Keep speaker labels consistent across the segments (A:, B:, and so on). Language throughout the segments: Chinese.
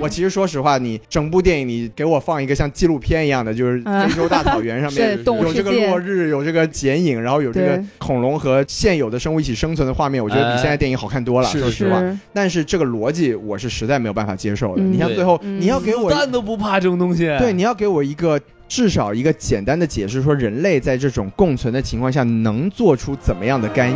A: 我其实说实话，你整部电影你给我放一个像纪录片一样的，就是非洲大草原上面、
B: 是动物
A: 有这
B: 世
A: 个
B: 界
A: 落，日，有这个剪影，然后有这个
B: 对
A: 恐龙和现有的生物一起生存的画面，我觉得比
C: 哎
A: 现在电影好看多了，
C: 是
A: 说实
B: 是
A: 话。但是这个逻辑我是实在没有办法接受的。
B: 嗯
A: 你像最后，
B: 对嗯
A: 你要给我
C: 蛋都不怕这种东西。
A: 对，你要给我一个至少一个简单的解释，说人类在这种共存的情况下能做出怎么样的干预？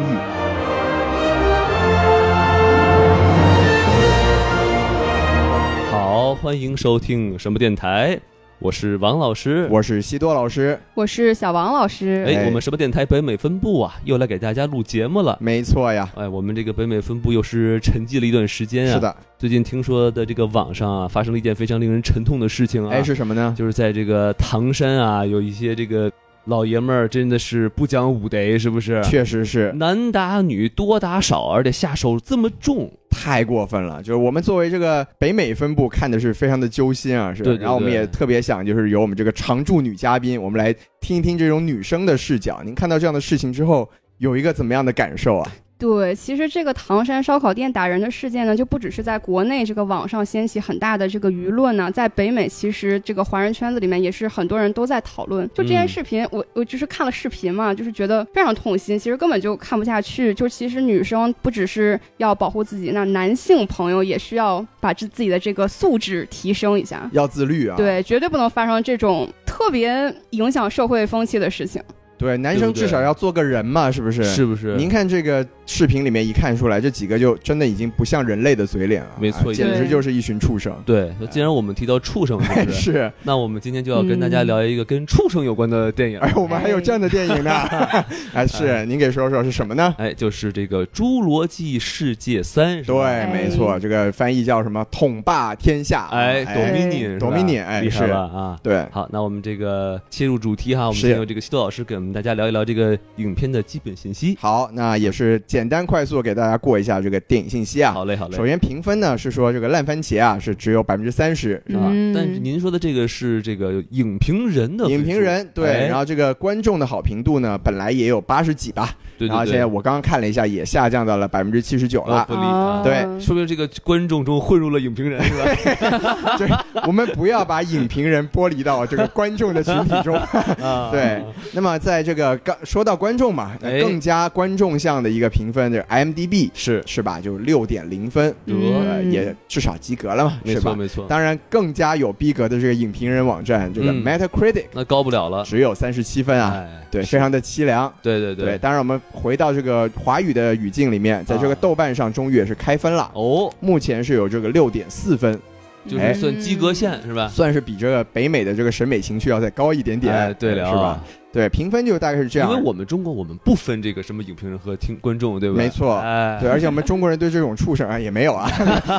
C: 好，欢迎收听什么电台，我是王老师。
A: 我是西多老师，
B: 我是小王老师，
C: 哎，
A: 哎
C: 我们什么电台北美分部啊，又来给大家录节目了。
A: 没错呀，
C: 哎，我们这个北美分部又是沉寂了一段时
B: 哎
C: 间啊。
A: 嗯是，的，
C: 最近听说的这个网上啊，发生了一件非常令人沉痛的事情啊，
A: 哎，是什么呢？
C: 就是在这个唐山啊，有一些这个老爷们儿真的是不讲武德，是不是？
A: 确实是
C: 男打女，多打少，而且下手这么重。
A: 太过分了，就是我们作为这个北美分部看的是非常的揪心啊，是。
C: 对对
A: 然后我们
C: 对
A: 也特别想，就是有我们这个常驻女嘉宾，我们来听一听这种女生的视角。您看到这样的事情之后，有一个怎么样的感受啊？
B: 对，其实这个唐山烧烤店打人的事件呢，就不只是在国内这个网上掀起很大的这个舆论呢，在北美其实这个华人圈子里面也是很多人都在讨论。就这件
C: 嗯
B: 视频，我我就是看了视频嘛，就是觉得非常痛心，其实根本就看不下去。就其实女生不只是要保护自己，那男性朋友也需要把自自己的这个素质提升一下。
A: 要自律啊！
B: 对，绝对不能发生这种特别影响社会风气的事情。
A: 对，男
C: 对
A: 生
C: 不对
A: 至少要做个人嘛，是不是？
C: 是不是？
A: 您看这个视频里面一看出来，这几个就真的已经不像人类的嘴脸了，
C: 没错
A: 啊简直
B: 对
A: 就是一群畜生。
C: 对，既然我们提到畜生，是
A: 哎，
C: 不 是？
A: 是，
C: 那我们今天就要跟大家
B: 嗯
C: 聊一个跟畜生有关的电影，
A: 哎，我们还有这样的电影呢，哎，是，您给说说是什么呢？
C: 哎，就是这个《侏罗纪世界三》，是
A: 对
C: 吧，
A: 没错，这个翻译叫什么？统霸天下，
C: 哎，Dominion，是吧
A: Dominion，哎
C: 厉害
A: 是
C: 吧啊。
A: 对，
C: 好，那我们这个切入主题哈，我们
A: 是
C: 先由这个西多老师给我们大家聊一聊这个影片的基本信息。
A: 好，那也是简单快速给大家过一下这个电影信息啊。
C: 好嘞，好嘞。
A: 首先评分呢是说这个烂番茄啊是只有百分之三十，是吧？
B: 嗯
C: 但是您说的这个是这个影评人的
A: 影评人对，
C: 哎
A: 然后这个观众的好评度呢本来也有八十几吧，
C: 分数，对
A: 然后
C: 对
A: 现在
C: 对，
A: 我刚刚看了一下，也下降到了百分之七十九
C: 哦
A: 了。
C: 不理啊
A: 对
C: 说明这个观众中混入了影评人是 吧？哦
A: 我们不要把影评人剥离到这个观众的群体中。
C: 啊
A: 对，那么在这个刚说到观众嘛，
C: 哎
A: 更加观众向的一个评分就是 IMDB
C: 是
A: 是吧？就六点零分，
C: 得
A: 呃，也至少及格了嘛，
C: 没
A: 是
C: 错
A: 吧？
C: 没错。
A: 当然，更加有逼格的这个影评人网站，这个
C: 嗯
A: Metacritic
C: 那高不了了，
A: 只有三十七分啊，
C: 哎，
A: 对，非常的凄凉。
C: 对对
A: 对，当然我们回到这个华语的语境里面，在这个
C: 啊
A: 豆瓣上终于也是开分了，
C: 哦，
A: 目前是有这个六点四分，哎
C: 就是算及格线是吧？
A: 算是比这个北美的这个审美情趣要再高一点点，
C: 哎，对了，
A: 是吧？？对，评分就大概是这样，
C: 因为我们中国我们不分这个什么影评人和听观众，对吧？
A: 没错
C: 哎，
A: 对，而且我们中国人对这种畜生啊也没有啊，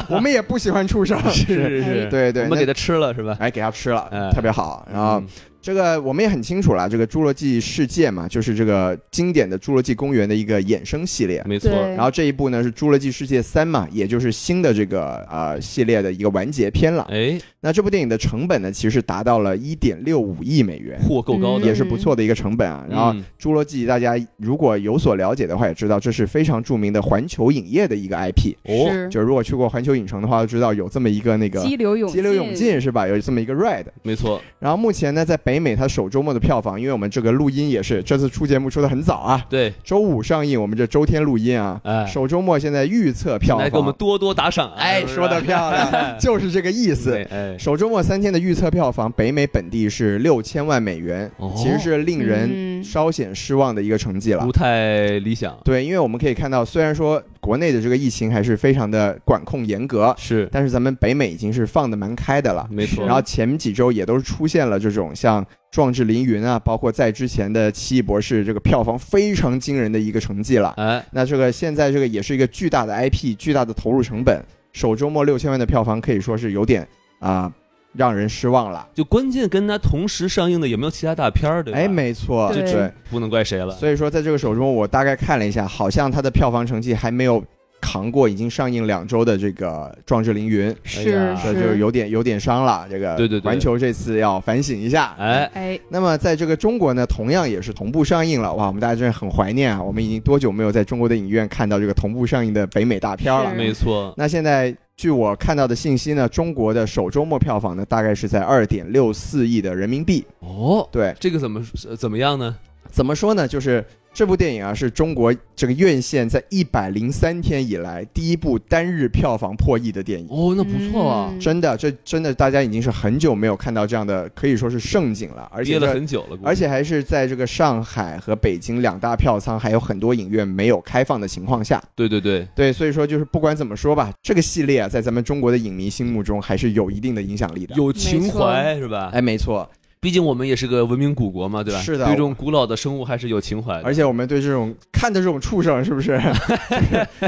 A: 我们也不喜欢畜生，
C: 是是是，
A: 对对，
C: 我们给
A: 他
C: 他吃了是吧？
A: 哎给他吃了，
C: 哎
A: 特别好。然后
C: 嗯
A: 这个我们也很清楚了，这个《侏罗纪世界》嘛，就是这个经典的《侏罗纪公园》的一个衍生系列。
C: 没错，
B: 对
A: 然后这一部呢是《侏罗纪世界三》嘛，也就是新的这个呃系列的一个完结篇了。
C: 哎，
A: 那这部电影的成本呢，其实达到了一点六五亿美元，
C: 货够高的，
A: 也是不错的一个成本啊。嗯然后
C: 嗯
A: 《侏罗纪》，大家如果有所了解的话，也知道这是非常著名的环球影业的一个 IP。
C: 哦，
B: 是
A: 就是如果去过环球影城的话，都知道有这么一个那个
B: 激流勇
A: 激流勇进是吧？有这么一个 ride。
C: 没错，
A: 然后目前呢，在北美它首周末的票房，因为我们这个录音也是这次出节目出的很早啊，
C: 对，
A: 周五上映，我们这周天录音啊，
C: 哎，
A: 首周末现在预测票
C: 来给我们
A: 房，
C: 多多打赏，
A: 哎，说的漂亮，就是这个意
C: 意
A: 思。
C: 哎，
A: 首周末三天的预测票房，北美本地是六千万美元
C: 哦，
A: 其实是令人
B: 嗯
A: 稍显失望的一个成绩了
C: 不。太理想，
A: 对，因为我们可以看到，虽然说国内的这个疫情还是非常的管控严格，
C: 是
A: 但是咱们北美已经是放得蛮开的了。
C: 没错，
B: 是
A: 然后前几周也都是出现了这种像《壮志凌云》啊，包括在之前的《奇异博士》这个票房非常惊人的一个成绩了。
C: 哎，
A: 那这个现在这个也是一个巨大的 IP，巨大的投入成本，首周末六千万的票房可以说是有点啊、让人失望了。
C: 就关键跟他同时上映的有没有其他大片儿，对吧？
A: 哎，没错，
B: 对
A: 对，
C: 不能怪谁了，
A: 所以说在这个首周末，我大概看了一下，好像它的票房成绩还没有扛过已经上映两周的这个《壮志凌云》。
C: 哎
B: 是
C: 呀
A: 这就是有点有点伤了，这个
C: 对对对
A: 环球这次要反省一下。
C: 哎，
B: 哎，
A: 那么在这个中国呢，同样也是同步上映了。哇，我们大家真的很怀念啊！我们已经多久没有在中国的影院看到这个同步上映的北美大片了？
B: 是
C: 没错，
A: 那现在据我看到的信息呢，中国的首周末票房呢，大概是在二点六四亿的人民币。
C: 哦，
A: 对，
C: 这个怎么是怎么样呢？
A: 怎么说呢？就是这部电影啊，是中国这个院线在一百零三天以来第一部单日票房破亿的电影。
C: 哦，那不错啊，
B: 嗯
A: 真的，这真的大家已经是很久没有看到这样的，可以说是盛景了，而且
C: 憋了
A: 这
C: 很久了，
A: 而且还是在这个上海和北京两大票仓还有很多影院没有开放的情况下，
C: 对对对，
A: 对，所以说就是不管怎么说吧，这个系列啊，在咱们中国的影迷心目中还是有一定的影响力的。，
C: 有情怀是吧？
A: 哎，没错，
C: 毕竟我们也是个文明古国嘛，对吧？
A: 是的
C: 对这种古老的生物还是有情怀的。
A: 而且我们对这种看的这种畜生是不 是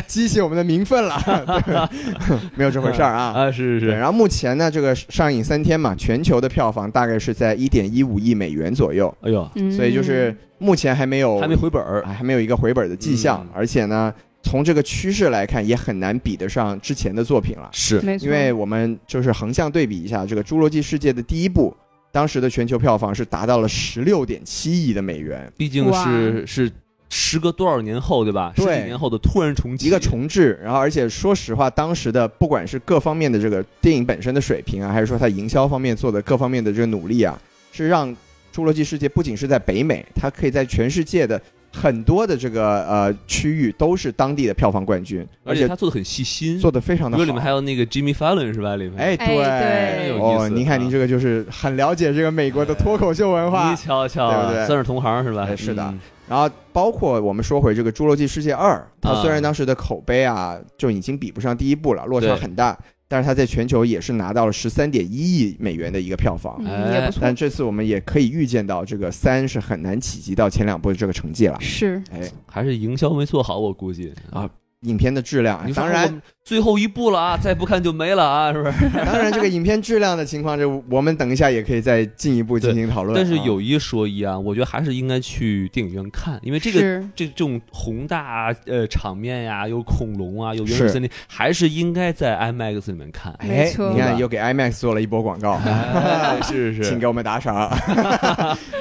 A: 激起我们的民愤了？ 对没有这回事儿啊。
C: 啊， 是是
A: 对，
C: 是，
A: 然后目前呢，这个上映三天嘛，全球的票房大概是在一点一五亿美元左右，
C: 哎呦，
B: 嗯
A: 所以就是目前还没有
C: 还没回本儿，
A: 哎还没有一个回本的迹象
C: 嗯，
A: 而且呢，从这个趋势来看，也很难比得上之前的作品了。
C: 是
B: 嗯没错，
A: 因为我们就是横向对比一下，这个《侏罗纪世界》的第一部，当时的全球票房是达到了十六点七亿的美元，
C: 毕竟
B: 哇
C: 是是时隔多少年后，对吧？
A: 对
C: 十几年后的突然重启，
A: 一个重置。然后，而且说实话，当时的不管是各方面的这个电影本身的水平啊，还是说它营销方面做的各方面的这个努力啊，是让《侏罗纪世界》不仅是在北美，它可以在全世界的很多的这个呃区域都是当地的票房冠军，
C: 而
A: 而
C: 且
A: 且
C: 哎他做的很细心，
A: 做的非常的好。
C: 因为里面还有那个 Jimmy Fallon 是吧？里面
A: 哎，
B: 哎
C: 对有意
A: 哦，
C: 思啊
A: 您看您这个就是很了解这个美国的脱口秀文化
C: 你。瞧瞧，
A: 对不对
C: 算是同行是吧？
A: 哎是的
C: 嗯
A: 然后包括我们说回这个《侏罗纪世界二》，它
C: 啊
A: 虽然当时的口碑啊就已经比不上第一部了，落差
C: 对
A: 很大，但是它在全球也是拿到了十三点一亿美元的一个票房。
B: 嗯
C: 哎
B: 也不错，
A: 但这次我们也可以预见到，这个三是很难企及到前两部的这个成绩了。
B: 是
A: 哎，
C: 还是营销没做好，我估计
A: 啊。影片的质量啊
C: 你，说
A: 当
C: 我
A: 然，
C: 们最后一步了啊，再不看就没了啊，是不是？
A: 当然这个影片质量的情况，就我们等一下也可以再进一步进行讨论啊。
C: 但是有一说一啊，我觉得还是应该去电影院看，因为这个。
B: 是
C: 这这种宏大呃场面呀、有恐龙啊，有原始
A: 是
C: 森林，还是应该在 IMAX 里 面看。
A: 哎
B: 没，错
A: 你
C: 对
A: 看
C: 吧
A: 又给 IMAX 做了一波广 告。
C: 哎是是
A: 请
C: 是，
A: 给我们打赏。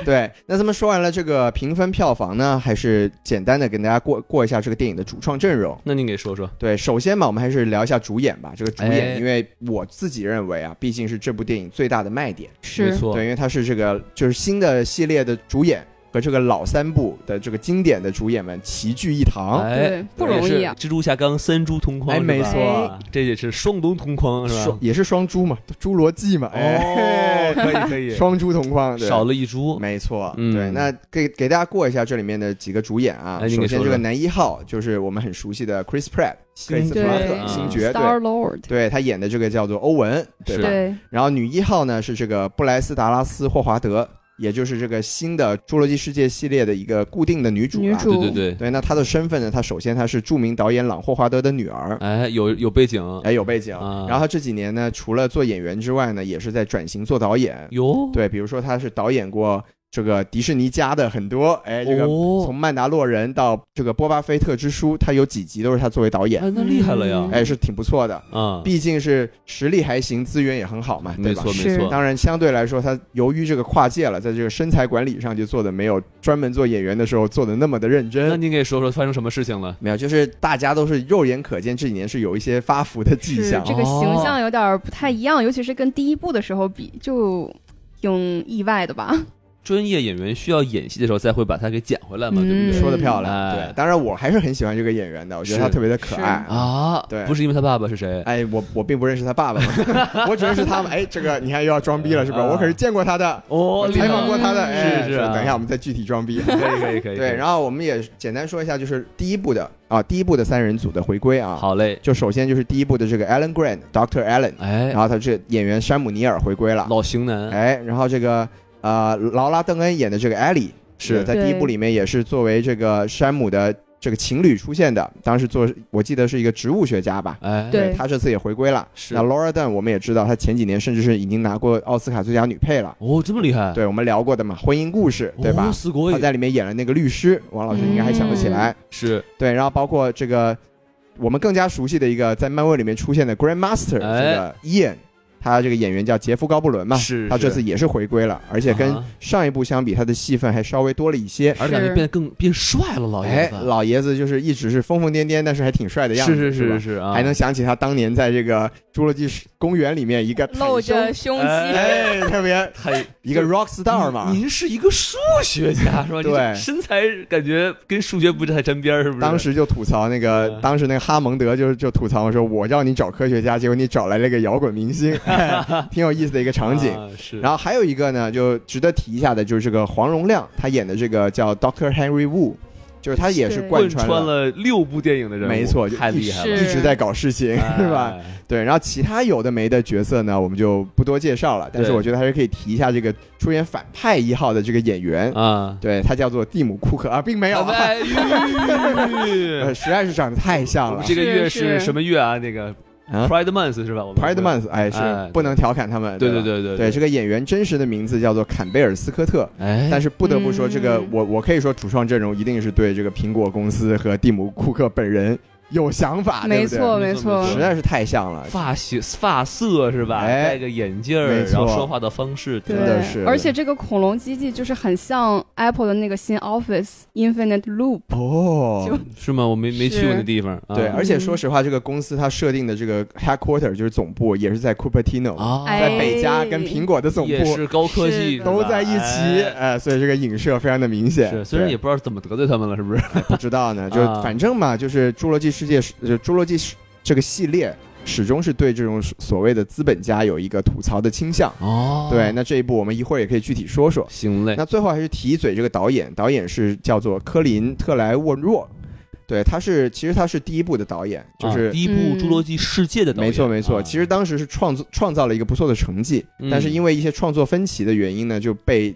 A: 对，那咱们说完了这个评分票房呢，还是简单的跟大家过过一下这个电影的主创阵容。
C: 那您给说说，
A: 对，首先嘛，我们还是聊一下主演吧。这个主演，
C: 哎
A: 因为我自己认为啊，毕竟是这部电影最大的卖点。
C: 没
B: 是，
C: 错
A: 对，，因为他是这个就是新的系列的主演和这个老三部的这个经典的主演们齐聚一堂。
C: 哎，
B: 对不容易啊
C: 也是蜘蛛侠刚三猪同框，
A: 哎
C: 是吧
A: 没错
C: 啊这也是双龙同框是
A: 双
C: 吧？
A: 也是双猪嘛，侏罗纪嘛，哎，
C: 哦，可以可 以，
A: 双猪同框，对
C: 少了一猪，
A: 没错，
C: 嗯
A: 对，那给给大家过一下这里面的几个主演啊。
C: 哎你给
A: 首先，
C: 说说
A: 这个男一号就是我们很熟悉的 Chris Pratt，克里斯
C: 对嗯
A: 普拉特
B: 对
A: 星爵，对，
B: Star Lord，
A: 对他演的这个叫做欧文，对
C: 是啊
A: 吧？
B: 对，
A: 然后女一号呢是这个布莱斯达拉斯霍华德，也就是这个新的《侏罗纪世界》系列的一个固定的女主
B: 女
A: 啊。
B: 主
C: 对对对，
A: 对，那她的身份呢？她首先她是著名导演朗霍华德的女儿，
C: 哎，有有背景，
A: 哎，有背景。
C: 啊
A: 然后她这几年呢，除了做演员之外呢，也是在转型做导演。
C: 有，
A: 对，比如说她是导演过这个迪士尼家的很多，哎，这个
C: 哦
A: 从《曼达洛人》到这个《波巴菲特之书》，他有几集都是他作为导演，
C: 哎，那厉害了呀
B: 嗯，
A: 哎，是挺不错的。
C: 啊，
A: 毕竟是实力还行，资源也很好啊嘛，对
C: 没
A: 吧
C: 错？没
B: 是
C: 错，
A: 当然，相对来说，他由于这个跨界了，在这个身材管理上就做的没有专门做演员的时候做的那么的认
C: 那
A: 真。
C: 您给说说发生什么事情了？
A: 没有，就是大家都是肉眼可见这几年是有一些发福的迹
B: 是
A: 象。啊
B: 这个形象有点儿不太一样，尤其是跟第一部的时候比，就挺意外的吧？
C: 专业演员需要演戏的时候再会把它给捡回来嘛，
B: 嗯
C: 对不对？
A: 说的漂亮，
C: 哎
A: 对，当然我还是很喜欢这个演员的，我觉得
C: 是
A: 他特别的可
B: 是
A: 爱
C: 啊，
A: 对
C: 不是因为他爸爸是谁？
A: 哎，我我并不认识他爸爸嘛， 我只认识他们。哎，这个你看又要装逼了是吧？
C: 啊
A: 我可是见过他的，
C: 哦
A: 我采访过他的。
B: 嗯
A: 哎，
C: 是是
A: 说
C: 啊
A: 等一下我们再具体装逼。
C: 可以可以可 以，
A: 对，然后我们也简单说一下，就是第一部的啊，第一部的三人组的回归啊。，
C: 好嘞，
A: 就首先就是第一部的这个 Alan Grant，Dr. Alan，
C: 哎
A: 然，后他这演员山姆尼尔回归了。
C: 老型男
A: 哎，然后这个呃劳拉邓恩演的这个 Ellie
C: 是
A: 在第一部里面也是作为这个山姆的这个情侣出现的，当时做我记得是一个植物学家吧。
C: 哎，
B: 对
A: 他这次也回归了。
C: 是
A: 那 Laura Dern 我们也知道，她前几年甚至是已经拿过奥斯卡最佳女配了。
C: 哦，这么厉害，
A: 对，我们聊过的嘛，《婚姻故事》，对
C: 哦
A: 吧？
C: 死国
A: 她
C: 也
A: 在里面演了那个律师，王老师应该还想得起来。
C: 是
A: 对，然后包括这个我们更加熟悉的一个在漫威里面出现的 Grandmaster 这
C: 哎
A: 个 Ian，他这个演员叫杰夫·高布伦嘛，
C: 是
A: 他这
C: 是
A: 次也是回归了，而且跟
C: 啊
A: 上一部相比，他的戏份还稍微多了一些。
C: 而且感觉变得更变帅了，老爷
A: 哎
C: 子，，
A: 老爷子就是一直是疯疯癫癫，但是还挺帅的样子，
C: 是是
A: 吧
C: 是是啊，
A: 还能想起他当年在这个侏罗纪公园里面一个袒胸
D: 露着胸肌，
A: 哎，特别
C: 很
A: 一个 rock star 嘛。
C: 您您是一个数学 家是
A: 对
C: 吧？你这身材感觉跟数学不太沾边儿，是不是？
A: 当时就吐槽那个
C: 嗯，
A: 当时那个哈蒙德就就吐槽说，我让你找科学家，结果你找来了一个摇滚明 星，哎挺有意思的一个场景。
C: 啊是，
A: 然
C: 后
A: 后还有一个呢，就值得提一下的，就是这个黄荣亮，他演的这个叫 Doctor Henry Wu，就是他也是
B: 是
A: 贯
C: 贯
A: 穿
C: 穿了六部电影的人物，
A: 没错，就
C: 太
A: 一
C: 厉害
A: 直
C: 了，
B: 是
A: 一直在搞事情， 是吧？
C: 哎？
A: 对，然后其他有的没的角色呢，我们就不多介绍了。但是
C: 对
A: 我觉得还是可以提一下这个出演反派一号的这个演
B: 哎
A: 员，
C: 啊，
A: 对他叫做蒂姆·库克啊，并没有
C: 好哎
A: 啊，
C: 在
A: 呃实在是长得太像
C: 我
A: 了
C: 们。这个月是
B: 是
C: 什么月啊？那个
A: 啊
C: Pride Month 是吧？我们
A: Pride Month，哎，
C: 哎
A: 是不能调侃他们。
C: 对
A: 对
C: 对
A: 吧
C: 对对
A: 对，这个演员真实的名字叫做坎贝尔·斯科特，
C: 哎，
A: 但是不得不说，
B: 嗯
A: 这个我我可以说主创阵容一定是对这个苹果公司和蒂姆·库克本人有想法，
B: 没
A: 对不
B: 错
C: 没
B: 没
A: 对
C: 错
B: 错
C: 没，
A: 实在是太像了。
C: 发型发色是吧？
A: 哎
C: 戴个眼镜儿，
A: 没
C: 然后
A: 错
C: 说话的方式，
B: 对
A: 真的是
B: 而且这个恐龙基地就是很像 Apple 的那个新 Office Infinite Loop，
A: 哦，
C: 是吗？我没没去过
B: 是
C: 那地方，啊
A: 对，而且
B: 嗯
A: 说实话，这个公司它设定的这个 headquarter 就是总部，也是在 Cupertino，、
C: 啊，
B: 哎
A: 在北加跟苹果的总
C: 也
A: 部
C: 是高科技
B: 是
A: 都在一起，
C: 哎
A: 哎、所以这个影射非常的明显。
C: 是，虽然
A: 对
C: 也不知道怎么得罪他们了，是不是？
A: 不知道呢，就是
C: 啊
A: 反正嘛，就是《侏罗纪世界》就《侏罗纪》这个系列始终是对这种所谓的资本家有一个吐槽的倾向。
C: 哦
A: 对，，那这一部我们一会儿也可以具体说说。
C: 行嘞，
A: 那最后还是提一嘴这个导演，导演是叫做科林·特莱沃若，对，他是其实他是第一部的导演，就
C: 啊
A: 是
C: 第一部《
B: 嗯
C: 侏罗纪世界》的导演，
A: 没错，没错。
C: 啊
A: 其实当时是创作创造了一个不错的成绩，
C: 嗯
A: 但是因为一些创作分歧的原因呢，就被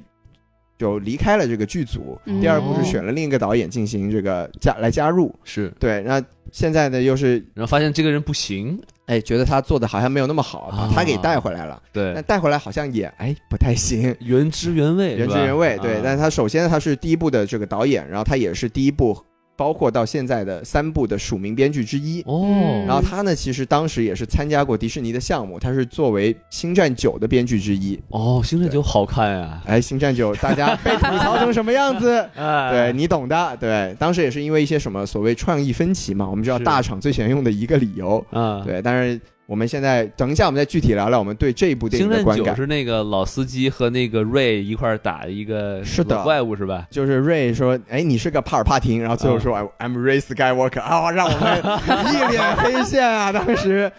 A: 就离开了这个剧组。
B: 嗯
A: 第二部是选了另一个导演进行这个加来加入。
C: 是，
A: 对，那现在呢又是
C: 然后发现这个人不行，
A: 哎觉得他做的好像没有那么好，把他给
C: 啊
A: 带回来了。但
C: 对，
A: 带回来好像也哎不太 行。
C: 原汁原味，
A: 原汁
C: 是吧
A: 原味，对，但
C: 啊
A: 是他首先他是第一部的这个导演，然后他也是第一部，包括到现在的三部的署名编剧之一。
C: 哦，
A: 然后他呢，其实当时也是参加过迪士尼的项目，他是作为《星战九》的编剧之一。
C: 哦，《星战九》好看呀，？
A: 哎，《星战九》大家被吐槽成什么样子
C: 哎，
A: 对你懂的，对，当时也是因为一些什么所谓创意分歧嘛，我们知道
C: 是
A: 大厂最喜欢用的一个理由，
C: 啊，
A: 对。但是我们现在等一下，我们再具体聊聊我们对这一部电
C: 星
A: 影的
C: 战
A: 观
C: 九
A: 感。
C: 是那个老司机和那个瑞一块儿打一个
A: 是的
C: 老怪物是吧？
A: 就是瑞说：“哎，你是个帕尔帕廷。”然后
C: 啊
A: 最后说、i m Ray Skywalker。”啊，让我 们一脸黑线啊！当时，
C: 就是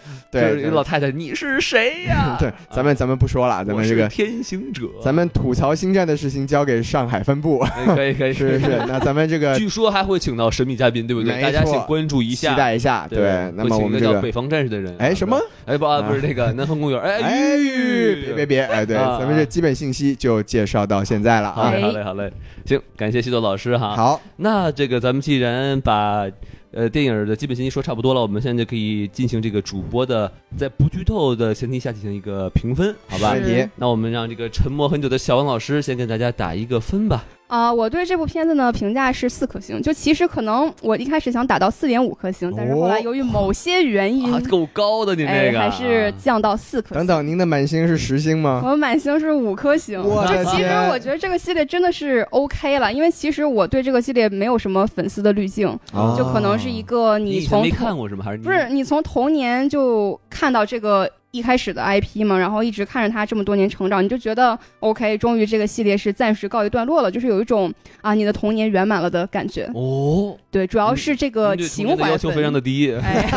A: 对？
C: 一个老啊太太，你是谁 呀
A: 对，咱们咱们不说了，咱
C: 我
A: 们这
C: 是
A: 个
C: 天行者，
A: 咱们吐槽星战的事情交给上海分部，
C: 哎可以可以，
A: 是是是。 那咱们这个
C: 据说还会请到神秘嘉宾，对不对？
A: 没
C: 大家
A: 错
C: 请关注一
A: 期
C: 下。
A: 待一下，
C: 对，会
A: 那么
C: 请
A: 我
C: 一
A: 们
C: 个
A: 这
C: 叫
A: 个
C: 北，方战士的人，
A: 哎什么？
C: 哎不啊，
A: 啊
C: 不是那个南方公园，哎
A: 哎，
C: 吁
A: 别别别，哎，对，
C: 啊
A: 咱们这基本信息就介绍到现在了
C: 好
A: 啊。
B: 哎
C: 嘞，啊好嘞，好嘞，行，感谢西多老师哈。，
A: 好，
C: 那这个咱们既然把呃电影的基本信息说差不多了，我们现在就可以进行这个主播的在不剧透的前提下进行一个评分，好吧
A: 没？问题
B: 是，
C: 那我们让这个沉默很久的小王老师先跟大家打一个分吧。
B: 啊、我对这部片子呢评价是四颗星，就其实可能我一开始想打到四点五颗星，但是后
A: 哦
B: 来由于某些原因，
C: 啊，够高的，您
B: 嗯哎
C: 这，个啊
B: 还是降到四颗星。
A: 等等，您的满星是十星吗？
B: 我满星是五颗星，
A: 我的
B: 就其实
A: 天
B: 我觉得这个系列真的是 OK 了，因为其实我对这个系列没有什么粉丝的滤镜，
A: 哦
B: 就可能是一个
C: 你以
B: 你
C: 前
B: 从
C: 没看过是吗？还是你
B: 不是你从童年就看到这个一开始的 IP 嘛，然后一直看着它这么多年成长，你就觉得 OK，终于这个系列是暂时告一段落了，就是有一种啊你的童年圆满了的感觉。
C: 哦，
B: 对，主要是这个
C: 嗯您对童
B: 情
C: 年的
B: 怀
C: 要求非常
B: 分。
C: 的低
B: 哎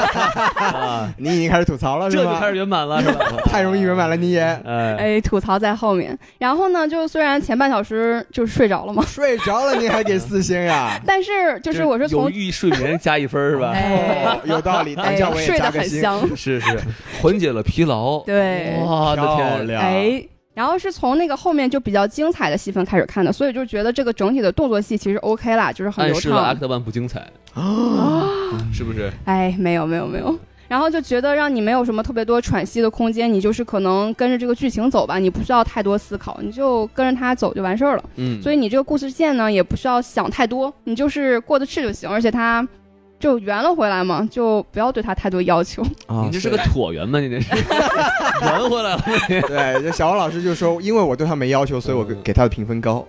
C: 啊，
A: 你已经开始吐槽了
C: 这
A: 是
C: 就
A: 吗
C: 开？始圆满了是吧？
A: 太容易圆满了，你也
C: 哎，
B: 哎，吐槽在后面。然后呢，就虽然前半小时就睡着了嘛，
A: 睡着了，你还给四星呀？
B: 但是就是我是
C: 有
B: 从
C: 益睡眠加一分 儿是吧？
B: 哎
A: 哦，有道理，等一
B: 哎
A: 下我也
B: 睡
A: 加
B: 得
A: 个
B: 很
A: 星。
B: 香，
C: 是是，缓解了疲劳。
B: 对，
C: 哇，我的
A: 漂
C: 天，
A: 亮！
B: 哎，然后是从那个后面就比较精彩的戏份开始看的，所以就觉得这个整体的动作戏其实 OK 啦，就是很
C: 暗
B: 流
C: 示了阿
B: 畅。
C: 克特曼不精彩，
A: 啊
C: 是不是？
B: 哎，没有没有没有。然后就觉得让你没有什么特别多喘息的空间，你就是可能跟着这个剧情走吧，你不需要太多思考，你就跟着它走就完事儿了。
C: 嗯，
B: 所以你这个故事线呢，也不需要想太多，你就是过得去就行。而且它就圆了回来嘛，就不要对他太多 要求。
A: 啊
C: 你这是个椭圆吗？你 这是圆回来了。
A: 对，这小王老师就说，因为我对他没要求，所以我给
C: 嗯
A: 给他的评分高。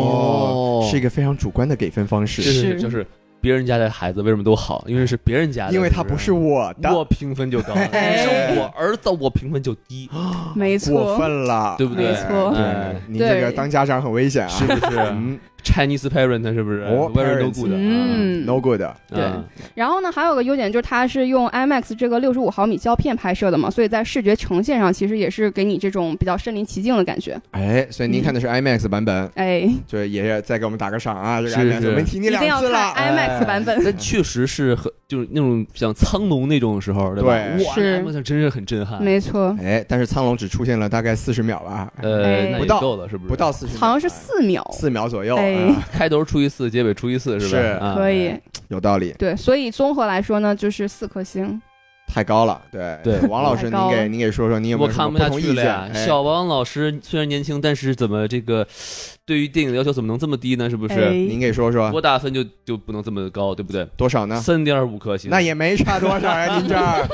B: 哦
A: 是一个非常主观的给分方
C: 是
A: 式，
C: 是
B: 是
C: 是，就是别人家的孩子为什么都好？因为是别人家的，
A: 因为他不是
C: 我
A: 我的，
C: 我评 分就高，你
A: 哎
C: 说我儿子我评分就低，
B: 没
A: 过
B: 错，
A: 分了，
C: 对不对？
B: 没错
A: 哎
C: 哎，
A: 你这个
B: 对
A: 当家长很危险啊，
C: 是不是
A: 嗯
C: Chinese parent 是不是
A: 哦
C: 外人
A: parents
C: 都顾的？啊
B: 嗯，
A: ，no good。
B: 对
C: 啊
B: 然后呢，还有个优点就是它是用 IMAX 这个六十五毫米胶片拍摄的嘛，所以在视觉呈现上其实也是给你这种比较身临其境的感觉。
A: 哎，所以您看的是 IMAX 版本，
B: 哎，
A: 就是爷爷再给我们打个赏啊！这个
C: 嗯是
A: IMAX
C: 是
A: 我们提你
B: 一定
A: 两
B: 要
A: 次了
B: 看
A: 哎
B: IMAX 版本。
C: 但确实是很就是那种像苍龙那种时候，吧？
A: 对
C: 哇，
B: 是
C: 那真是很震撼。
B: 没错，
A: 哎，但是苍龙只出现了大概四十秒吧，
C: 呃，
B: 哎
C: 那
A: 不
C: 也
A: 到
C: 够了，是不是？
A: 不到四十，
B: 好像是四秒，
A: 四秒左右，
B: 哎
A: 啊
C: 开头初一四，结尾初一四，
A: 是
C: 吧？啊
B: 可以。
A: 有道理，
B: 对，所以综合来说呢，就是四颗星。
A: 太高了。对
C: 对
A: 王老师，
B: 太高
A: 您
B: 了
A: 给您给说说，您有没
C: 我
A: 有什
C: 看
A: 么
C: 下
A: 同
C: 去
A: 意
C: 了
A: 见？
C: 呀！
A: 哎
C: 小王老师虽然年轻，但是怎么这个对于电影的要求怎么能这么低呢？是不是？
A: 您给说
C: 我
A: 说
C: 打分就就不能这么高，对不对？
A: 多少呢？
C: 三点五颗星。
A: 那也没差多少呀，您这儿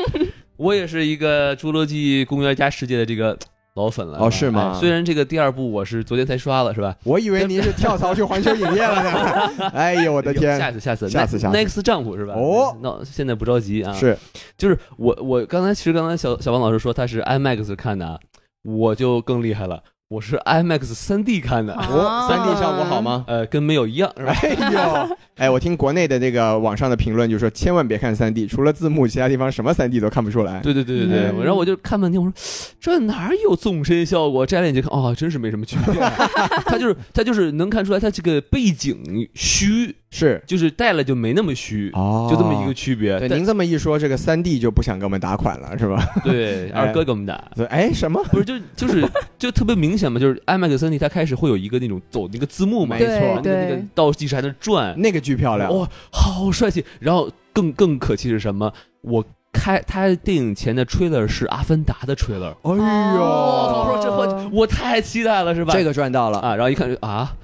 C: 我也是一个《侏罗纪公园加世界》的这个老粉了。
A: 哦
C: 吧
A: 是吗
C: 哎虽然这个第二部我是昨天才刷了，是吧？
A: 我以为您是跳槽去环球影业了呢。哎呦，我的
C: 下
A: 天，
C: 次，下次，
A: 下次下次
C: Next 丈夫是吧？哎
A: 哦，
C: 那现在不着急啊。，
A: 是
C: 就是我我刚才其实刚才小小王老师说他是 IMAX 看的啊，我就更厉害了，我是 IMAX 3 D 看的，
A: 哦，
B: 啊
A: 三 D 效果好吗？
C: 呃，跟没有一样是吧？
A: 哎呦，哎，我听国内的这个网上的评论就说，千万别看三 D，除了字幕，其他地方什么三 D 都看不出来。
C: 对对对对对，
B: 嗯
C: 然后我就看半天，我说 这哪儿有纵深效果？摘了眼镜看，哦，真是没什么区别。 它就是它就是能看出来，它这个背景虚，
A: 是
C: 就是戴了就没那么虚，
A: 哦
C: 就这么一个。区别。
A: 对，
C: 但
A: 您这么一说，这个三 D 就不想给我们打款了，是吧？
C: 对
A: 哎
C: 二哥给我们打。
A: 对，哎，什么？
C: 不是，就就是就特别明显嘛，就是 IMAX 3D 它开始会有一个那种走那个字幕嘛，
A: 没错
C: 那
B: 对
C: 个那个
B: 对，
C: 倒计时还能转，
A: 那个剧漂亮，
C: 哇、好帅气！然后更更可气是什么？我开他电影前的 trailer 是《阿凡达》的 trailer，
A: 哎呦，
C: 我
B: 哦
C: 说这我我太期待了，是吧？
A: 这个赚到 了，
C: 啊，然后一看啊，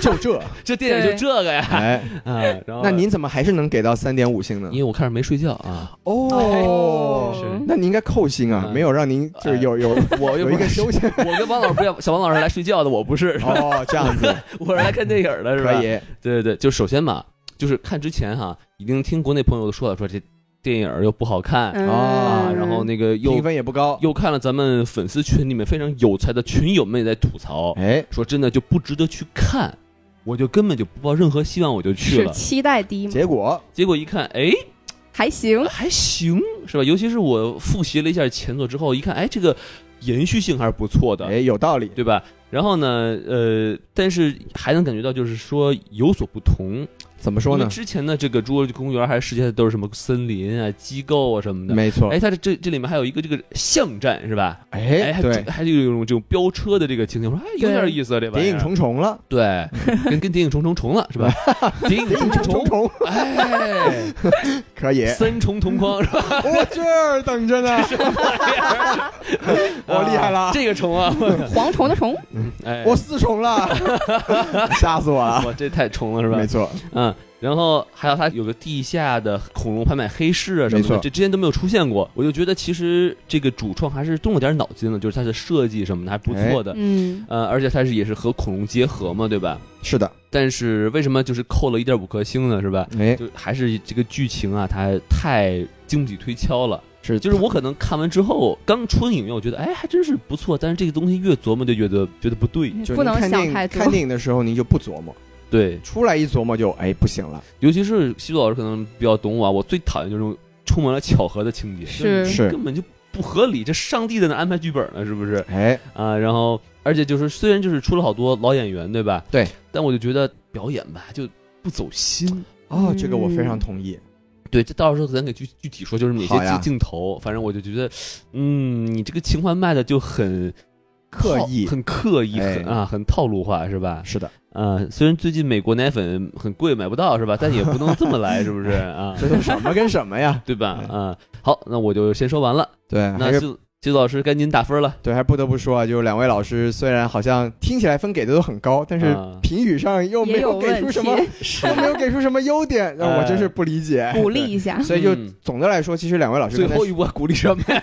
A: 就这。
C: 这电影就这个呀，
A: 哎，
C: 啊，然后
A: 那您怎么还是能给到三点五星呢
C: 因？为我看着没睡觉 啊，
A: 哎
B: 哦
C: 是
A: 那您应该扣星啊，
C: 嗯哎
A: 没有让您就是有有
C: 我又
A: 有
C: 不
A: 一个
C: 是，
A: 休闲。
C: 我跟王老师不一样，小王老师来睡觉的，我不是，
A: 哦，这样子
C: 我是来看电影 的，是吧？
A: 可以。
C: 对对对，就首先嘛，就是看之前哈，已经听国内朋友说了，说这电影又不好看、
B: 嗯
C: 啊，然后那个又
A: 评分也不高。
C: 又看了咱们粉丝群里面非常有才的群友们也在吐槽，
A: 哎，
C: 说真的就不值得去看，我就根本就不抱任何希望，我就去
B: 嗯是
C: 了。
B: 期待低嘛，
A: 结果
C: 结果一看，哎，
B: 还行。
C: 还行，是吧？尤其是我复习了一下前作之后，一看，哎，这个延续性还是不错的，
A: 哎有道理，
C: 对吧？然后呢，呃，但是还能感觉到就是说有所不同。
A: 怎么说
C: 因
A: 呢
C: 为？之前的这个侏罗纪公园还是世界都是什么森林啊、机构啊什么的。
A: 没错
C: 哎，，它这这这里面还有一个这个巷战是吧？哎，
A: 哎，
C: 还
A: 对，
C: 还有一种这种飙车的这个情景，我说哎有点
B: 对
C: 意思啊，这玩意
A: 谍
C: 儿
A: 影重重了，
C: 对，跟跟谍影重重重了是吧？谍影重重，
A: 重
C: 哎，
A: 可以，
C: 三重同框是吧？
A: 我这儿等着呢，我厉害了
C: 啊这个 重啊，
B: 蝗虫的虫，
C: 哎，
A: 我四重 了，吓死我了，
C: 我这太重了是吧
A: 没？错，
C: 嗯，然后还有它有个地下的恐龙拍卖黑市啊什
A: 没
C: 么
A: 错
C: 的，这之前都没有出现过。我就觉得其实这个主创还是动了点脑筋了，就是它的设计什么的还不
A: 哎
C: 错的。
B: 嗯，
C: 呃，而且它是也是和恐龙结合嘛，对吧？
A: 是的，
C: 但是为什么就是扣了一点五颗星呢？是吧？
A: 哎，
C: 就还是这个剧情啊，它太经不起推敲了。
A: 是
C: 就是我可能看完之后，刚出影院，我觉得哎还真是不错，但是这个东西越琢磨就觉得觉得不对。
A: 就是
B: 嗯不能
A: 您看电
B: 想
A: 影
B: 太
A: 看
B: 多。
A: 电影的时候您就不琢磨，
C: 对，
A: 出来一琢磨就哎不行了，
C: 尤其是西渡老师可能比较懂我啊，我最讨厌就是这种充满了巧合的情节，
B: 是
A: 是
C: 根本就不合理，这上帝在那安排剧本呢，是不是
A: 哎，
C: 啊？然后，而且就是虽然就是出了好多老演员，对吧？
A: 对，
C: 但我就觉得表演吧就不走心。
A: 哦，
B: 嗯
A: 这个我非常同意，
C: 对，这到时候咱给具具体说，就是哪些
A: 好呀
C: 镜镜头，反正我就觉得，嗯，你这个情怀卖的就很
A: 刻意
C: 套很刻意，
A: 哎
C: 很啊，很套路化，是吧？
A: 是的，
C: 啊，虽然最近美国奶粉很贵，买不到，是吧？但也不能这么来，是不是啊？
A: 这都什么跟什么呀？
C: 对吧？啊、好，那我就先说完了。
A: 哎对，还
C: 那
A: 是
C: 就季子老师赶紧打分了。
A: 对，还不得不说啊，就两位老师虽然好像听起来分给的都很高，但是
C: 啊
A: 评语上又
B: 也
A: 没有给
B: 问
A: 出
B: 题
A: 什，么， 又没有给出什么优点，让我
C: 哎
A: 真是不理解。
B: 鼓励一下。
A: 所以就
C: 嗯
A: 总的来说，其实两位老师
C: 最
A: 刚才
C: 后一波鼓励什么呀？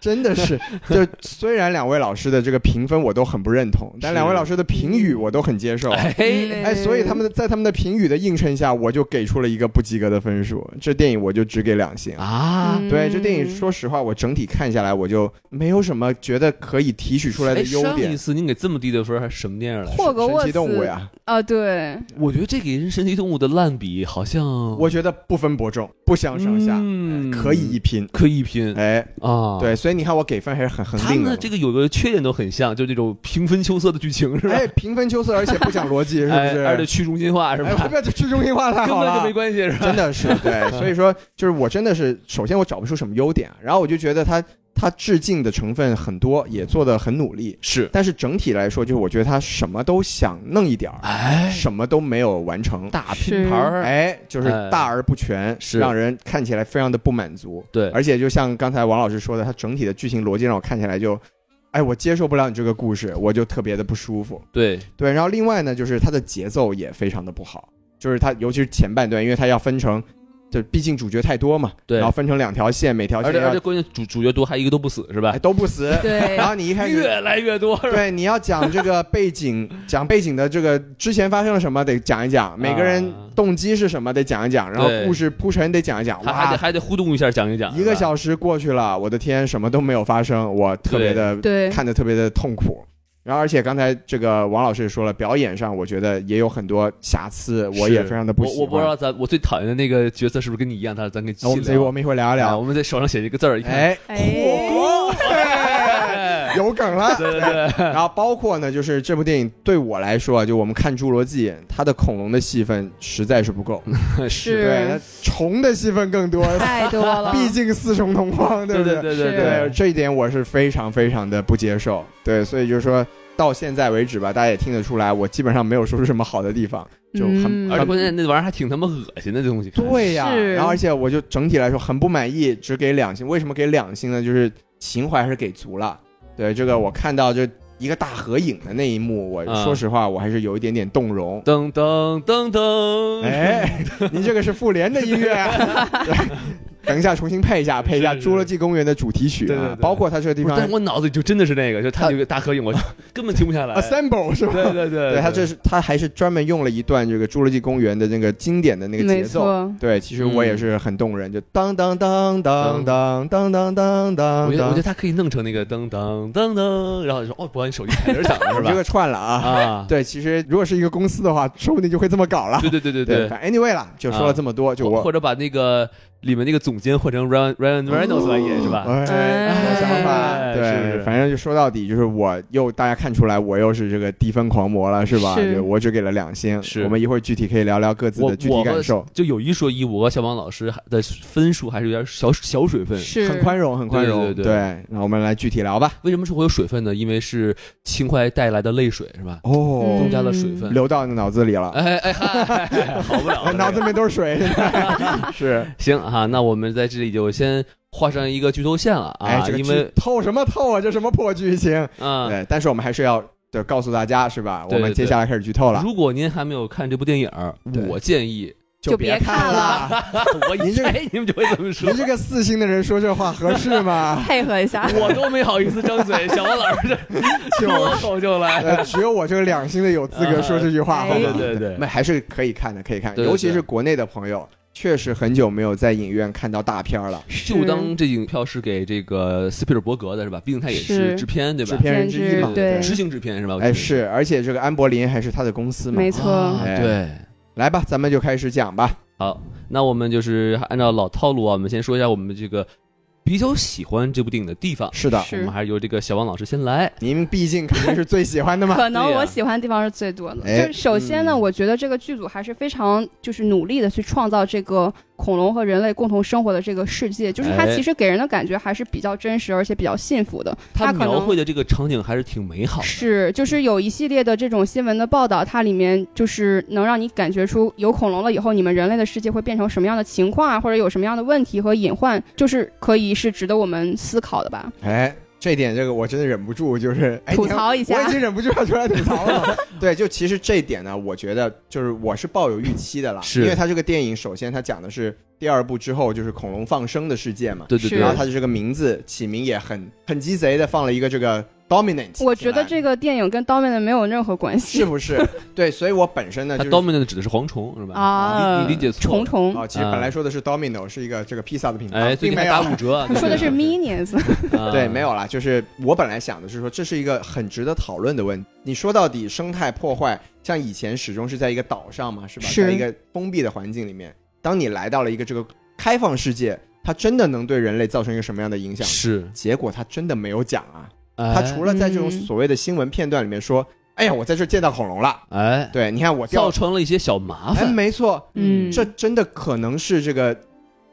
A: 真的 是，就虽然两位老师的这个评分我都很不认同，但
C: 是
A: 两位老师的评语我都很接受。
B: 嗯
C: 哎，
A: 哎，所以他们的在他们的评语的映衬下，我就给出了一个不及格的分数。这电影我就只给两星。
C: 啊，
B: 嗯
A: 对，这电影说实话，我整体看下来，我就没有什么觉得可以提取出来的
C: 哎，
A: 优
C: 上
A: 点
C: 一。次您给这么低的分儿，还是什么电影来着？
B: 霍格
A: 神
B: 沃
A: 奇
B: 茨
A: 动物呀，
B: 啊， 对，
C: 我觉得这给人神奇动物的烂笔好像
A: 我觉得不分伯仲，不相上下，
C: 嗯
A: 可以一拼。
C: 可以一拼
A: 哎，
C: 啊。，
A: 对，所以你看我给分还是很恒
C: 他
A: 定的
C: 们的
A: 嘛。
C: 这个有个缺点都很像，就是那种平分秋色的剧情是吧？
A: 哎，平分秋色，而且不讲逻辑，是不
C: 哎，
A: 是？
C: 而且去中心化是吧
A: 哎，？我不要去中心化太
C: 根
A: 好
C: 本就
A: 了
C: 没。关系是吧？
A: 真的是 对，所以说就是我真的是，首先我找不出什么优点，然后我就觉得他他致敬的成分很多，也做的很努力，
C: 是，
A: 但是整体来说，就是我觉得他什么都想弄一点儿，
C: 哎，
A: 什么都没有完成，
C: 大
B: 是
C: 拼盘儿，
A: 哎，就是
C: 哎
A: 大而不全，
C: 是
A: 让人看起来非常的不满足。
C: 对，
A: 而且就像刚才王老师说的，他整体的剧情逻辑让我看起来就，哎，我接受不了你这个故事，我就特别的不舒服。
C: 对，
A: 对，然后另外呢，就是它的节奏也非常的不好，就是它尤其是前半段，因为它要分成，就毕竟主角太多嘛，
C: 对
A: 然后分成两条线，每条
C: 而
A: 线
C: 且而
A: 要
C: 且关键主主角多，还一个都不死是吧
A: 哎？都不 死，
B: 对
A: 然后你一开始。
C: 越来越多 是吧？
A: 对，你要讲这个背 景，讲背景的这个之前发生了什么，得讲一讲；每个人
C: 啊
A: 动机是什么，得讲一讲；然后
C: 对
A: 故事铺陈得讲一讲。
C: 还还得
A: 哇，
C: 还得互动一下，讲一讲
A: 一个
C: 是吧
A: 小时过去了，我的天，什么都没有发生，我特别的
B: 对，
A: 看得特别的痛苦。然后，而且刚才这个王老师也说了，表演上我觉得也有很多瑕疵，我也非常的不
C: 我
A: 喜
C: 我不知
A: 欢。
C: 道咱我最讨厌的那个角色是不是跟你一样，他咱给
A: 那我们所以我们一会儿聊一
C: 啊
A: 聊。
C: 我们在手上写一个字儿，一看，
A: 哎，
B: 哎，
A: 哎 有梗了。
C: 对对对，
A: 然后包括呢，就是这部电影对我来说啊，就我们看《侏罗纪》，它的恐龙的戏份实在是不够，
B: 是
A: 对，它虫的戏份更多，
B: 太多了，
A: 毕竟四重同框，
C: 对
A: 不
C: 对对
B: 是
A: 对
C: 对，
A: 这一点我是非常非常的不接受。对，所以就是说到现在为止吧，大家也听得出来，我基本上没有说出什么好的地方，就很、
B: 嗯
C: 而且
A: 很
C: 关键那玩意儿还挺他妈恶心的，这东西。
A: 对呀、
B: 是
A: 然后而且我就整体来说很不满意，只给两星。为什么给两星呢？就是情怀还是给足了。对这个，我看到就一个大合影的那一幕，我、
C: 嗯
A: 说实话，我还是有一点点动容。
C: 噔噔噔噔，
A: 哎，您这个是复联的音乐、啊。对等一下，重新配一下，配一下
C: 是
A: 《
C: 是
A: 侏罗纪公园》的主题曲啊，
C: 对对对
A: 包括它这个地
C: 不是，
A: 方
C: 但是我脑子里就真的是那个，就他有个大合影，我根本停不下来。
A: assemble 是吧？
C: 对对对，
A: 对他这是他还是专门用了一段这个《侏罗纪公园》的那个经典的那个
B: 没
A: 节奏。
B: 错，
A: 对，其实我
C: 嗯
A: 也是很动人，就当当当当当当当当
C: 我
A: 当
C: 觉得我觉得
A: 当，
C: 他可以弄成那个噔噔噔噔，然后就说哦，不管你手机踩着响了是
A: 我这
C: 吧？
A: 个串了啊。
C: 啊，
A: 对，其实如果是一个公司的话，说不定就会这么搞了。
C: 对对对对对，啊
A: 反正 anyway 啦，就说了这么多，就
C: 或
A: 我
C: 或者把那个里面那个总监换成 Ryan Ryan Reynolds 来
A: 嗯
C: 演是吧？
A: 哎，有想法。
C: 哎是是
A: 对，
C: 是
A: 反正就说到底，就是我又大家看出来，我又是这个低分狂魔了，是吧？
B: 是
A: 就我只给了两星。
C: 是
A: 我们一会儿具体可以聊聊各自
C: 我
A: 的具
C: 我
A: 体
C: 和
A: 感受。
C: 就有一说一，我和小王老师的分数还是有点小小水分。
B: 是
A: 很宽容，很宽容。
C: 对对对
A: 对，那我们来具体聊吧。
C: 为什么是会有水分呢？因为是情怀带来的泪水是吧？
B: 嗯
A: 哦
C: 增加了水分。
A: 流到你脑子里了，
C: 哎哎嗨，好 不了
A: 我嗯哦
C: 了。
A: 脑
C: 这
A: 子
C: 个
A: 里面都是 水。是，
C: 行哈、那我们在这里就先画上一个剧透线了啊，
A: 哎，这个
C: 因
A: 剧
C: 为
A: 透什么透啊？这什么破剧情？
C: 啊。
A: 对，但是我们还是要就告诉大家是吧？
C: 对
A: 我
C: 对
A: 们接下来开始剧透了，
C: 如果您还没有看这部电影儿，
A: 对
C: 我建议，
B: 就
A: 别
B: 别看
A: 了。
C: 我以
A: 您这个
C: 前你们就会这么说
A: 您，这个四星的人说这话合适吗？
B: 配合一 下，
C: 我都没好意思张嘴，小王老师这
A: 就
C: 脱口就来。
A: 呃，只有我这个两星的有资格说这句话，
B: 哎
A: 好吗？
C: 嗯对对对
A: 那还是可以看的，可以看，
C: 对对对
A: 尤其是国内的朋友，确实很久没有在影院看到大片了。
C: 就当这影票是给这个斯皮尔伯格的是吧？毕竟他也是
B: 是
C: 制片对吧
A: 制？片人之一嘛
B: 简直，对
C: 执行制片是吧？我记
A: 哎
C: 得
A: 是，而且这个安柏林还是他的公司嘛
B: 没，错，
C: 啊
A: 哎
C: 对。
A: 来吧，咱们就开始讲吧。
C: 好，那我们就是按照老套路啊，我们先说一下我们这个比较喜欢这部电影的地方。
A: 是的，
C: 我
B: 是
C: 们还是由这个小王老师先来。
A: 您毕竟肯定是最喜欢的 嘛。
B: 可能
C: 对呀
B: 我喜欢的地方是最多的。
A: 哎
B: 就是首先呢，
C: 嗯
B: 我觉得这个剧组还是非常就是努力的去创造这个恐龙和人类共同生活的这个世界，就是它
C: 哎
B: 其实给人的感觉还是比较真实，而且比较幸福的。它
C: 他
B: 可
C: 描
B: 能
C: 绘的这个场景还是挺美好的。
B: 是，就是有一系列的这种新闻的报道，它里面就是能让你感觉出有恐龙了以后，你们人类的世界会变成什么样的情况啊，或者有什么样的问题和隐患，就是可以是值得我们思考的吧。
A: 哎，这点这个我真的忍不住，就是哎
B: 吐
A: 你看
B: 槽一下
A: 我已经忍不住要出来吐槽 了。对，就其实这一点呢，我觉得就是我是抱有预期的啦，
C: 是
A: 因为它这个电影首先它讲的是第二部之后就是恐龙放生的世界嘛，
C: 对对
B: 是
C: 对
A: 然，后它的这个名字起名也很很鸡贼的放了一个这个 dominant，
B: 我觉得这
A: 个
B: 个电影跟 Dominant 没有任何关
A: 是
B: 系
A: 不是？ 对，所以我本身呢
C: 它
A: 就是。
C: dominant 指的是蝗虫是吧？
B: 啊，
C: 你你理解错
B: 虫
C: 了。
B: 虫，
A: 哦，其实本来说的是 Domino，是一个这个披萨的品牌，
C: 嗯哎，最
A: 并
C: 近还
A: 没
C: 打
A: 有
C: 五 折啊，
B: 你说的是 Minions，
C: 啊
A: 对，没有啦，就是我本来想的是说，这是一个很值得讨论的问题。你说到底生态破坏，像以前始终是在一个岛上嘛，是吧？
B: 是
A: 在一个封闭的环境里面，当你来到了一个这个开放世界，它真的能对人类造成一个什么样的影响？
C: 是，哎
A: 结果它真的没有讲啊，
C: 他
A: 它除了在这种
B: 嗯
A: 所谓的新闻片段里面说，哎呀，我在这儿见到恐龙了，
C: 哎
A: 对，你看我
C: 造
A: 掉，
C: 成了一些小麻
A: 哎，
C: 烦，
A: 没错，
B: 嗯，
A: 这真的可能是这个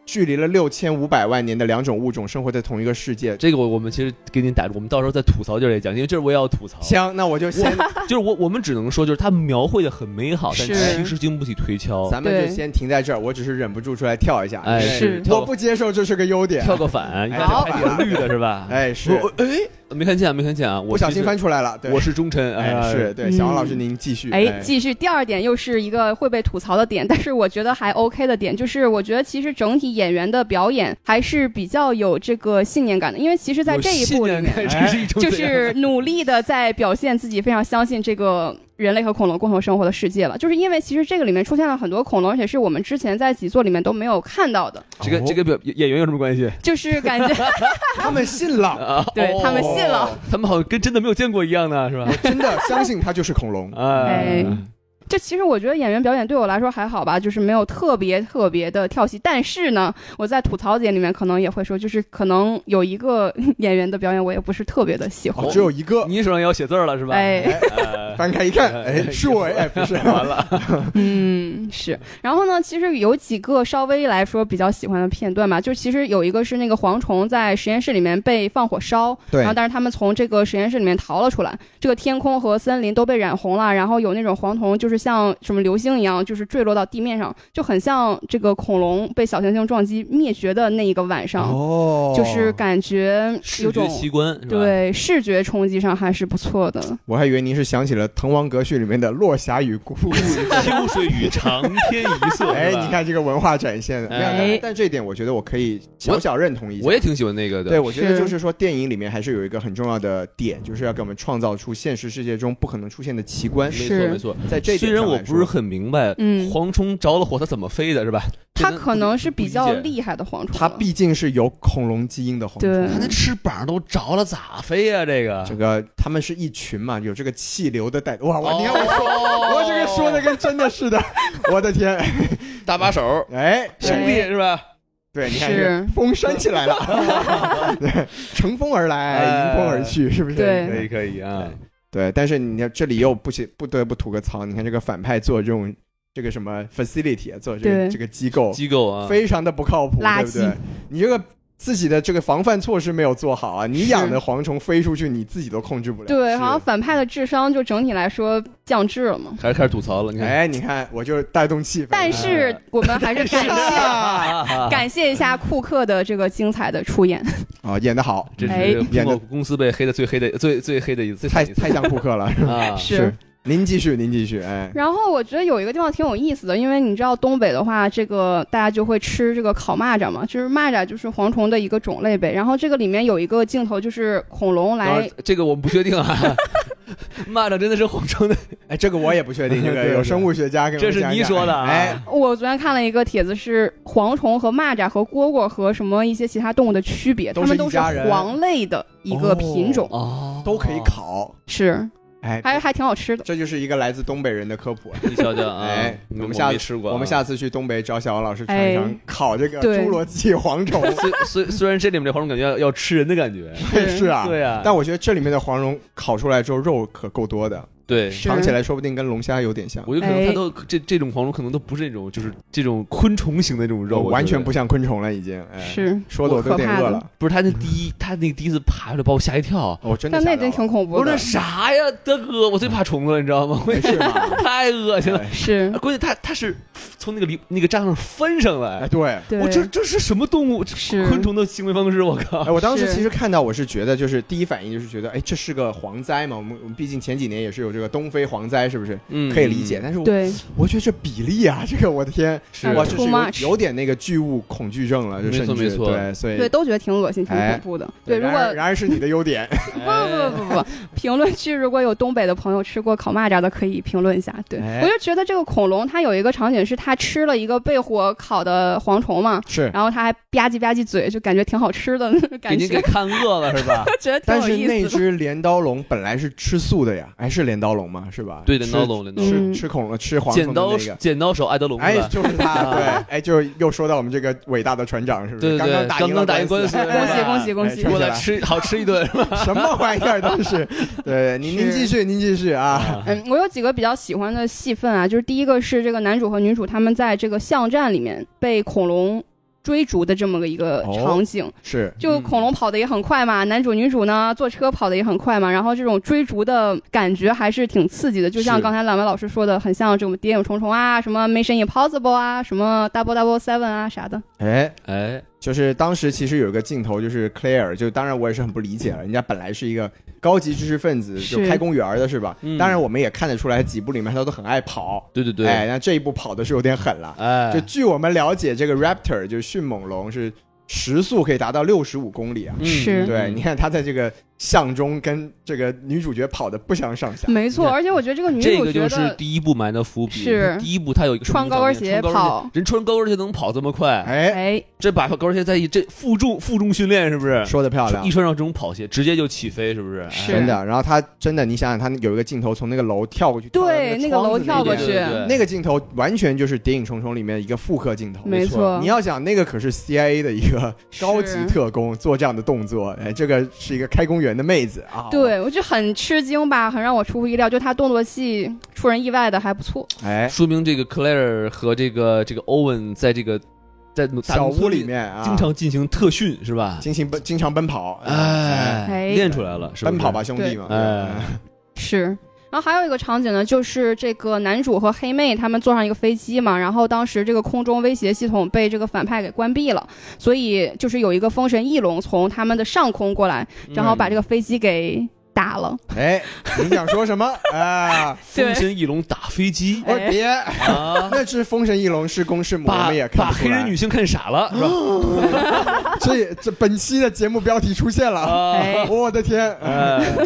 A: 距离了六千五百万年的两种物种生活在同一个世界。
C: 这个我我们其实给你打住，我们到时候再吐槽这也讲，因为这儿我也要吐槽，
A: 行，那我就先，
C: 就是我我们只能说就是它描绘的很美好，但
B: 是
C: 其实经不起推敲，
A: 咱们
B: 对
A: 就先停在这儿。我只是忍不住出来跳一下，
C: 哦哎
A: 因为
C: 是
B: 是
C: 跳
A: 我
C: 个
A: 不接受这是个优点。
C: 跳个反，你看
B: 好
C: 这海底是绿的是吧？
A: 哎，是
C: 我哎没看见啊没看见啊，我
A: 不小心
C: 其实
A: 翻出来了。对，
C: 我是忠臣，
A: 哎，是对。
B: 嗯
A: 小王老师，您继续。
B: 哎，继续第二点，又是一个会被吐槽的点，但是我觉得还 OK 的点，就是我觉得其实整体演员的表演还是比较有这个信念感的，因为其实，在
C: 有
B: 这一
C: 信
B: 部里
C: 念
B: 面，
C: 感这是一种
B: 哎就
C: 怎样
B: 是 努力的在表现自己非常相信这个人类和恐龙共同生活的世界了。就是因为其实这个里面出现了很多恐龙，而且是我们之前在几座里面都没有看到的，
C: 这
A: 哦
C: 个这个表演演员有什么关系
B: 就是感 觉
A: 他们信了，
C: 啊？
B: 对他们信了，
C: 他们好像跟真的没有见过一样呢，是吧？
A: 真的相信它就是恐龙。
C: 哎
B: 哎，就其实我觉得演员表演对我来说还好吧，就是没有特别特别的跳戏。但是呢，我在吐槽点里面可能也会说，就是可能有一个 演员的表演我也不是特别的喜欢
A: 哦，。只有一个。
C: 你手上也要写字儿了是吧？
B: 哎，
C: 哎，
A: 翻开一看，
C: 哎
A: 哎，是我，哎，不是。
C: 完了，
B: 嗯， 是。然后呢，其实有几个稍微来说比较喜欢的片段吧，就其实有一个是那个蝗虫在实验室里面被放火烧，
A: 对
B: 然后但是他们从这个实验室里面逃了出来，这个天空和森林都被染红了，然后有那种蝗虫就是像什么流星一样，就是坠落到地面上，就很像这个恐龙被小行星撞击灭绝的那一个晚上，
A: 哦
B: 就是感觉
C: 视
B: 有
C: 觉
B: 种。
C: 奇观是吧？
B: 对视觉冲击上还是不错的，
A: 我还以为您是想起了《滕王阁序》里面的落霞与孤鹜。
C: 秋水与长天一色。
A: 哎，
C: 是吧
A: 你，看这个文化展现的，
C: 哎
A: 没有但但这一点我觉得我可以小小认同一下。
C: 我也挺喜欢那个的。
A: 对，我觉得
B: 是
A: 就是说，电影里面还是有一个很重要的点，就是要给我们创造出现实世界中不可能出现的奇观。
C: 没
B: 是
C: 错没错。
A: 在这一
C: 虽
A: 点
C: 然
A: 上
C: 我
A: 来
C: 不是
A: 说，
C: 很明白，
B: 嗯
C: 蝗虫着了火它怎么飞的，是吧？
B: 它
C: 真的
B: 可能是
C: 不
B: 比较
C: 理解。
B: 厉害的蝗虫了。
A: 它
C: 啊
A: 毕竟是有恐龙基因的红。
B: 对，
C: 它那翅膀都着了，咋飞呀？这个
A: 这个他们是一群嘛，有这个气流的带。哇，
C: 哦
A: 我你看我 说，
C: 说
A: 我这个说的跟真的似的， 我的天！
C: 搭把手，
A: 哎，
C: 兄弟
B: 对
C: 是吧？
A: 对，你看
B: 是
A: 这个风扇起来了， 对，乘风而来，
C: 哎
A: 迎风而去，是不是？
B: 对
C: 可以可以啊，
A: 对，但是你看这里又不行，不得不吐个槽。你看这个反派做这种这个什么 facility 啊，做这个
B: 对
A: 这个机构，
C: 机构啊，
A: 非常的不靠谱，
B: 垃
A: 对不对
B: 圾？
A: 你这个自己的这个防范措施没有做好啊，你
B: 是
A: 养的蝗虫飞出去，你自己都控制不了。
B: 对，
C: 是
B: 好像反派的智商就整体来说降智了嘛。
C: 开始开始吐槽了。你看，
A: 哎，你看，我就是带动气氛。
B: 但是我们还 是感谢
A: 啊，
B: 感谢一下库克的这个精彩的出演。
A: 啊，演得好，
C: 这是
B: 哎
C: 苹果公司被黑的最黑的最最黑的一次，
A: 太
C: 最惨
A: 太像库克 了。
C: 的一次啊！
B: 是
A: 您继续，您继续，哎，
B: 然后我觉得有一个地方挺有意思的，因为你知道东北的话，这个大家就会吃这个烤蚂蚱嘛，就是蚂蚱就是蝗虫的一个种类呗。然后这个里面有一个镜头就是恐龙
C: 当然
B: 来，
C: 这个我们不确定啊。 蚂蚱真的是蝗虫的，
A: 哎，这个我也不确定， 这
C: 对
A: 个
C: 对
A: 有生物学家跟我
C: 这是
A: 讲
C: 你
A: 讲
C: 说的啊
A: 哎，
B: 我昨天看了一个帖子，是蝗虫和蚂蚱和蝈蝈和什么一些其他动物的区别，
A: 都
B: 它
A: 是
B: 们都
A: 一
B: 是
A: 家人
B: 黄类的一个品种，
C: 哦
A: 都可以烤，
B: 是
A: 哎，
B: 还还挺好吃的。
A: 这就是一个来自东北人的科普啊。
C: 你瞧瞧啊，
A: 哎
C: 嗯
A: 我们
C: 没
A: 下
C: 吃过啊，
A: 我们下次去东北找小王老师尝一尝
B: 哎
A: 烤这个
B: 对
A: 侏罗纪蝗 虫，
C: 虽虽虽然这里面这蝗虫感觉要要吃人的感觉，
A: 是啊，
C: 对啊，
A: 但我觉得这里面的蝗虫烤出来之后肉可够多的，
C: 对，
B: 是
A: 尝起来说不定跟龙虾有点像，
C: 我觉得可能它
B: 哎
C: 都这这种黄龙可能都不是那种就是这种昆虫型的这种肉，我觉得
A: 完全不像昆虫了，已经。哎、
B: 是，
A: 说的我都有点饿
B: 我可怕
A: 了
B: 的，
C: 不是他那第一他那个第一次爬出来把我吓一跳，
A: 我、真的哦
B: 但
A: 吓
B: 那
A: 到
B: 真挺
A: 了。
B: 恐
C: 我
B: 怖
C: 说
B: 的
C: 那，啥呀，大哥，我最怕虫子了，你知道吗？ 我
A: 没 事吗？
C: 太恶心了。
A: 哎
B: 是
C: 啊，关键他他是从那个篱那个栅上翻上来
A: 哎，，对，
B: 对，
C: 我这这是什么动物？这
B: 是
C: 昆虫的行为方式，我靠！
A: 哎，我当时
B: 是
A: 其实看到，我是觉得就是第一反应就是觉得，哎，这是个蝗灾嘛，我们我们毕竟前几年也是有这个东非蝗灾，是不是？
C: 嗯
A: 可以理解，。但是我
B: 对，
A: 我觉得这比例啊，这个我的天，
C: 是
A: 哇，这
B: Too
A: 是有
B: much
A: 有点那个巨物恐惧症了，就
C: 没
A: 甚
C: 错
A: 至
C: 没错
A: 对，所以
B: 对，都觉得挺恶心、挺
A: 哎
B: 恐怖的。对，如
A: 然
B: 果
A: 而然而是你的优 点，
B: 不
A: 哎
B: 不不不 不，评论区如果有东北的朋友吃过烤蚂蚱的，可以评论一下。对，
A: 哎
B: 我就觉得这个恐龙它有一个场景是它吃了一个被火烤的蝗虫嘛，
A: 是。
B: 然后它还吧唧吧唧嘴，就感觉挺好吃的那 种
C: 给
B: 感
C: 您给
B: 觉，
C: 看饿了是 吧？
B: 觉得挺
A: 但
B: 有
A: 是
B: 意
A: 那
B: 思 的。
A: 只镰刀龙本来是吃素的呀，哎，是镰刀龙吗？是吧？
C: 对，镰刀龙，镰刀
A: 吃，
C: 龙，
A: 吃
B: 嗯
A: 吃恐龙，吃蝗
C: 剪
A: 虫的
C: 刀
A: 那个。
C: 剪刀手爱德 龙
A: 哎，
C: 吧？
A: 就是他，
C: 啊
A: 对，哎，就是又说到我们这个伟大的船长，是不
C: 对
A: 是？
C: 对对，
A: 打
C: 刚
A: 赢了
C: 刚打赢
A: 官
C: 官
A: 司
C: 司，，
B: 恭 喜恭喜
A: 哎
B: 恭
A: 哎
B: 喜
A: 穿
C: 过
A: 起
C: 来
A: 来
C: 吃好吃 一顿。
A: 什么玩意儿都是。对，您您
B: 是
A: 继续，您继续啊。
B: 嗯，我有几个比较喜欢的戏份啊，就是第一个是这个男主和女主他们在这个巷战里面被恐龙追逐的这么个一个
A: 哦
B: 场景，
A: 是，
B: 就
C: 嗯
B: 恐龙跑得也很快嘛，男主女主呢坐车跑得也很快嘛，然后这种追逐的感觉还是挺刺激的，就是像刚才两位老师说的，很像这种《谍影重重》啊，什么《Mission Impossible》啊，什么《Double Double Seven》啊啥的。
A: 哎，
C: 哎，
A: 就是当时其实有一个镜头，就是 Claire，就当然我也是很不理 解了，人家本来是一个高级知识分子，
B: 是
A: 就开公园的是吧？
C: 嗯
A: 当然我们也看得出来，几部里面他都很爱跑，
C: 对对对，
A: 哎，那这一步跑的是有点狠了。
C: 哎，
A: 就据我们了解，这个 Raptor 就是迅猛龙是时速可以达到六十五公里啊。
C: 嗯
B: 是
A: 对，你看他在这个巷中跟这个女主角跑的不相上下。
B: 没错，
C: 对啊
B: 而且我觉得这个女
C: 这
B: 主
C: 个
B: 觉
C: 就是
B: 得
C: 第一步埋的伏笔。
B: 是
C: 第一步，他有一个什么
B: 穿高跟鞋
C: 场景穿高跟
B: 跑，
C: 人穿高跟鞋能跑这么快，
A: 哎，
B: 哎，
C: 这把高跟鞋在一这负重负重训练是不是？
A: 说的漂亮
C: 一，穿上这种跑鞋，直接就起飞，是不是？哎
B: 是
A: 真的。然后他真的，你想想，他有一个镜头从那个楼跳过去，跳到
B: 对，那个
A: 窗子
B: 楼
A: 里
B: 跳过
A: 面
C: 对
B: 去，
C: 对对
A: 那个镜头完全就是《谍影重重》里面一个复刻镜头，
B: 没错
A: 你要想那个可是 CIA 的一个高级
B: 是
A: 特工做这样的动作，哎，这个是一个开公园的妹子啊，，
B: 对我就很吃惊吧，很让我出乎意料，就她动作戏出人意外的还不错。
A: 哎，
C: 说明这个 Claire 和这个这个 Owen 在这个在大
A: 小
C: 农
A: 屋
C: 村
A: 里面啊，
C: 经常进行特训，是吧？
A: 进行奔经常奔跑，
C: 哎，
B: 哎
C: 练出来了，是不是
A: 奔跑吧。兄弟
B: 对
A: 嘛，
C: 哎
B: 是。然后还有一个场景呢，就是这个男主和黑妹他们坐上一个飞机嘛，然后当时这个空中威胁系统被这个反派给关闭了，所以就是有一个风神翼龙从他们的上空过来，正好把这个飞机给打了。
A: 哎，你想说什么 啊？
C: 风神翼龙打 飞机
A: 我
B: 哎
A: 别，
C: 啊，
A: 那只风神翼龙是公是母，我
C: 把
A: 们也看
C: 把
A: 不出
C: 黑人
A: 来
C: 女。性看傻了， 是吧？
A: 这这本期的节目标题出现了，哦
C: 啊
B: 哎，
A: 我的天，
C: 哦 哎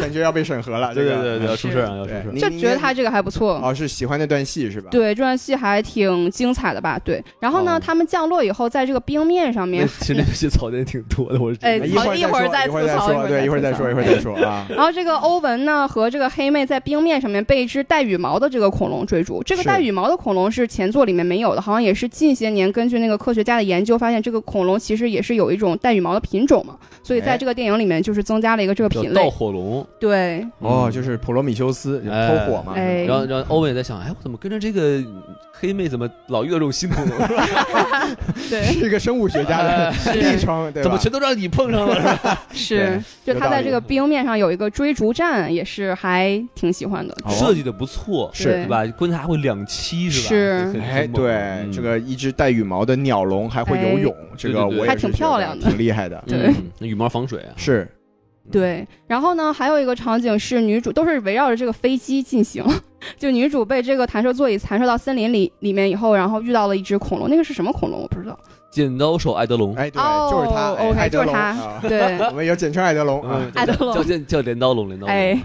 A: 感觉要被审核了，这
C: 对
A: 个
C: 对对对，要出事儿啊，要出
A: 对
C: 事儿。
A: 你
B: 就
A: 你
B: 觉得他这个还不错。
A: 哦，是喜欢那段戏是吧？
B: 嗯对，这段戏还挺精彩的吧？对，然后
C: 哦
B: 呢，他们降落以后，在这个冰面上
C: 那
B: 面，
C: 其实那些槽点挺多的，我是觉
A: 哎
C: 得
B: 哎
A: 一会儿
B: 一会儿
A: 再
B: 再
A: 说一会儿再
B: 吐槽
A: 说，对，一
B: 一
A: 会
B: 会
A: 儿
B: 儿
A: 再
B: 再
A: 说，一
B: 吐
A: 会
B: 槽
A: 儿再说啊。
B: 然后这个欧文呢和这个黑妹在冰面上面被一只带羽毛的这个恐龙追逐。这个
A: 是
B: 带羽毛的恐龙是前作里面没有的，好像也是近些年根据那个科学家的研究发现，这个恐龙其实也是有一种带羽毛的品种嘛。所以
A: 哎
B: 在这个电影里面就是增加了一个这个
C: 叫
B: 品
C: 盗
B: 类。
C: 火龙。
B: 对，
A: 哦，
C: 嗯
A: 就是普罗米修斯就
C: 哎
A: 偷火嘛，
B: 哎
C: 然后，然后欧文也在想，哎，我怎么跟着这个黑妹，怎么老遇到这种新恐龙？ 是吧
B: 对，
A: 是一个生物学家的历程，对吧？
C: 哎 怎么全都让你碰上了？是吧
B: 是，
A: 对
B: 就
A: 有
B: 他
A: 道
B: 在
A: 理
B: 这个冰面上有一个追逐战，也是还挺喜欢的。
A: 哦
C: 设计的不错，
A: 是
C: 对吧？关键还会两栖，是吧？
B: 是
C: 很
A: 哎，对，
C: 嗯
A: 这，个一只带羽毛的鸟笼还会游泳，这个
C: 对对对
A: 我也
B: 哎还
A: 是
B: 挺
A: 觉
B: 漂
A: 得
B: 亮的
A: 挺厉害的。
C: 很猛
B: 对
C: 嗯那羽毛防水啊，
A: 是，
B: 对，然后呢，还有一个场景是女主都是围绕着这个飞机进行， 就女主被这个弹射座椅弹射到森林里里面以后，然后遇到了一只恐龙，那个是什么恐龙我不知道。
C: 剪刀手爱德龙，
A: 哎，对，
B: 哦
A: 就是他，哎
B: OK，
A: 艾德
B: 就是
A: 龙
B: 他
A: 啊，
B: 对，
A: 我们有简称艾德龙啊
C: 嗯，
B: 爱德龙
C: 叫叫叫镰刀龙，镰刀龙，
B: 哎，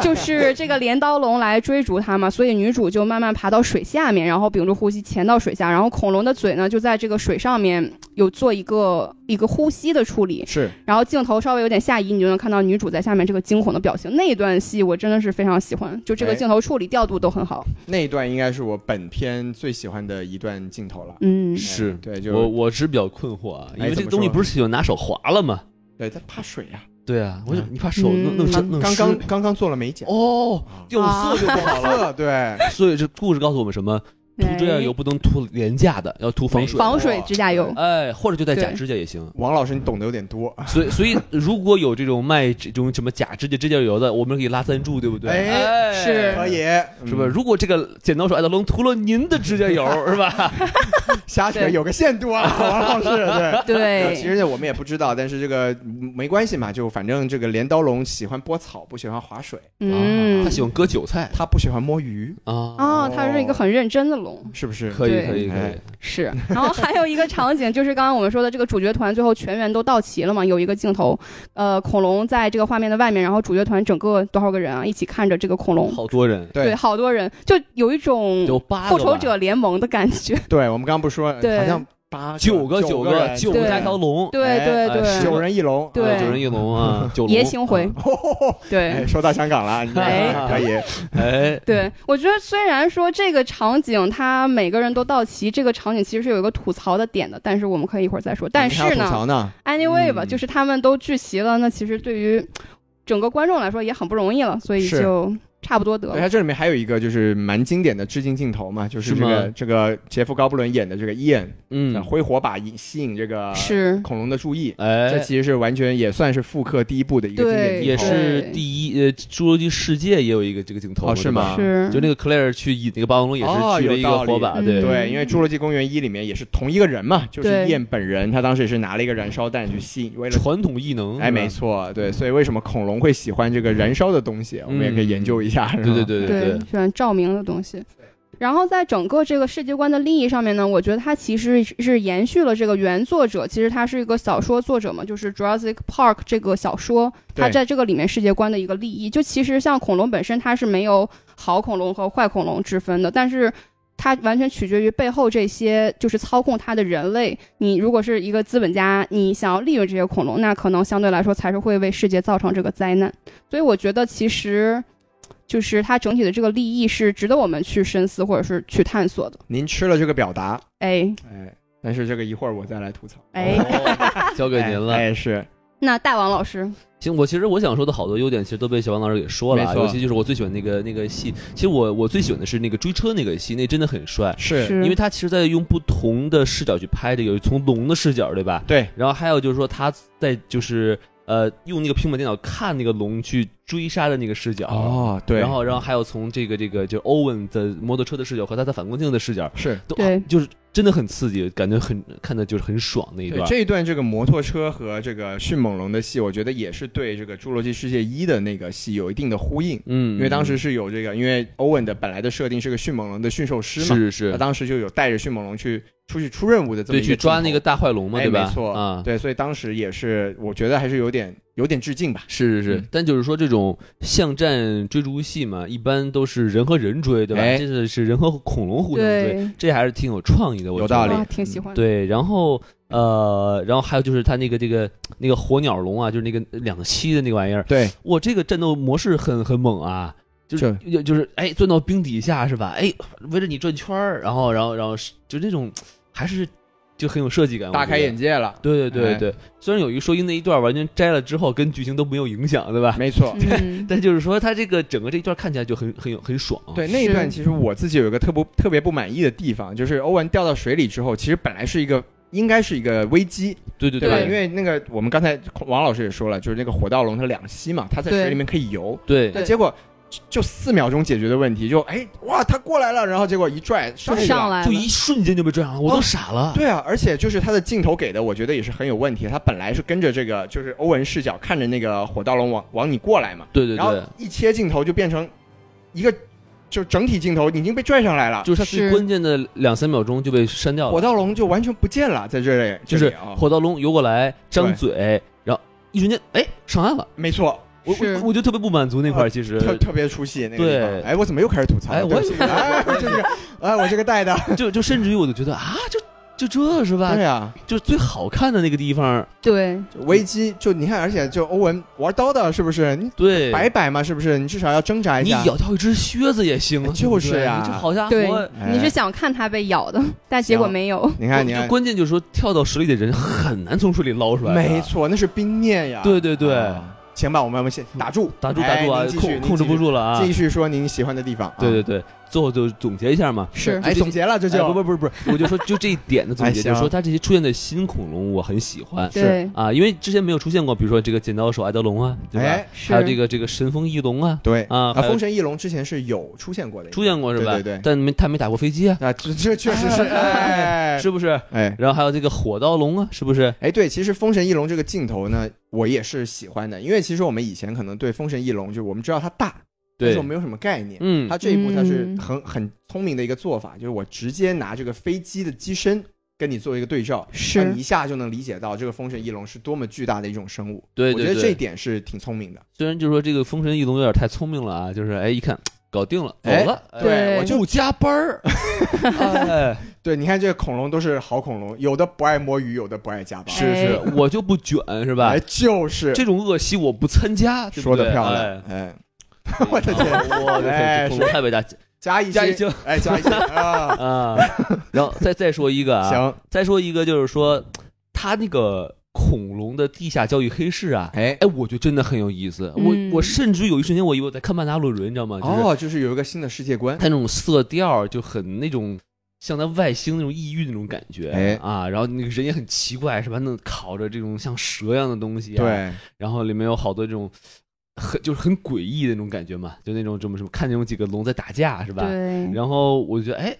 B: 就是这个镰刀龙来追逐它嘛，所以女主就慢慢爬到水下面，然后屏住呼吸潜到水下，然后恐龙的嘴呢就在这个水上面有做一个一个呼吸的处理，
A: 是
B: 然后镜头稍微有点下移，你就能看到女主在下面这个惊恐的表情。那一段戏我真的是非常喜欢，就这
A: 哎
B: 个镜头处理调度都很好。
A: 那一段应该是我本片最喜欢的一段镜头了。
B: 嗯，
C: 是
A: 哎对，
C: 我
A: 就
C: 我是比较困惑啊，因
A: 哎
C: 为
A: 怎
C: 这
A: 么
C: 个东西
A: 说
C: 不是喜欢拿手划了吗？
A: 对他怕水呀，
C: 对啊，我就
A: 嗯
C: 你把手弄
B: 嗯
C: 弄
B: 啊
C: 湿
A: 刚
C: 弄
A: 刚
C: 湿
A: 刚刚刚做了美甲，
C: 哦，掉色就不好了。
A: 色对，
C: 所以这故事告诉我们什么？涂指甲油不能涂廉价的，要涂防水。
B: 防水指甲油，
C: 哎，或者就带假
B: 对
C: 指甲也行。
A: 王老师你懂得有点多，
C: 所以，所以如果有这种卖这种什么假指甲、指甲油的，我们可以拉赞助，对不对？
A: 哎
B: 是
A: 可以嗯
C: 是吧？？如果这个剪刀手爱德龙涂了您的指 甲油，是吧？
A: 瞎扯
B: 对
A: 有个限 度啊，王老师对。
B: 哎对，
A: 其实我们也不知道，但是这个嗯没关系嘛，就反正这个镰刀龙喜欢拨草，不喜欢划水，
B: 嗯，
C: 啊他喜欢割韭菜
A: 他不喜欢摸鱼，
C: 啊，
B: 哦，它是一个很认真的龙，
A: 是不是？
C: 可以，
B: 对
C: 可以，可以
A: 哎。
B: 是， 然后还有一个场景就是刚刚我们说的这个主角团最后全员都到齐了嘛，有一个镜头，呃，恐龙在这个画面的外面，然后主角团整个多少个人啊，一起看着这个恐龙，
C: 好多人，
A: 对
B: 好多人，就有一种
C: 有八个
B: 复
C: 吧
B: 仇者联盟的感觉，
A: 对，我们刚刚不是说
B: 对
A: 好像八
C: 九
A: 个啊
C: 个
A: 九
C: 九个
A: 人
C: 九
B: 对
C: 个加一条龙，
B: 对
A: 哎
B: 对
C: 哎
B: 对，
C: 是
A: 九人一龙，
B: 对
C: 啊九人一 龙啊，九龙
B: 爷行回，
A: 哎，
B: 对。
A: 说到香港了，你啊
C: 哎
A: 可以，
C: 哎，
B: 对，我觉得虽然说这个场景他每个人都到齐，这个场景其实是有一个吐槽的点的，但是我们可以一会儿再说。但
A: 你
B: 是
A: 还要
B: 呢
A: 吐，槽呢，
B: anyway 吧，
C: 嗯
B: 就是他们都聚齐了，那其实对于整个观众来说也很不容易了，所以
A: 是
B: 就差不多得
A: 对，
B: 了。
A: 它这里面还有一个就是蛮经典的致敬镜头嘛，就是
C: 是
A: 这个
C: 吗
A: 这个杰夫·高布伦演的这个伊恩，
C: 嗯，
A: 挥火把引吸引这个
B: 是，
A: 恐龙的注意，这
C: 哎，
A: 其实是完全也算是复刻第一部的一个经典
B: 对
A: 镜
C: 也
A: 头
C: 是第一，呃，《侏罗纪世界》也有一个这个镜头嘛，
A: 哦是吗
C: 对吧
B: 是
C: 就那个 Claire 去引那个霸王龙也
A: 哦
C: 是举了一
A: 有
C: 个
A: 道理
C: 火把，
B: 嗯
C: 对
A: 对，因为《侏罗纪公园一》里面也是同一个人嘛，就是
B: 对
A: 伊恩本人，他当时也是拿了一个燃烧弹去吸引，为了
C: 传统异能，
A: 哎，
C: 是吧
A: 没，错，对，所以为什么恐龙会喜欢这个燃烧的东西，我们也可以研究一下。是吧
C: 嗯对对，对
B: 对
C: 对，，
B: 喜欢照明的东西。然后在整个这个世界观的利益上面呢，我觉得它其实是延续了这个原作者，其实他是一个小说作者嘛，就是《Jurassic Park》这个小说，它
A: 对
B: 在这个里面世界观的一个利益。就其实像恐龙本身，它是没有好恐龙和坏恐龙之分的，但是它完全取决于背后这些就是操控它的人类。你如果是一个资本家，你想要利用这些恐龙，那可能相对来说才是会为世界造成这个灾难。所以我觉得其实。就是它整体的这个利益是值得我们去深思或者是去探索的。
A: 您吃了这个表达，
B: 哎
A: 哎，但是这个一会儿我再来吐槽。
B: 哎，
C: 哦交给您了。
A: 哎，哎是
B: 那大王老师，
C: 行，我其实我想说的好多优点，其实都被小王老师给说了啊，
A: 没错
C: 尤其就是我最喜欢那个那个戏，其实我我最喜欢的是那个追车那个戏，那真的很帅，
A: 是，
C: 因为他其实在用不同的视角去拍这个，从龙的视角，对吧？
A: 对，
C: 然后还有就是说他在就是呃用那个平板电脑看那个龙去追杀的那个视角。
A: 哦，对，
C: 然后，然后还有从这个这个就欧文的摩托车的视角和他在反光镜的视角，
A: 是
C: 都
B: 对
C: 就是真的很刺激，感觉很看的就是很爽那一
A: 对
C: 段。
A: 这一段这个摩托车和这个迅猛龙的戏，我觉得也是对这个《侏罗纪世界一》的那个戏有一定的呼应，
C: 嗯，
A: 因为当时是有这个，因为欧文的本来的设定是个迅猛龙的驯兽师
C: 是
A: 嘛，
C: 是
A: 他
C: 是，
A: 当时就有带着迅猛龙去出去出任务的这么
C: 对，
A: 一
C: 去抓那个
A: 镜
C: 大坏龙嘛，
A: 哎
C: 对吧？
A: 没错
C: 啊
A: 头，，对，所以当时也是，我觉得还是有点有点致敬吧。
C: 是是是
A: 嗯，
C: 但就是说这种巷战追逐戏嘛，一般都是人和人追，对吧？
A: 哎
C: 这是是人和恐龙互相追，
B: 对，
C: 这还是挺有创意的，我
A: 有
C: 觉得
A: 道理
B: 哇，挺喜欢的。
C: 对，然后呃，然后还有就是他那个这个那个火鸟龙啊，就是那个两栖的那个玩意儿，
A: 对，
C: 哇，这个战斗模式很很猛啊。就是就就是哎，钻到冰底下是吧？哎，围着你转圈儿，然后然后然后是就这种，还是就很有设计感，我
A: 大
C: 觉
A: 开
C: 得
A: 眼界了，
C: 对对对
A: 哎
C: 对，虽然有一说一那一段完全摘了之后跟剧情都没有影响，对吧？
A: 没 错。
B: 嗯，
C: 但就是说，它这个整个这一段看起来就很很有很爽。啊
A: 对那一
B: 是
A: 段，其实我自己有一个特不特别不满意的地方，就是欧文掉到水里之后，其实本来是一个应该是一个危机，
C: 对对
A: 对吧？
B: 对
A: 因为那个我们刚才王老师也说了，就是那个火盗龙它两栖嘛，它在
B: 对
A: 水里面可以游，
C: 对
A: 那结果就就四秒钟解决的问题，就哎哇它过来了，然后结果一拽上去了
B: 上来
C: 就
B: 了，
C: 一瞬间就被拽上了，我
A: 哦
C: 都傻了。
A: 对啊，而且就是它的镜头给的，我觉得也是很有问题。它本来是跟着这个，就是欧文视角看着那个火盗龙往往你过来嘛，
C: 对对
A: 然后
C: 对，
A: 一切镜头就变成一个，就整体镜头已经被拽上来了，
C: 就是它最
B: 是
C: 关键的两三秒钟就被删掉
A: 火
C: 了，
A: 盗龙就完全不见了，在这里，
C: 就是
A: 这里啊，
C: 火盗龙游过来张
A: 对
C: 嘴，然后一瞬间哎上岸了，
A: 没错，
C: 我
B: 是
C: 我我就特别不满足那块儿，其实
A: 特特别出戏那个地
C: 呃对
A: 方。哎，我怎么又开始吐槽了？
C: 哎
A: 对不起哎，我这个，哎，我这个 带的，
C: 就就甚至于我就觉得啊，就就这是吧？
A: 对啊，
C: 就是最好看的那个地方，
B: 对，
A: 就危机就你看，而且就欧文玩刀的，是不是？你
C: 对，
A: 摆摆嘛，是不是？你至少要挣扎一
C: 你
A: 下。
C: 咬掉一只靴子也行啊，
A: 就是
C: 对不对
A: 啊
C: 你这好家
B: 对
C: 伙。
A: 哎
B: 你是想看他被咬的， 但结果
A: 行
B: 没 有。
A: 你看，你
C: 就
A: 看，
C: 关键就是说，跳到水里的人很难从水里捞出来的。
A: 没错，那是冰面呀。
C: 对对对
A: 啊行吧，我们我们先打住，
C: 打住打住啊
A: 哎您，继续
C: 控控制不，住了啊
A: 您继续！继续说您喜欢的地方。
C: 对对
A: 啊，
C: 对，最后就总结一下嘛，
B: 是
A: 哎，总结了这
C: 哎不
A: 就
C: 不不不，我就说就这一点的总
A: 哎
C: 结，
A: 行
C: 就是说它这些出现的新恐龙我很喜欢
B: 对，
C: 啊，因为之前没有出现过，比如说这个剪刀手爱德龙啊，对吧？
A: 哎
B: 是
C: 还有这个这个神风翼龙啊，
A: 对
C: 啊还有
A: 风神翼龙之前是有出现过的，
C: 出现过是吧？
A: 对对对
C: 但没他没打过飞机啊，
A: 啊，这这确实 是哎
C: 是不是？
A: 哎
C: 然后还有这个火刀龙啊，是不是？
A: 哎，对，其实《封神翼龙》这个镜头呢，我也是喜欢的，因为其实我们以前可能对《封神翼龙》就是我们知道它大，但
C: 对
A: 是我，们没有什么概念。
C: 嗯
A: 它这一步它是
B: 嗯
A: 很很聪明的一个做法，就是我直接拿这个飞机的机身跟你做一个对照，
B: 是
C: 啊
A: 那你一下就能理解到这个风神翼龙是多么巨大的一种生物。
C: 对
A: 我
C: 对
A: 觉得这一
C: 对。
A: 点是挺聪明的。
C: 虽然就是说这个风神翼龙有点太聪明了啊，就是哎一看搞定了，走
A: 哎
C: 了，哎
B: 对
A: 我就
C: 不加 班儿，哎，
A: 对，你看这个恐龙都是好恐龙，有的不爱摸鱼，有的不爱加班，
C: 是是，哎我就不卷是吧
A: 哎，？就是
C: 这种恶习我不参加，对不
A: 说的
C: 对
A: 漂亮，，哎，
C: 哎
A: 我的天
C: 啊我的天，
A: 哎
C: 这恐龙太伟大
A: 加一
C: 加一
A: 星
C: 星，
A: 哎，加一 星啊，
C: 啊！然后再再说一个啊，
A: 行，
C: 再说一个就是说，他那个恐龙的地下交易黑市啊，
A: 哎。
C: 哎，我觉得真的很有意思。
B: 嗯
C: 我我甚至有一瞬间，我以为我在看曼达洛人，你知道吗？就是
A: 哦，就是有一个新的世界观
C: 他，那种色调就很那种。像在外星那种异域那种感觉，
A: 哎
C: 啊，然后那个人也很奇怪，是吧？那烤着这种像蛇一样的东西、啊，，
A: 对，
C: 然后里面有好多这种很就是很诡异的那种感觉嘛，就那种什么什么看那种几个龙在打架，是吧？
B: 对，
C: 然后我就觉得哎，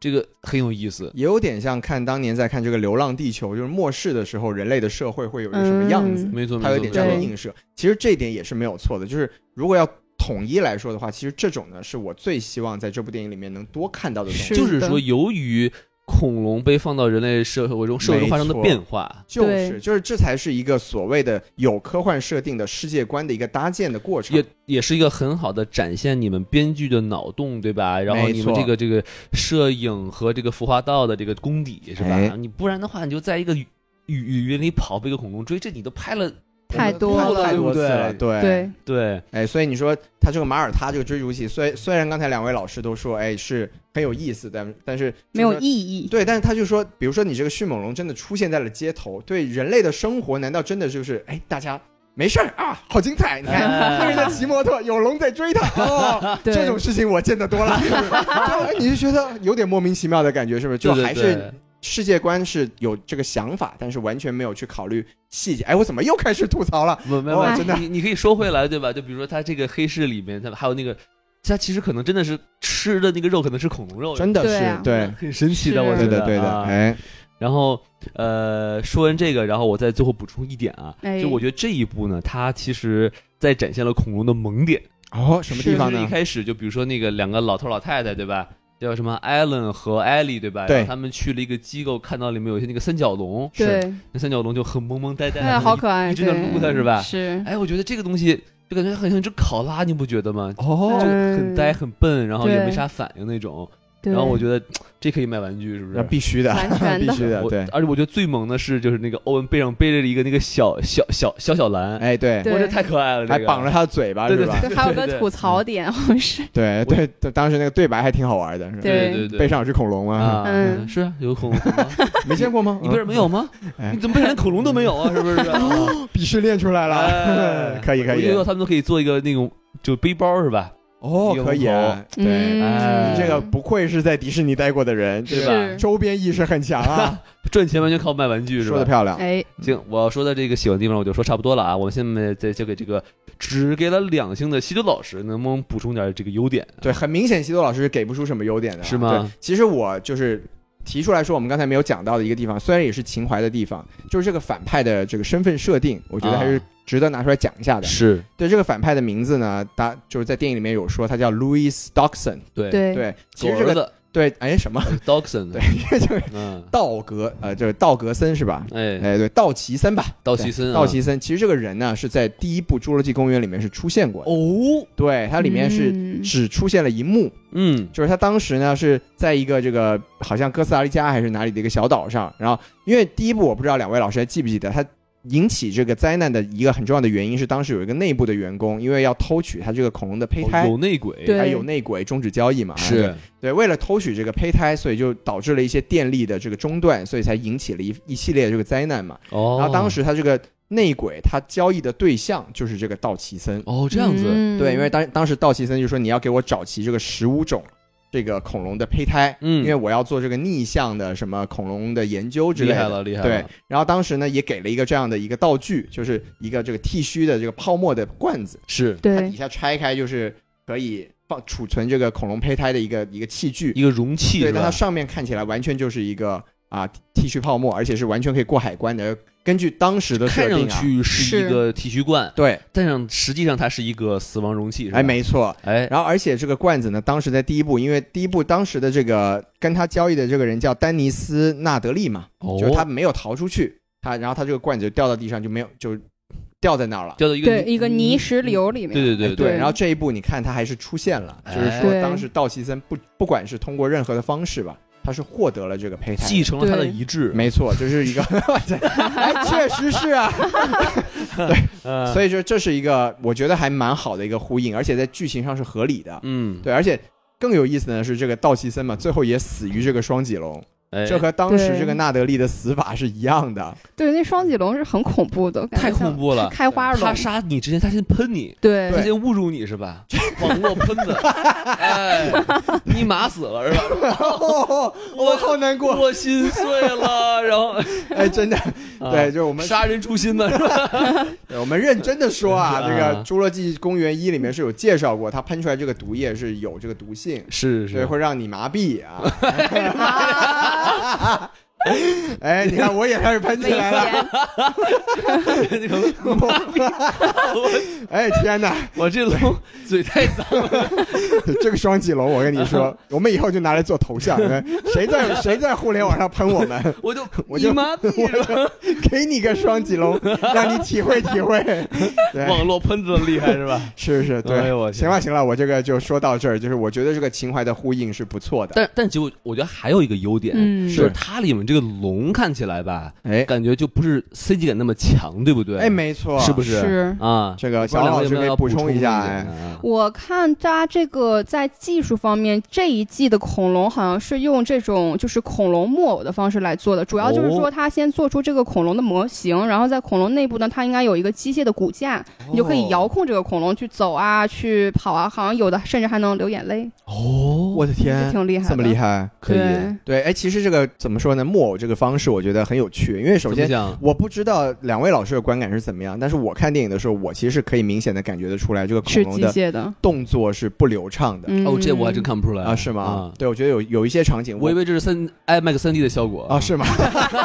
C: 这个很有意思，
A: 也有点像看当年在看这个《流浪地球》，就是末世的时候，人类的社会会有一个什么样子，
B: 嗯
C: 没错，没
A: 它
C: 错，
A: 有点这
C: 没
A: 样
C: 错
A: 的
B: 对
A: 映射。其实这一点也是没有错的，就是如果要统一来说的话，其实这种呢是我最希望在这部电影里面能多看到的东西，
B: 是
C: 就是
B: 的
C: 说，由于恐龙被放到人类社会中，社会中发生的
A: 没错
C: 变化，
A: 就是就是这才是一个所谓的有科幻设定的世界观的一个搭建的过程
C: 也。也是一个很好的展现你们编剧的脑洞，对吧？然后
A: 没
C: 你们
A: 错
C: 这个这个摄影和这个服化道的这个功底，是吧？
A: 哎
C: 你不然的话，你就在一个雨雨雨林里跑，被一个恐龙追，这你都拍了，
B: 太多
A: 看
B: 了
A: 太多次
C: 对不对
A: 了，对
B: 对，
C: 对
A: 哎，所以你说他这个马耳他这个追逐戏，虽虽然刚才两位老师都说，哎是很有意思，但但是
B: 没有
A: 就是
B: 意义，
A: 对，但是他就说，比如说你这个迅猛龙真的出现在了街头，对人类的生活，难道真的就是哎大家没事儿啊，好精彩？你看
C: 哎
A: 那人 在骑摩托，有龙在追他，
C: 啊
A: 哦，
B: 嗯 对
A: 这种事情我见得多 了， 是不是哎你就觉得有点莫名其妙的感觉，是不是？就
C: 对对
A: 还
C: 对
A: 是世界观是有这个想法，但是完全没有去考虑细节。哎，我怎么又开始吐槽了？
C: 不，没
A: 哇
C: 有，
A: 真的
C: 你你可以说回来，对吧？就比如说他这个黑市里面，他还有那个，他其实可能真的是吃的那个肉可能是恐龙肉，
A: 真的
B: 对啊
A: 是对，
C: 很神奇哦的，
B: 是
C: 我觉
A: 对
C: 得
A: 的，对的，
C: 啊
A: 哎，
C: 然后呃，说完这个，然后我再最后补充一点啊，
B: 哎
C: 就我觉得这一部呢，它其实在展现了恐龙的萌点，
A: 哦，什么地方
C: 就是一
A: 呢？
C: 开始就比如说那个两个老头老太太，对吧？叫什么艾伦和艾莉，对吧？
A: 对
C: 然后他们去了一个机构，看到里面有一些那个三角龙，
B: 对，
C: 那三角龙就很萌萌呆呆，
B: 哎，好可爱，
C: 一直在
B: 对
C: 撸它是吧
B: 是，
C: 哎，我觉得这个东西就感觉很像一只考拉，你不觉得吗？
A: 哦
C: 就很呆很笨，然后也
B: 对
C: 没啥反应那种。
B: 对
C: 然后我觉得这可以卖玩具，是不
A: 那
C: 是？
A: 必 须的，
B: 完全
A: 必
B: 的
A: 须的，
C: 我
A: 对，
C: 而且我觉得最萌的是，就是那个欧文背上背着一个那个小小小小小蓝，
A: 哎，对，
B: 对
C: 我这太可爱了，
A: 还
C: 这个
A: 绑着他的嘴巴，
C: 对
A: 是
C: 对
A: 吧？
C: 对
B: 对还有
C: 对
B: 个
C: 对嗯
B: 吐槽点，好像 是
A: 对对对，当时那个对白还挺好玩的，是吧？
C: 对
B: 对
C: 对对，
A: 背上有只恐龙吗？
C: 啊，
B: 嗯
C: 是啊，有恐龙，
A: 没见过吗？
C: 你背上没有吗
A: 哎？
C: 你怎么背上连恐龙都没有啊？是不 是？
A: 嗯鄙视练出来了
C: 哎，
A: 可以可
C: 我觉
A: 以
C: 得，他们都可以做一个那种就背包是吧？
A: 哦，可以啊，对，
B: 嗯，
C: 哎
A: 这个不愧是在迪士尼待过的人，
C: 是
A: 对
C: 吧
A: 吧？
B: 是
A: 周边意识很强啊，
C: 赚钱完全靠卖玩具是
A: 说的
C: 吧？
A: 漂亮，
B: 哎，
C: 行，我要说的这个喜欢的地方我就说差不多了啊。我们现在再交给这个只给了两星的西多老师，能不能补充点这个优点？
A: 对，很明显，西多老师是给不出什么优点的啊，
C: 是吗
A: 对？其实我就是提出来说，我们刚才没有讲到的一个地方，虽然也是情怀的地方，就是这个反派的这个身份设定，我觉得还是
C: 啊
A: 值得拿出来讲一下的。
C: 是，
A: 对这个反派的名字呢，大就是在电影里面有说，他叫 Louis Dawson。
C: 对，
B: 对，
A: 对，其
C: 狗
A: 实这
C: 儿
A: 个
C: 子
A: 对，哎什
C: 嗯
A: 么？
C: Dogson，
A: 对，这就是
C: 嗯，
A: 道格，呃，就是道格森是吧？
C: 哎，
A: 哎，对，道奇森吧，
C: 道奇森啊，
A: 对道奇森。其实这个人呢，是在第一部《侏罗纪公园》里面是出现过的。
C: 哦，
A: 对，它里面是
B: 嗯
A: 只出现了一幕，
C: 嗯，
A: 就是他当时呢是在一个这个好像哥斯达黎加还是哪里的一个小岛上，然后因为第一部我不知道两位老师还记不记得，他引起这个灾难的一个很重要的原因是当时有一个内部的员工，因为要偷取他这个恐龙的胚
C: 哦
A: 胎，
C: 有内鬼，啊
B: 对
A: 还有内鬼终止交易嘛，
C: 是
A: 对，为了偷取这个胚胎，所以就导致了一些电力的这个中断，所以才引起了一一系列这个灾难嘛。
C: 哦。
A: 然后当时他这个内鬼他交易的对象就是这个道奇森。
C: 哦，这样子，
D: 嗯
A: 对，因为当当时道奇森就说你要给我找齐这个十五种这个恐龙的胚胎，
C: 嗯
A: 因为我要做这个逆向的什么恐龙的研究之
C: 厉
A: 类
C: 害
A: 的。
C: 了，厉害
A: 对
C: 了，，
A: 然后当时呢也给了一个这样的一个道具，就是一个这个剃须的这个泡沫的罐子，
C: 是
A: 它
D: 对
A: 底下拆开就是可以放储存这个恐龙胚胎的一个一个器具。
C: 一个容器，
A: 对，
C: 是
A: 但它
C: 吧？
A: 上面看起来完全就是一个啊剃须泡沫，而且是完全可以过海关的。根据当时的设
C: 看上
A: 定啊，
C: 去是一
D: 是
C: 个剃须罐，
A: 对，
C: 但上实际上它是一个死亡容器，是吧
A: 哎，，没错。
C: 哎，
A: 然后，而且这个罐子呢，当时在第一部，因为第一部当时的这个跟他交易的这个人叫丹尼斯纳德利嘛，
C: 哦
A: 就是他没有逃出去，他然后他这个罐子就掉到地上，就没有就掉在那儿了。
C: 掉到一个嗯
D: 对一个泥石流里面，
C: 对对
A: 哎
C: 对
A: 对，
D: 对
A: 然后这一部你看他还是出现了，
C: 哎
A: 就是说
D: 对
A: 当时道奇森不不管是通过任何的方式吧，他是获得了这个胚胎的，
C: 继承了他的
D: 对
C: 遗志，
A: 没错，就是 一个，哎，确实是啊，
C: 呃，
A: 所以说这是一个我觉得还蛮好的一个呼应，而且在剧情上是合理的，
C: 嗯，
A: 对，而且更有意思的是这个道奇森嘛，最后也死于这个双脊龙，
C: 哎
A: 这和当时
D: 对
A: 这个纳德利的死法是一样的，
B: 对，那双脊龙是很恐怖的，感觉
C: 太恐怖了
B: 像开花龙
C: 他。杀你之前，他先喷你，
D: 对
C: 他先侮辱你是 吧？网络喷子，哎，你麻死了是吧？
A: 我好难过，
C: 我心碎了，然后
A: 哎，真的，
C: 啊
A: 对，就是我们
C: 杀人诛心的是吧？
A: 对我们认真的说啊，
C: 啊
A: 这个《侏罗纪公园一》里面是有介绍过，它喷出来这个毒液是有这个毒性，
C: 是
A: 所以
C: 是，
A: 会让你麻痹啊。哎，你看我也开始喷起
D: 危
A: 来了。
D: 险，
C: 那个
A: 哎，天哪，
C: 我这龙嘴太脏，
A: 这个双脊龙，我跟你说，我们以后就拿来做头像，谁在谁在互联网上喷我们，
C: 我就
A: 我就
C: 你麻痹是吧？
A: 给你个双脊 龙，让你体会体会。对，
C: 网络喷子的厉害是吧？
A: 是是，
C: 哎
A: 对
C: 呦，我天
A: 行了行了，我这个就说到这儿，就是我觉得这个情怀的呼应是不错的。
C: 但但结果我觉得还有一个优点，
D: 嗯
C: 就是它里面这个龙看起来吧，
A: 哎
C: 感觉就不是 CG 感那么强，对不对？
A: 哎，没错，
C: 是不是
B: 是
C: 啊，
A: 这个
C: 不知道
A: 小老
C: 两位
A: 师
C: 有
A: 可
C: 没有
A: 以
C: 要
A: 补
C: 补
A: 充一
C: 一
A: 下，
C: 点
A: 哎，
C: 啊
B: 我看它这个在技术方面，这一季的恐龙好像是用这种就是恐龙木偶的方式来做的，主要就是说它先做出这个恐龙的模型，然后在恐龙内部呢，它应该有一个机械的骨架，
A: 哦
B: 你就可以遥控这个恐龙去走啊、去跑啊，好像有的甚至还能流眼泪，
C: 哦，
A: 我的
B: 就
A: 天，
B: 挺厉害的。
A: 这么厉害！
C: 可以，
B: 对
A: 对，哎，其实这个怎么说呢？木偶这个方式，我觉得很有趣，因为首
C: 怎么
A: 先。
C: 讲？
A: 我不知道两位老师的观感是怎么样，但是我看电影的时候，我其实是可以明显的感觉得出来，这个恐
B: 是
A: 龙
B: 机
A: 的
B: 械的。
A: 动作是不流畅的、
B: 嗯，
C: 哦，这我还真看不出来
A: 啊，是
C: 嗯
A: 吗？？对，我觉得有有一些场景，
C: 我以为这是三 IMAX 三 D 的效果
A: 啊是吗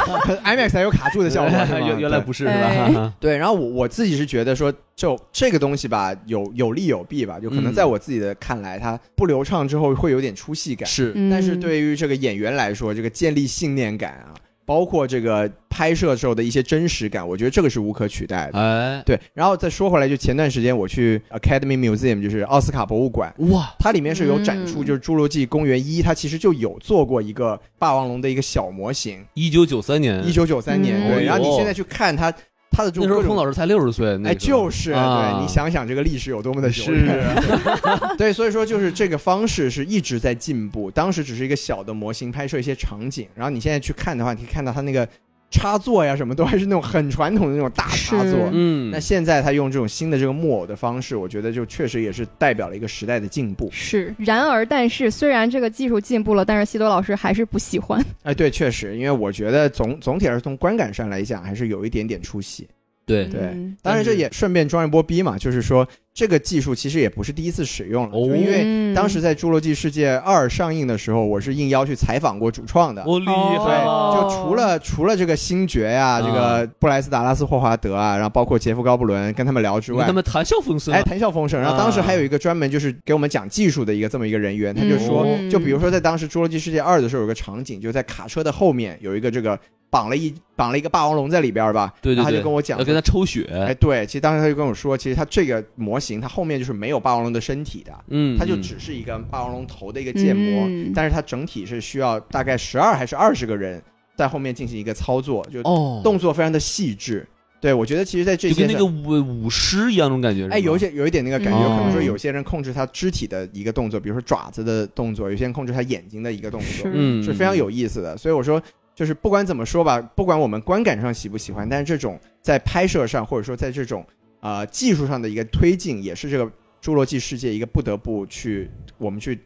A: ？IMAX 还有卡住的效果是吗，
C: 嗯原原来不是是
B: 哎
C: 吧？
A: 对对。然后我我自己是觉得说，就这个东西吧，有有利有弊吧，就可能
C: 嗯
A: 在我自己的看来，它不流畅之后会有点出戏感。
C: 是
B: 嗯
A: 但是对于这个演员来说，这个建立信念感啊，包括这个拍摄时候的一些真实感，我觉得这个是无可取代的。
C: 哎
A: 对，然后再说回来，就前段时间我去 Academy Museum，就是奥斯卡博物馆，
C: 哇
A: 它里面是有展出，
B: 嗯
A: 就是《侏罗纪公园一》，它其实就有做过一个霸王龙的一个小模型，
C: 一九九三年
A: 一九九三年。
B: 嗯
A: 对，
B: 哦
A: 然后你现在去看它，它的这
C: 哎那
A: 种
C: 时候
A: 各
C: 彭
A: 种。
C: 老师才六十岁，那
A: 哎，
C: 个时候
A: 就是、
C: 啊
A: 对，你想想这个历史有多么的久
C: 是啊
A: 远， 对，所以说就是这个方式是一直在进步。当时只是一个小的模型拍摄一些场景，然后你现在去看的话，你可以看到它那个插座呀什么都还是那种很传统的那种大插座。
B: 是
C: 嗯，
A: 那现在他用这种新的这个木偶的方式，我觉得就确实也是代表了一个时代的进步。
B: 是，然而但是，虽然这个技术进步了，但是西多老师还是不喜欢。
A: 哎，对，确实，因为我觉得总总体来说从观感上来讲，还是有一点点出息。
C: 对
A: 对
B: 嗯
A: 当然，
C: 但是
A: 这也顺便装一波逼嘛，就是说这个技术其实也不是第一次使用了，
C: 哦
A: 就是因为
B: 嗯
A: 当时在《侏罗纪世界二》上映的时候，我是应邀去采访过主创
B: 哦
A: 的。
C: 我厉害
A: 对，
C: 了，
A: 就除了除了这个星爵呀、
C: 啊
A: 这个布莱斯达拉斯霍华德啊，然后包括杰夫高布伦跟他们聊之
C: 你看
A: 外
C: 他，们谈笑风生啊
A: 哎，，谈笑风生。然后当时还有一个专门就是给我们讲技术的一个这么一个人员，他就说，
C: 哦
B: 嗯
A: 就比如说在当时《侏罗纪世界二》的时候，有个场景，就在卡车的后面有一个这个绑了一绑了一个霸王龙在里边儿吧，
C: 对对
A: 然后他
C: 对，
A: 就跟我讲
C: 要跟他抽血，
A: 哎，对，其实当时他就跟我说，其实他这个模型，它后面就是没有霸王龙的身体的，
C: 嗯，
A: 它就
C: 嗯
A: 只是一个霸王龙头的一个建模，
B: 嗯
A: 但是它整体是需要大概十二还是二十个人在后面进行一个操作，就
C: 哦
A: 动作非常的细致。对，我觉得其实，在这
C: 就
A: 些
C: 跟那个
A: 上，
C: 舞舞狮一样那种感觉，是
A: 哎，
C: 吗
A: 有一些有一点那个感觉，
C: 嗯
A: 可能说有些人控制他肢体的一个动作，比如说爪子的动作，有些人控制他眼睛的一个动作，
B: 是
C: 嗯
A: 是非常有意思的。所以我说，就是不管怎么说吧，不管我们观感上喜不喜欢，但是这种在拍摄上或者说在这种呃技术上的一个推进，也是这个《侏罗纪世界》一个不得不去我们去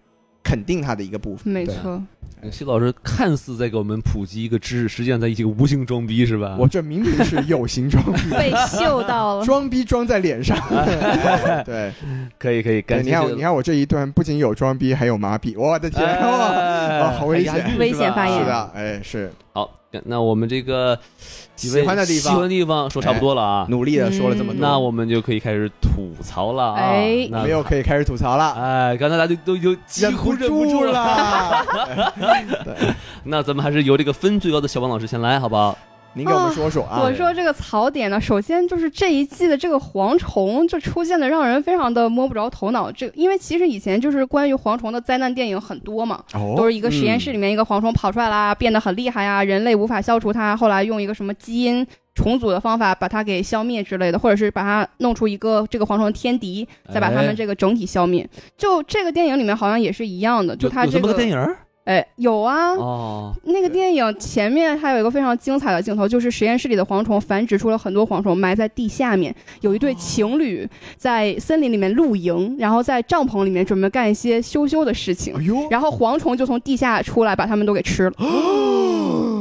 A: 肯定它的一个部分。
B: 没
A: 对
B: 错，
C: 谢哎老师看似在给我们普及一个知识，实际上在一起无形装逼是吧？
A: 我这明明是有形 装逼，
B: 被秀到了。
A: 装逼装在 脸上。对，
C: 可以可
A: 对
C: 以，感谢
A: 你看
C: 谢
A: 我你看我这一段不仅有装逼，还有麻痹，我的天！哇
C: 哎
A: 哦好危险
C: 还押韵是吧
B: 危险发言
A: 是的，哎，是
C: 好，那我们这个几位
A: 喜欢的地
C: 喜
A: 方哎
C: 欢的地方说差不多了啊，
A: 努力的说了这么
B: 嗯
A: 多，
C: 那我们就可以开始吐槽了啊。
B: 哎
C: 那
A: 没有可以开始吐槽了，
C: 哎，刚才大家都都几乎忍不住了。
A: 了。 对，
C: 那咱们还是由这个分最高的小王老师先来，好不好？
A: 您给我们说说啊，
B: 我说这个槽点呢，首先就是这一季的这个蝗虫就出现的让人非常的摸不着头脑。这因为其实以前就是关于蝗虫的灾难电影很多嘛，都
A: 哦，
B: 是一个实验室里面一个蝗虫跑出来啦，变得很厉害呀，人类无法消除它，后来用一个什么基因重组的方法把它给消灭之类的，或者是把它弄出一个这个蝗虫的天敌，再把它们这个整体消灭。就这个电影里面好像也是一样的，就
C: 有
B: 它
C: 有这
B: 这
C: 么
B: 个
C: 个电影儿
B: 哎有啊，
C: 哦，
B: 那个电影前面还有一个非常精彩的镜头，就是实验室里的蝗虫繁殖出了很多蝗虫，埋在地下面。有
A: 哦
B: 一对情侣在森林里面露营，然后在帐篷里面准备干一些羞羞的事情
A: 哎，呦，
B: 然后蝗虫就从地下出来，把他们都给吃 了。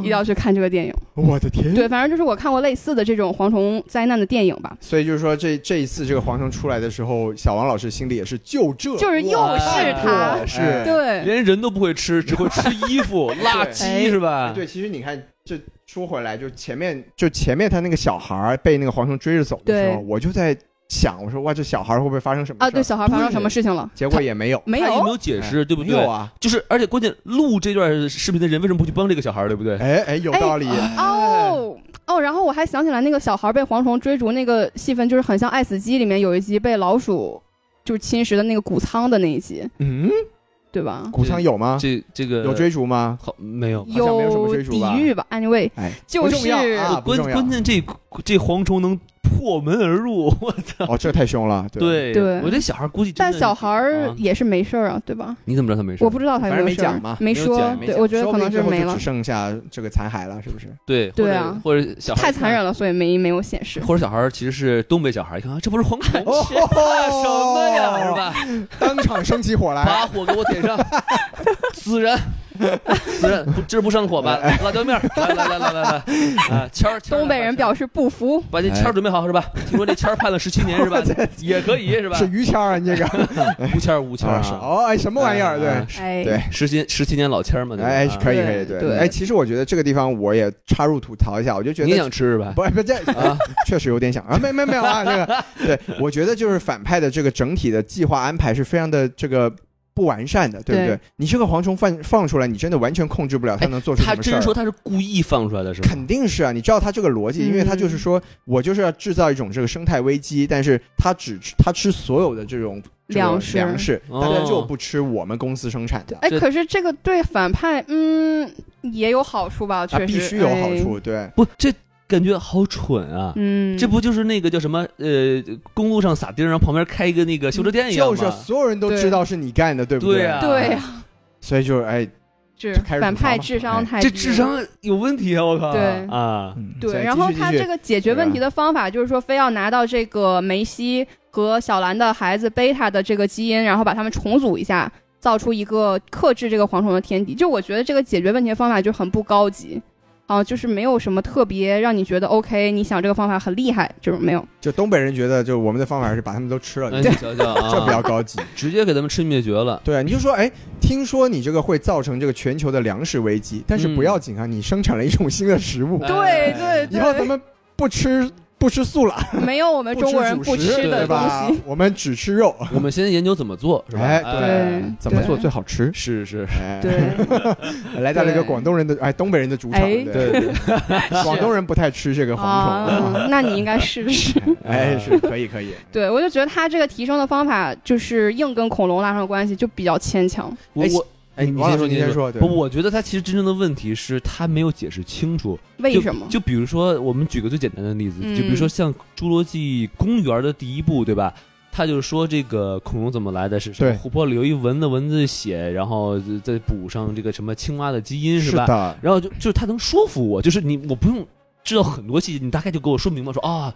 B: 一定要去看这个电影。
A: 我的天！
B: 对，反正就是我看过类似的这种蝗虫灾难的电影吧。
A: 所以就是说这，这一次这个蝗虫出来的时候，小王老师心里也是就这，
B: 就是又是他
A: 哇是
C: 哎
B: 对，
C: 连人都不会吃，只会吃衣服、垃圾
B: 哎
C: 是吧？
A: 对，其实你看，这说回来，就前面就前面他那个小孩儿被那个蝗虫追着走的时候，
B: 对
A: 我就在想，我说哇，这小孩儿会不会发生什么
B: 啊，
A: 事儿
B: 对，小孩发生什么事情了？
A: 结果也没有，
B: 没
C: 他有没
B: 有，
C: 有解释，对不
A: 没
C: 对
A: 有？啊，
C: 就是，而且关键录这段视频的人为什么不去帮这个小孩儿，对不对？
A: 哎哎，有
B: 哎
A: 道理，
B: 哦哦，然后我还想起来那个小孩被蝗虫追逐那个戏份，就是很像《爱死机》里面有一集被老鼠就是侵蚀的那个谷仓的那一集，
A: 嗯，
B: 对吧？
A: 谷仓有吗？
C: 这这个
A: 有追逐吗？
C: 好没有？
A: 好像没有什么追逐
B: 抵
A: 吧
B: 御吧，anyway，
A: 哎，
B: 就
A: 不重
B: 是
A: 要啊，不
C: 关
A: 重要
C: 关键这这蝗虫能破门而入，我操！
A: 哦，这太凶了，对
C: 对
B: 对
C: 我这小孩儿估计真
B: 但
C: 的
B: 小孩儿
C: 啊
B: 也是没事儿啊，对吧？
C: 你怎么知道他没事？
B: 我不知道他有
A: 反正
B: 没
A: 没
B: 有事儿
A: 讲嘛，
B: 没
C: 没有
B: 说
C: 讲，
A: 没
B: 对，
A: 讲
B: 我觉得
A: 说
B: 可
A: 不
B: 能
A: 定最
B: 是
A: 后
B: 没
A: 就
B: 了
A: 只，剩下这个残骸了，是不是？
C: 对
B: 对啊
C: 或者或者小孩
B: 太
C: 儿
B: 残忍了，所以没没有显示。
C: 或者小孩儿其实是东北小孩儿，一看啊，这不是蝗虫
A: 哦
C: 是吧什么呀，是吧？
A: 当场生起 火来，
C: 把火给我点上，死人，死人，不今儿不上火吧？辣椒面儿，来来来来来来，啊，签儿，签儿
B: 东北人表示不服，
C: 把
A: 哎
C: 这签儿准备好是吧？听说这签儿判了十七年 是吧？也可以是吧？
A: 是于谦儿啊，你这个
C: 无签儿无签儿
A: 啊
C: 是
A: 哦，哎，什么玩意儿？对，
C: 啊
B: 哎，
A: 对
C: 十七十七年老签儿嘛，对吧
A: 哎，可以可
B: 对
A: 以，对，
B: 对
A: 哎，其实我觉得这个地方我也插入吐槽一下，我就觉
C: 你也
A: 得
C: 想吃是吧？
A: 不不这
C: 啊，
A: 确实有点想啊，没没没有啊，这 个对，我觉得就是反派的这个整体的计划安排是非常的这个。不完善的，对不对？
B: 对
A: 你这个蝗虫放放出来，你真的完全控制不了它
C: 哎
A: 能做出
C: 他
A: 什么事
C: 真
A: 儿。
C: 说他是故意放出来的是吗？
A: 肯定是啊，你知道他这个逻辑，因为他
B: 嗯
A: 就是说我就是要制造一种这个生态危机，但是他只吃他吃所有的这种这个
B: 粮食
A: 粮食，
C: 哦
A: 但他就不吃我们公司生产的，
B: 哎，
C: 这
B: 可是这个对反派，嗯，也有好处吧？确
A: 啊，
B: 实，
A: 必须有好
B: 哎。
A: 处，对，
C: 不，这感觉好蠢啊！
B: 嗯，
C: 这不就是那个叫什么呃，公路上撒钉儿，然后旁边开一个那个修车店一样
A: 就
C: 吗？
A: 是所有人都知道是你干的，对不
C: 对啊，
B: 对呀、
A: 所以就是哎，
B: 是
A: 就开始吐槽嘛哎
B: 反派智商太低
C: 这
B: 了
C: 智商有问题啊！我靠，
B: 哎对
C: 啊，
A: 嗯所以
B: 对。
A: 继
B: 然后
A: 续
B: 他
A: 继续
B: 这个解决问题的方法就是说，非要拿到这个梅西和小兰的孩子贝塔的这个基因，然后把他们重组一下，造出一个克制这个蝗虫的天敌。就我觉得这个解决问题的方法就很不高级。啊，就是没有什么特别让你觉得 OK，你想这个方法很厉害，就是没有。
A: 就东北人觉得，就我们的方法是把他们都吃了，
C: 哎
A: 这
C: 你瞧瞧啊，
A: 这比较高级。
C: 直接给他们吃灭绝了。
A: 对啊，你就说，哎，听说你这个会造成这个全球的粮食危机，但是
C: 嗯
A: 不要紧啊，你生产了一种新的食物，
C: 哎
B: 对
A: 以
B: 对
A: 后咱
B: 对，
A: 们不吃不吃素了。
B: 没有我们中国人不
A: 不吃主食
B: 吃的
A: 对
B: 东
A: 吧
B: 西。？
A: 我们只吃肉，
C: 我们先研究怎么做，是吧？
A: 哎
B: 嗯对
A: 怎么做最好吃？
C: 是是，
A: 哎，
B: 对，
A: 来到了一个
B: 对
A: 广东人的哎东北人的主场，
B: 哎
A: 对
C: 对对，
A: 广东人不太吃这个蝗虫，
B: 啊，那你应该试试。
A: 哎，是可以可以。
B: 对，我就觉得他这个提升的方法，就是硬跟恐龙拉上关系，就比较牵强。
C: 我我
A: 哎，
C: 你
A: 王老师
C: 先说，
A: 您
C: 你先
A: 先说，对
C: 不，，我觉得他其实真正的问题是他没有解释清楚。
B: 为
C: 就
B: 什么？
C: 就比如说，我们举个最简单的例子，
B: 嗯
C: 就比如说像《侏罗纪公园》的第一部，对吧？他就是说这个孔融怎么来的是什么
A: 对
C: 琥珀里有一蚊子蚊子血，然后再补上这个什么青蛙的基因
A: 是
C: 吧？
A: 的，
C: 然后就就他能说服我，就是你我不用知道很多细节，你大概就给我说明白，说啊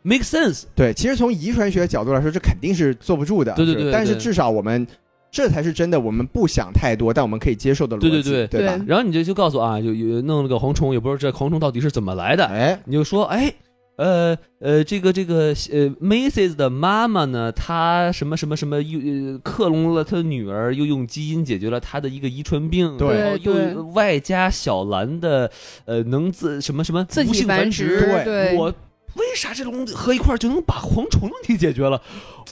C: ，make sense，
A: 对，其实从遗传学的角度来说，这肯定是坐不住的。
C: 对对
A: 是
C: 对
A: 但是
C: 对
A: 至少我们这才是真的，我们不想太多，但我们可以接受的逻辑，
C: 对对对
A: 吧？
C: 然后你就就告诉我啊，有有弄了个蝗虫，也不知道这蝗虫到底是怎么来的，
A: 哎，
C: 你就说，哎，呃呃，这个这个呃，Macy's 的妈妈呢，她什么什么什么又呃克隆了她的女儿，又用基因解决了她的一个遗传病，
A: 对
C: 然后
B: 对
C: 又外加小兰的呃能自什么什么
B: 自
C: 无
B: 己
C: 性繁
B: 殖，
A: 对
B: 对，
C: 我。为啥这东西合一块儿就能把蝗虫问题解决了？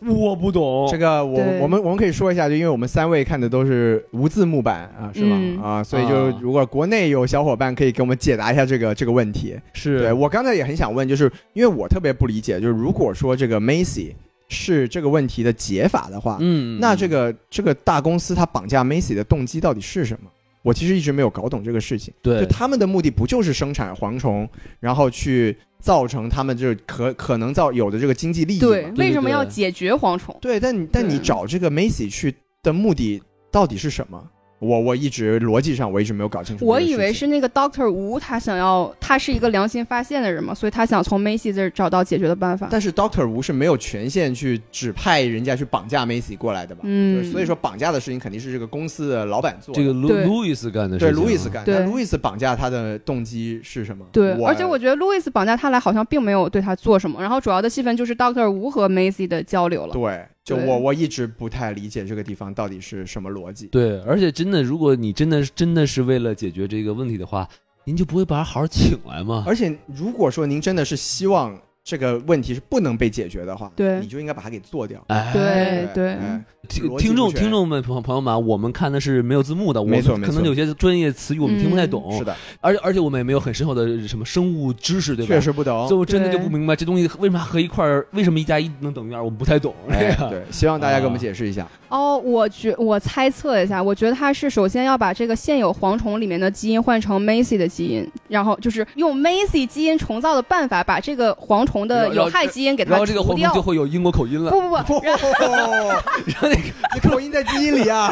C: 我不懂。
A: 这个我
B: 对
A: 我们我们可以说一下，就因为我们三位看的都是无字幕版啊，是吧？
B: 嗯
A: 啊，所以就
C: 啊
A: 如果国内有小伙伴可以给我们解答一下这个这个问题。对
C: 是
A: 我刚才也很想问，就是因为我特别不理解，就是如果说这个 Macy 是这个问题的解法的话，
C: 嗯，
A: 那这个这个大公司它绑架 Macy 的动机到底是什么？我其实一直没有搞懂这个事情。
C: 对
A: 就他们的目的不就是生产蝗虫，然后去造成他们就是可可能造有的这个经济利益
B: 对
A: 嘛，
B: 为什么要
C: 对
B: 解决蝗虫？
A: 对，但你但你
B: 对
A: 找这个 Macy 去的目的到底是什么？我我一直逻辑上我一直没有搞清楚这个
B: 我
A: 事情。
B: 以为是那个 Doctor 吴，他想要，他是一个良心发现的人嘛，所以他想从 Macy 这儿找到解决的办法。
A: 但是 Doctor 吴是没有权限去指派人家去绑架 Macy 过来的吧？
B: 嗯
A: 就是所以说绑架的事情肯定是这个公司的老板做的。
C: 这个路
B: 对
C: 路易斯干的事
A: 对
C: 情啊
A: 路易斯干，
B: 对
A: 那路易斯绑架他的动机是什么？
B: 对，而且我觉得 Louis 绑架他来好像并没有对他做什么，然后主要的戏份就是 Doctor 吴和 Macy 的交流了。
A: 对，就
B: 对
A: 我我一直不太理解这个地方到底是什么逻辑。
C: 对，而且真的，如果你真的真的是为了解决这个问题的话，您就不会把他好好请来吗？
A: 而且如果说您真的是希望这个问题是不能被解决的话，
B: 对
A: 你就应该把它给做掉。
C: 哎，
B: 对对
A: 哎
C: 听
A: 逻辑
C: 听
A: 不
C: 众
A: 全
C: 听众们朋友朋友们啊，我们看的是没有字幕的，我
A: 没
C: 们
A: 错没
C: 可能
A: 错
C: 有些专业词语我们听不太懂，
A: 是的，
C: 而且而且我们也没有很深厚的什么生物知识，对吧？
A: 确实不懂
C: 所以。我真的就
B: 对
C: 不明白这东西为什么合一块儿，为什么一加一能等于二，我不太懂。
A: 哎，
C: 呀
A: 对，希望大家给我们解释一 下。
B: 哦，我觉我猜测一下，我觉得他是首先要把这个现有蝗虫里面的基因换成 Macy 的基因，然后就是用 Macy 基因重造的办法把这个蝗虫
C: 然
B: 的
C: 后
B: 有害基因给
C: 然
B: 它
C: 后这个
B: 除
C: 黄虫
B: 掉
C: 就。会有英国口音了。
B: 不不不，然后
A: 哦，
C: 然后那个
A: 你口音在基因里 啊！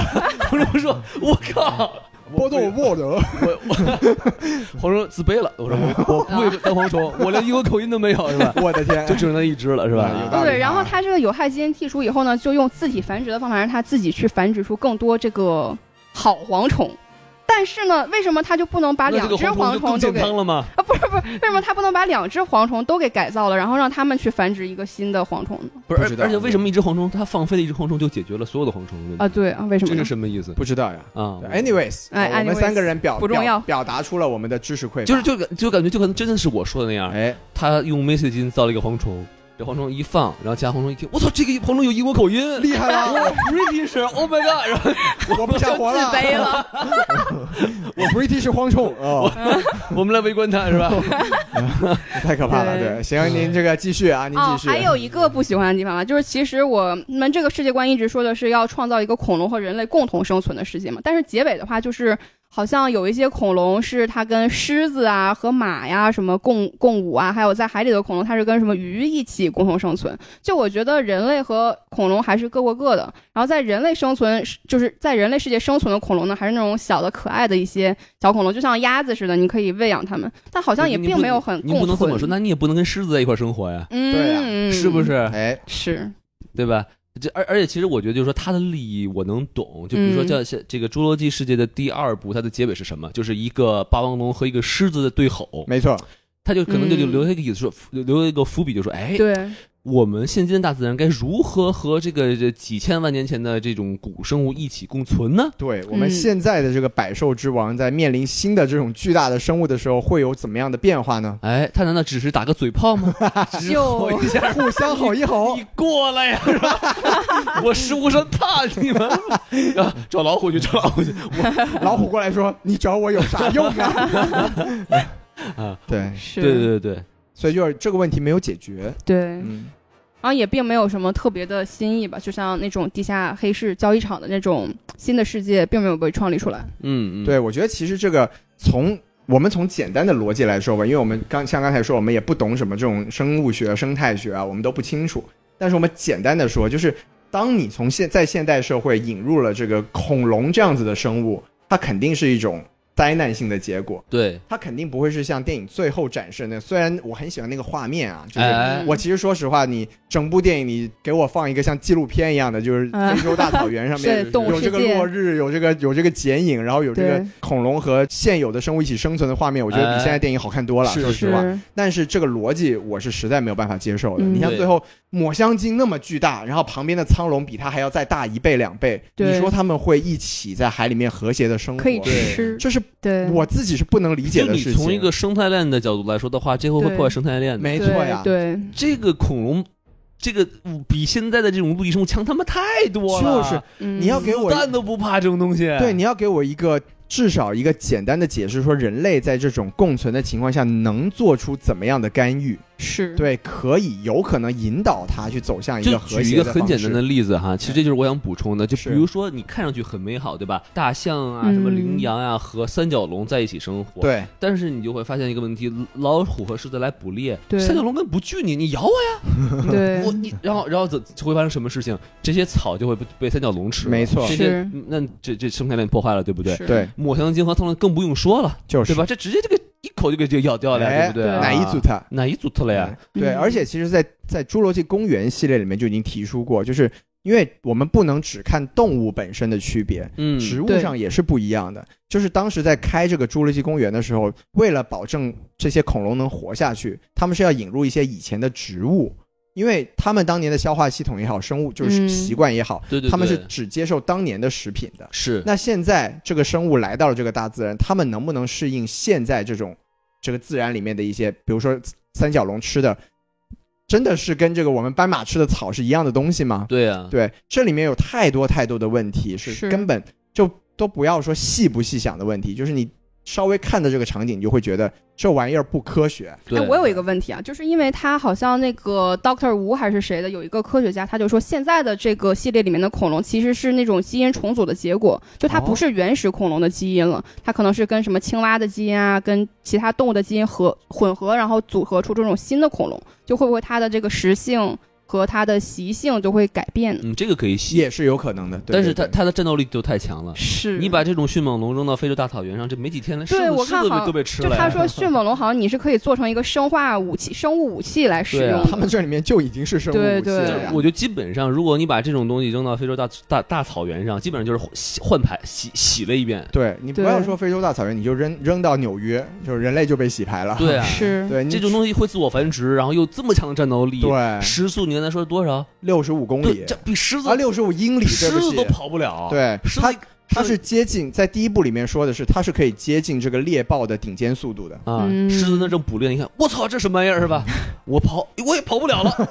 C: 黄虫说：“我靠，
A: 波动波动，
C: 我我 黄虫自卑了。”我说：“
A: 嗯
C: 我我不会当蝗虫，我连英国口音都没有，是吧？
A: 我的天！
C: 就只有那一只了，是吧？”
A: 啊有道理
B: 对，然后它这个有害基因剔除以后呢，就用自体繁殖的方法让它自己去繁殖出更多这个好蝗虫。但是呢，为什么它就不能把
C: 那
B: 两
C: 这个
B: 只
C: 蝗
B: 蝗
C: 就更
B: 虫都
C: 健
B: 给
C: 康了吗？
B: 啊？不是不是，为什么它不能把两只蝗虫都给改造了，然后让它们去繁殖一个新的蝗虫呢？
C: 不是，
A: 不知道啊
C: 而而且为什么一只蝗虫它放飞了一只蝗虫就解决了所有的蝗虫的问题？
B: 啊，对啊，为什么
C: 这
B: 呢
C: 个？什么意思
A: 不知道呀。
C: 啊
A: 对 Anyways，
B: 哎
A: 哦我们
B: anyways，
A: 三个人表
B: 不重要
A: 表表达出了我们的知识匮乏，
C: 就是就感就感觉就可能真的是我说的那样，
A: 哎，
C: 他用 Macy 基因造了一个蝗虫，这蝗虫一放，然后其他蝗虫一听，我操，这个蝗虫有英国口音
A: 厉害 了，
C: ，British，Oh my god，然后
A: 我不想活了，
B: 卑了，
A: 我 British 蝗虫 哦，
C: 我们来围观他 是吧？
A: 太可怕了。
B: 对
A: 对，行，您这个继续啊， 您
B: 哦
A: 继，续。
B: 还有一个不喜欢的地方啊，就是其实我们这个世界观一直说的是要创造一个恐龙和人类共同生存的世界嘛，但是结尾的话就是好像有一些恐龙是它跟狮子啊和马呀什么共共舞啊，还有在海里的恐龙它是跟什么鱼一起共同生存。就我觉得人类和恐龙还是各过各的，然后在人类生存就是在人类世界生存的恐龙呢，还是那种小的可爱的一些小恐龙，就像鸭子似的，你可以喂养它们，但好像也
C: 你
B: 并
C: 不
B: 没有很
C: 你不能这
B: 共
C: 么说，
B: 存
C: 那你也不能跟狮子在一块儿生活呀，
A: 对啊
B: 嗯，
C: 是不？是？
A: 哎，
B: 是，
C: 对吧？这而而且其实我觉得就是说他的利益我能懂，就比如说
B: 嗯
C: 叫像这个《侏罗纪世界》的第二部，它的结尾是什么？就是一个霸王龙和一个狮子的对吼，
A: 没错，
C: 他就可能就
B: 嗯
C: 留下一个意思说，留下一个伏笔，就说哎，
B: 对，
C: 我们现今的大自然该如何和这个这几千万年前的这种古生物一起共存呢？
A: 对我们
B: 嗯
A: 现在的这个百兽之王，在面临新的这种巨大的生物的时候，会有怎么样的变化 呢？
C: 哎，他难道只是打个嘴炮吗？只吼一下，
A: 互相吼一吼
C: 你，过来呀，是吧？ 我石无山怕你们 啊！找老虎去，找老虎去
A: 老虎过来说：“你找我有 啥用啊
C: 啊！？”
A: 对，
B: 是，
C: 对对对对，
A: 所以就是这个问题没有解决。
B: 对
A: 嗯，
B: 然后也并没有什么特别的新意吧，就像那种地下黑市交易场的那种新的世界，并没有被创立出来。
C: 嗯，嗯，
A: 对，我觉得其实这个从我们从简单的逻辑来说吧，因为我们刚像刚才说，我们也不懂什么这种生物学、生态学啊，我们都不清楚。但是我们简单的说，就是当你从现在现代社会引入了这个恐龙这样子的生物，它肯定是一种灾难性的结果。
C: 对，
A: 它肯定不会是像电影最后展示的那，虽然我很喜欢那个画面啊，就是
B: 嗯
C: 哎，
A: 我其实说实话，你整部电影你给我放一个像纪录片一样的，就是
D: 嗯
A: 非洲大草原上面
B: 是动物
A: 有这个
B: 世界
A: 落日，有这个有这个剪影，然后有这个
D: 对
A: 恐龙和现有的生物一起生存的画面，我觉得
C: 哎
A: 比现在电影好看多了。
C: 是
A: 说实话，
D: 是
A: 但是这个逻辑我是实在没有办法接受的。
D: 嗯
A: 你像
C: 对
A: 最后抹香鲸那么巨大，然后旁边的苍龙比它还要再大一倍两倍，
D: 对
A: 你说他们会一起在海里面和谐的生活？
B: 可以
C: 对
B: 吃，
A: 这是
D: 对，
A: 我自己是不能理解
C: 就
A: 的
C: 你
A: 事情。
C: 从一个生态链的角度来说的话，这会会
D: 对嗯
C: 破坏生态链的。
A: 没
D: 没
A: 错呀，
D: 对
C: 这个恐龙，这个比现在的这种陆地生物强他妈太多了，
A: 就是
D: 嗯
A: 你要给我
C: 子弹都不怕这种东西。
A: 对，你要给我一个至少一个简单的解释，说人类在这种共存的情况下能做出怎么样的干预？
B: 是，
A: 对，可以有可能引导他去走向一
C: 就
A: 个和
C: 举一
A: 谐
C: 个
A: 的
C: 很
A: 方
C: 简单的
A: 式。
C: 例子哈，其实这就是我想补充的，就比
A: 是
C: 如说你看上去很美好，对吧？大象啊，
D: 嗯
C: 什么羚羊啊，和三角龙在一起生活，。
A: 对，
C: 但是你就会发现一个问题，老虎和狮子来捕猎，
D: 对
C: 三角龙根本不惧你，你咬我
D: 对
C: 我你，然后然后怎就会发生什么事情？这些草就会被被三角龙吃了，
A: 没错
C: 这些
D: 是
C: 那这这生态链破坏了，对不对？
B: 是
A: 对，
C: 抹香鲸和苍龙更不用说了，
A: 就是
C: 嗯对吧？这直接这个一口就给就咬掉了
A: 哎
C: 呀，对不对？
D: 对
B: 啊
A: 哪一组？它？
C: 哪一组特了呀？
A: 对，
D: 嗯
A: 而且其实在，在侏罗纪公园》系列里面就已经提出过，就是因为我们不能只看动物本身的区别，
C: 嗯，
A: 植物
D: 对
A: 上也是不一样的。就是当时在开这个《侏罗纪公园》的时候，为了保证这些恐龙能活下去，他们是要引入一些以前的植物，因为他们当年的消化系统也好，生物就是
D: 嗯
A: 习惯也好，
C: 对对对，
A: 他们是只接受当年的食品的。
C: 是
A: 那现在这个生物来到了这个大自然，它们能不能适应现在这种这个自然里面的一些，比如说三角龙吃的，真的是跟这个我们斑马吃的草是一样的东西吗？
C: 对呀，
A: 对，这里面有太多太多的问题，是
D: 是
A: 根本就都不要说细不细想的问题，就是你稍微看到这个场景，你就会觉得这玩意儿不科学。
C: 对
B: 哎，我有一个问题啊，就是因为他好像那个 Doctor 吴还是谁的，有一个科学家，他就说现在的这个系列里面的恐龙其实是那种基因重组的结果，就它
A: 哦
B: 不是原始恐龙的基因了，它可能是跟什么青蛙的基因啊，跟其他动物的基因合混合，然后组合出这种新的恐龙，就会不会它的这个食性和它的习性就会改变呢？
C: 嗯，这个可以吸，
A: 也是有可能的，对
C: 但是它
A: 对对
C: 它的战斗力就太强了。
B: 是
C: 你把这种迅猛龙扔到非洲大草原上，这没几天了，狮
B: 对
C: 子
B: 我
C: 狮
B: 看
C: 子
B: 好
C: 被都被吃
B: 就
C: 了呀。
B: 他说 迅猛龙好像你是可以做成一个生化武器、生物武器来使
C: 对啊
B: 用
A: 他
B: 的，
A: 们这里面就已经是生物武器
B: 对对
A: 了呀。
C: 我就基本上，如果你把这种东西扔到非洲大大大草原上，基本上就是洗换牌洗洗了一遍。
A: 对你不
D: 对
A: 要说非洲大草原，你就扔扔到纽约，就是人类就被洗牌了。
C: 对啊，
D: 是
A: 对，你
C: 这种东西会自我繁殖，然后又这么强的战斗力，
A: 嗯对
C: 时速你刚才说多少？
A: 六十五公
C: 对，
A: 里
C: 这比狮子
A: 啊，六十五英里，
C: 狮
A: 对不
C: 子
A: 起
C: 都，跑不了。，
A: 对
C: 狮
A: 它
C: 子
A: 它
C: 狮
A: 是
C: 子
A: 接近，在第一部里面说的是它是可以接近这个猎豹的顶尖速度的，
C: 啊，
D: 嗯
C: 狮子那正捕猎，你看，我操，这什么玩意儿是吧？我跑，我也跑不 了了。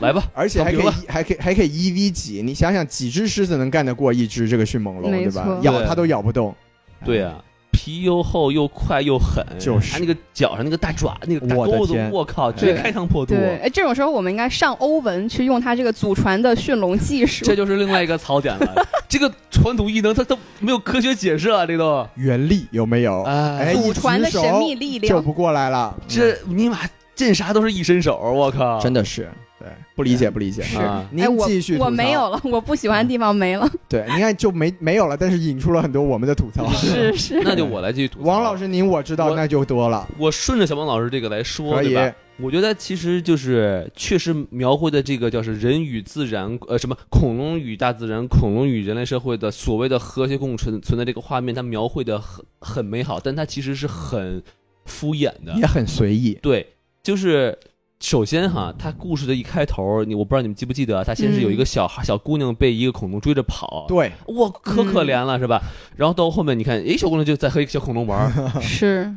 C: 来吧，
A: 而且还可
C: 小
A: 以还可以还可以一 v 几，你想想几只狮子能干得过一只这个迅猛龙，
B: 没
A: 对吧
B: 错？
A: 咬
C: 对
A: 它都咬不动。
C: 对呀、皮又厚又快又狠，
A: 就是
C: 它那个脚上那个大爪，那个大
A: 我的
C: 钩子
A: 天，
C: 我靠，这
D: 对
C: 开膛破肚。
B: 对，哎，这种时候我们应该上欧文去用他这个祖传的驯龙技术。
C: 这就是另外一个槽点了。这个传统异能，它都没有科学解释啊，这都。
A: 哎原力有没有？哦哎
C: 哎，
B: 祖传的神秘力
A: 救
B: 呃量，
A: 不过来了，嗯
C: 这尼玛见啥都是一伸手，我靠！
A: 真的是对，不理解不理解。
B: 是
C: 啊
A: 您
B: 哎，我
A: 继续吐槽嗯
B: 我没有了，我不喜欢的地方没 了，
A: 对，你看就没没有了，但是引出了很多我们的吐槽。
B: 是是，
C: 那就我来继续吐 槽。
A: 王老，师，您我知道
C: 我
A: 那就多了，
C: 我顺着小王老师这个来说，
A: 可以
C: 对吧？我觉得其实就是确实描绘的这个叫是人与自然，呃，什么恐龙与大自然、恐龙与人类社会的所谓的和谐共存存在这个画面，它描绘的很很美好，但它其实是很敷衍的。
A: 也很随意。
C: 对，就是首先哈，他故事的一开头，你我不知道你们记不记得啊，他先是有一个小孩、小姑娘被一个恐龙追着跑，
A: 嗯对，
C: 哇，可可怜了、是吧？然后到后面你看，诶，小姑娘就在和一个小恐龙 玩儿，
D: 是，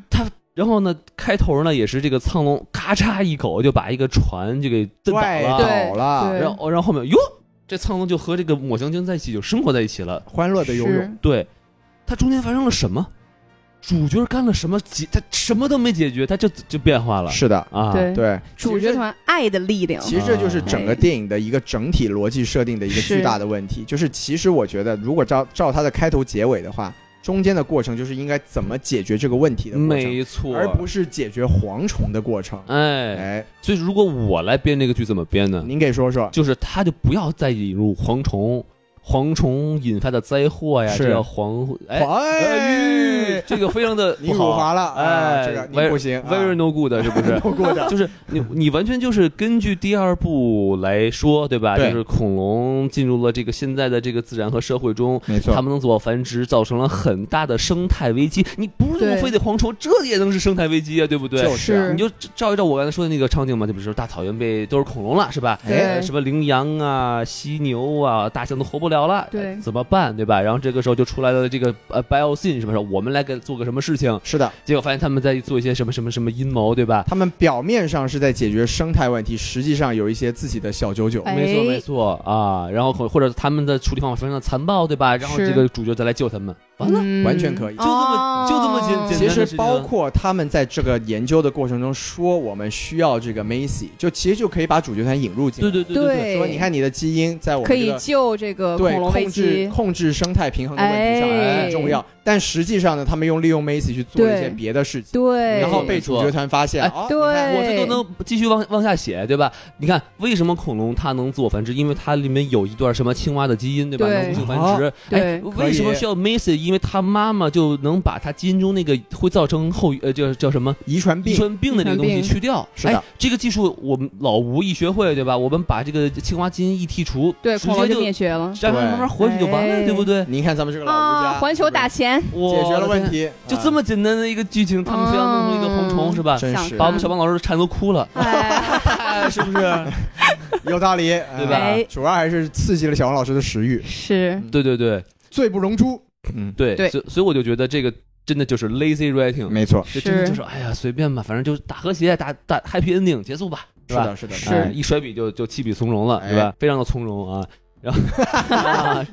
C: 然后呢，开头呢也是这个苍龙咔嚓一口就把一个船就给蹬倒了，
D: 对
A: 倒了，
D: 对
C: 然后然后后面哟，这苍龙就和这个抹香鲸在一起就生活在一起了，
A: 欢乐的游泳，
D: 是
C: 对，它中间发生了什么？主角干了什么解？他什么都没解决，他就就变化了
A: 是的，
C: 啊！
D: 对
A: 对，
B: 主角团爱的力量，
A: 其实这就是
C: 哦
A: 整个电影的一个整体逻辑设定的一个
D: 是
A: 巨大的问题，就是其实我觉得，如果照照它的开头结尾的话，中间的过程就是应该怎么解决这个问题的过程，
C: 没错，
A: 而不是解决蝗虫的过程。
C: 哎，
A: 哎，
C: 所以如果我来编这个剧怎么编呢？
A: 您给说说，
C: 就是他就不要再引入蝗虫，蝗虫引发的灾祸呀，
A: 是
C: 这叫蝗哎，
A: 哎
C: 哎，这个非常的
A: 你啊
C: 不
A: 辱
C: 好
A: 华了，啊
C: 哎，
A: 这个你
C: very-
A: 不行
C: ，very no good 啊是 不是？
A: 透过的，
C: 就是你，你完全就是根据第二部来说，对吧？
A: 对
C: 就是恐龙进入了这个现在的这个自然和社会中，
A: 没
C: 它们能做到繁殖，造成了很大的生态危机。你不是
B: 对
C: 非得蝗虫，这也能是生态危机啊，对不对？
A: 就是是
C: 你就照一照我刚才说的那个场景嘛，就比如说大草原被都是恐龙了，是吧？
A: 对
C: 呃什么羚羊啊、犀牛啊、大象都活不了了，呃
B: 对
C: 怎么办，对吧？然后这个时候就出来了这个呃 biosyn 什么时候我们来给做个什么事情？
A: 是的，
C: 结果发现他们在做一些什么什么什么阴谋，对吧？
A: 他们表面上是在解决生态问题，实际上有一些自己的小九九。
B: 哎
C: 没错没错啊，然后或或者他们的处理方法非常的残暴，对吧？然后
B: 是
C: 这个主角再来救他们，完了，
B: 嗯
A: 完全可以就
C: 这么就这么简
B: 哦
C: 简单
A: 其
C: 的事
A: 实
C: 情啊
A: 包括他们在这个研究的过程中说，我们需要这个 Macy，就其实就可以把主角团引入进
C: 对
A: 来。
C: 对对对，
A: 说你看你的基因在我们
B: 可
A: 这
B: 以
A: 个
B: 救这个
A: 对
B: 恐龙危
A: 控制
B: 机，
A: 控制生态平衡的问题上
B: 哎
A: 很重要，但实际上呢，他们用利用 Macy 去做一些
B: 对
A: 别的事情，
B: 对，
A: 然后被主角团发现
C: 哎，
A: 哦，
B: 对
A: 你看
C: 我这都能继续往往下写，对吧？你看为什么恐龙它能自我繁殖？因为它里面有一段什么青蛙的基因，对吧？
B: 对哦
C: 能无性繁殖。哎
B: 对，
A: 可以
C: 为什么需要 Macy？因为它妈妈就能把它基因中那个会造成后呃叫叫什么
A: 遗传
C: 遗
A: 病，
C: 传病的那个东
B: 遗
C: 西
B: 传病
C: 去掉。
A: 是的
C: 哎，这个技术我们老吴一学会，对吧？我们把这个青蛙基因一剔除，
B: 对
C: 直
B: 恐龙
C: 接
B: 就
C: 就
B: 灭绝了
C: 让它慢慢活就完了，
B: 哎
C: 对不对？
A: 您看咱们这个老吴家，
B: 啊！环球打
A: 解
B: 钱，
A: 决了
C: 我的
A: 问
C: 天，
A: 题，啊
C: 就这么简单的一个剧情，他们非要弄出一个蝗虫，
B: 嗯
C: 是吧？
A: 真
B: 想
A: 是
C: 把我们小邦老师馋都哭 了，
B: 哎，
C: 是不是？
A: 有道理，
C: 对吧
A: 哎
B: 哎
A: 主要还是刺激了小王老师的食欲，
B: 是
C: 对对对，
A: 罪不容诛。嗯，
C: 对，
B: 对
C: 所以所以我就觉得这个真的就是 lazy writing，
A: 没错，
C: 就真的
B: 是
C: 就是哎呀随便吧，反正就是打和谐，打打 happy ending 结束吧，
A: 是
C: 吧？
A: 的，是的，
B: 是
C: 哎一甩笔就就弃笔从戎了，
A: 哎
C: 对吧？非常的从容啊。然后，啊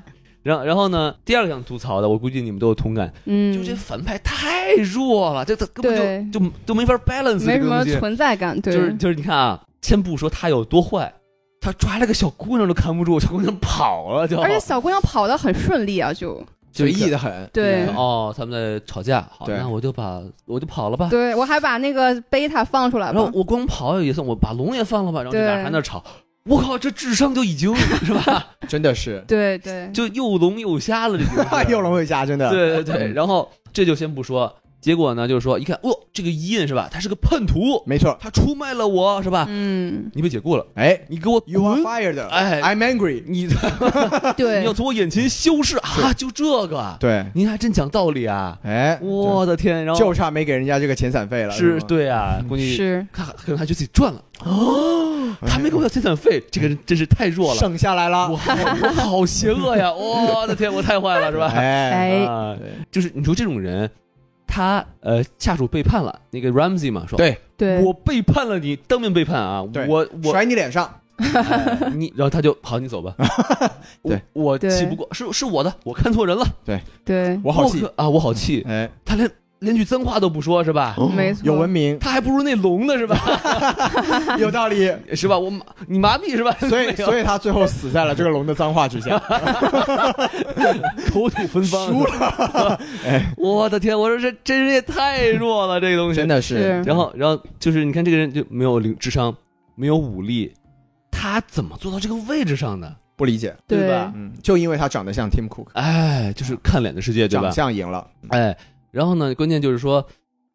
C: 然后然后呢？第二个想吐槽的，我估计你们都有同感，
B: 嗯，
C: 就这反派太弱了，这这根本就就都没法 balance
B: 没
C: 这
B: 什
C: 个
B: 么
C: 东西。
B: 存在感，对，
C: 就是就是你看啊，先不说他有多坏，他抓了个小姑娘都看不住，小姑娘跑了就，
B: 而且小姑娘跑得很顺利啊，就
C: 就
A: 随
C: 一个
A: 意的很。
B: 对
A: 嗯
C: 哦，他们在吵架，好，
A: 对
C: 那我就把我就跑了吧。
B: 对我还把那个贝塔放出来
C: 啊然后
B: 了，
C: 我光跑也算，我把龙也放了吧，然后这
B: 对
C: 俩人还在那吵。我靠，这智商就已经 是吧，
A: 真的是
B: 对对，
C: 就又聋又瞎了，这已经
A: 哎
C: 是
A: 又龙又嗯虾，真的。
C: 对对对，然后这就先不说，结果呢，就是说一看，哦，这个伊恩是吧，他是个叛徒，
A: 没错。
C: 他出卖了我是吧？
B: 嗯，
C: 你被解雇了，
A: 哎
C: 你给我
A: ，You are
C: 滚
A: fired。
C: 哎
A: ，I'm angry。
C: 你
B: 对
C: 你要，从我眼前消失啊！就这个，
A: 对，
C: 您还真讲道理啊！
A: 哎，
C: 我的天，然
A: 就就
C: 后
A: 差没给人家这个遣散费了。
C: 是
A: 吗，
C: 对
A: 嗯
C: 啊，估计
B: 是
C: 他可能还觉得自己赚了哦，他没给我要遣散费，这个人真是太弱了，
A: 省哎下来
C: 我
A: 了。
C: 我我好邪恶呀！我的天，我太坏了是吧？
A: 哎，
B: 哎
C: 啊
A: 对，
C: 就是你说这种人，他呃下属背叛了那个 Ramsey 嘛，说
A: 对
B: 对，
C: 我背叛了你，当面背叛啊
A: 对，
C: 我我
A: 甩你脸上。
C: 哎你，然后他就好，你走吧，
A: 对
C: 我我
B: 对
C: 气不过，是是我的，我看错人了，
B: 对，
A: 我好气
C: 可。啊，我好气，
A: 哎，
C: 他连连句脏话都不说是吧？
A: 嗯
B: 哦没错
A: 有文明，
C: 他还不如那龙呢是吧？
A: 有道 理。
C: 是吧？我麻你麻痹是吧？
A: 所以，所
C: 以
A: 以他最后死在了这个龙的脏话之下，
C: 口吐芬
A: 输
C: 芳。
A: 了，
C: 我的天！我说这这人也太弱了，这个东 西
A: 哎真。的是
B: 是。
C: 然后，然后就是你看这个人就没有灵智商，没有武力，他怎么做到这个位置上的？
A: 不理解，
C: 对
B: 对
C: 吧
A: 嗯，就因为他长得像 Tim Cook，
C: 哎，就是看脸的世界，对
A: 长
C: 吧？
A: 相赢了，
C: 哎，然后呢，关键就是说，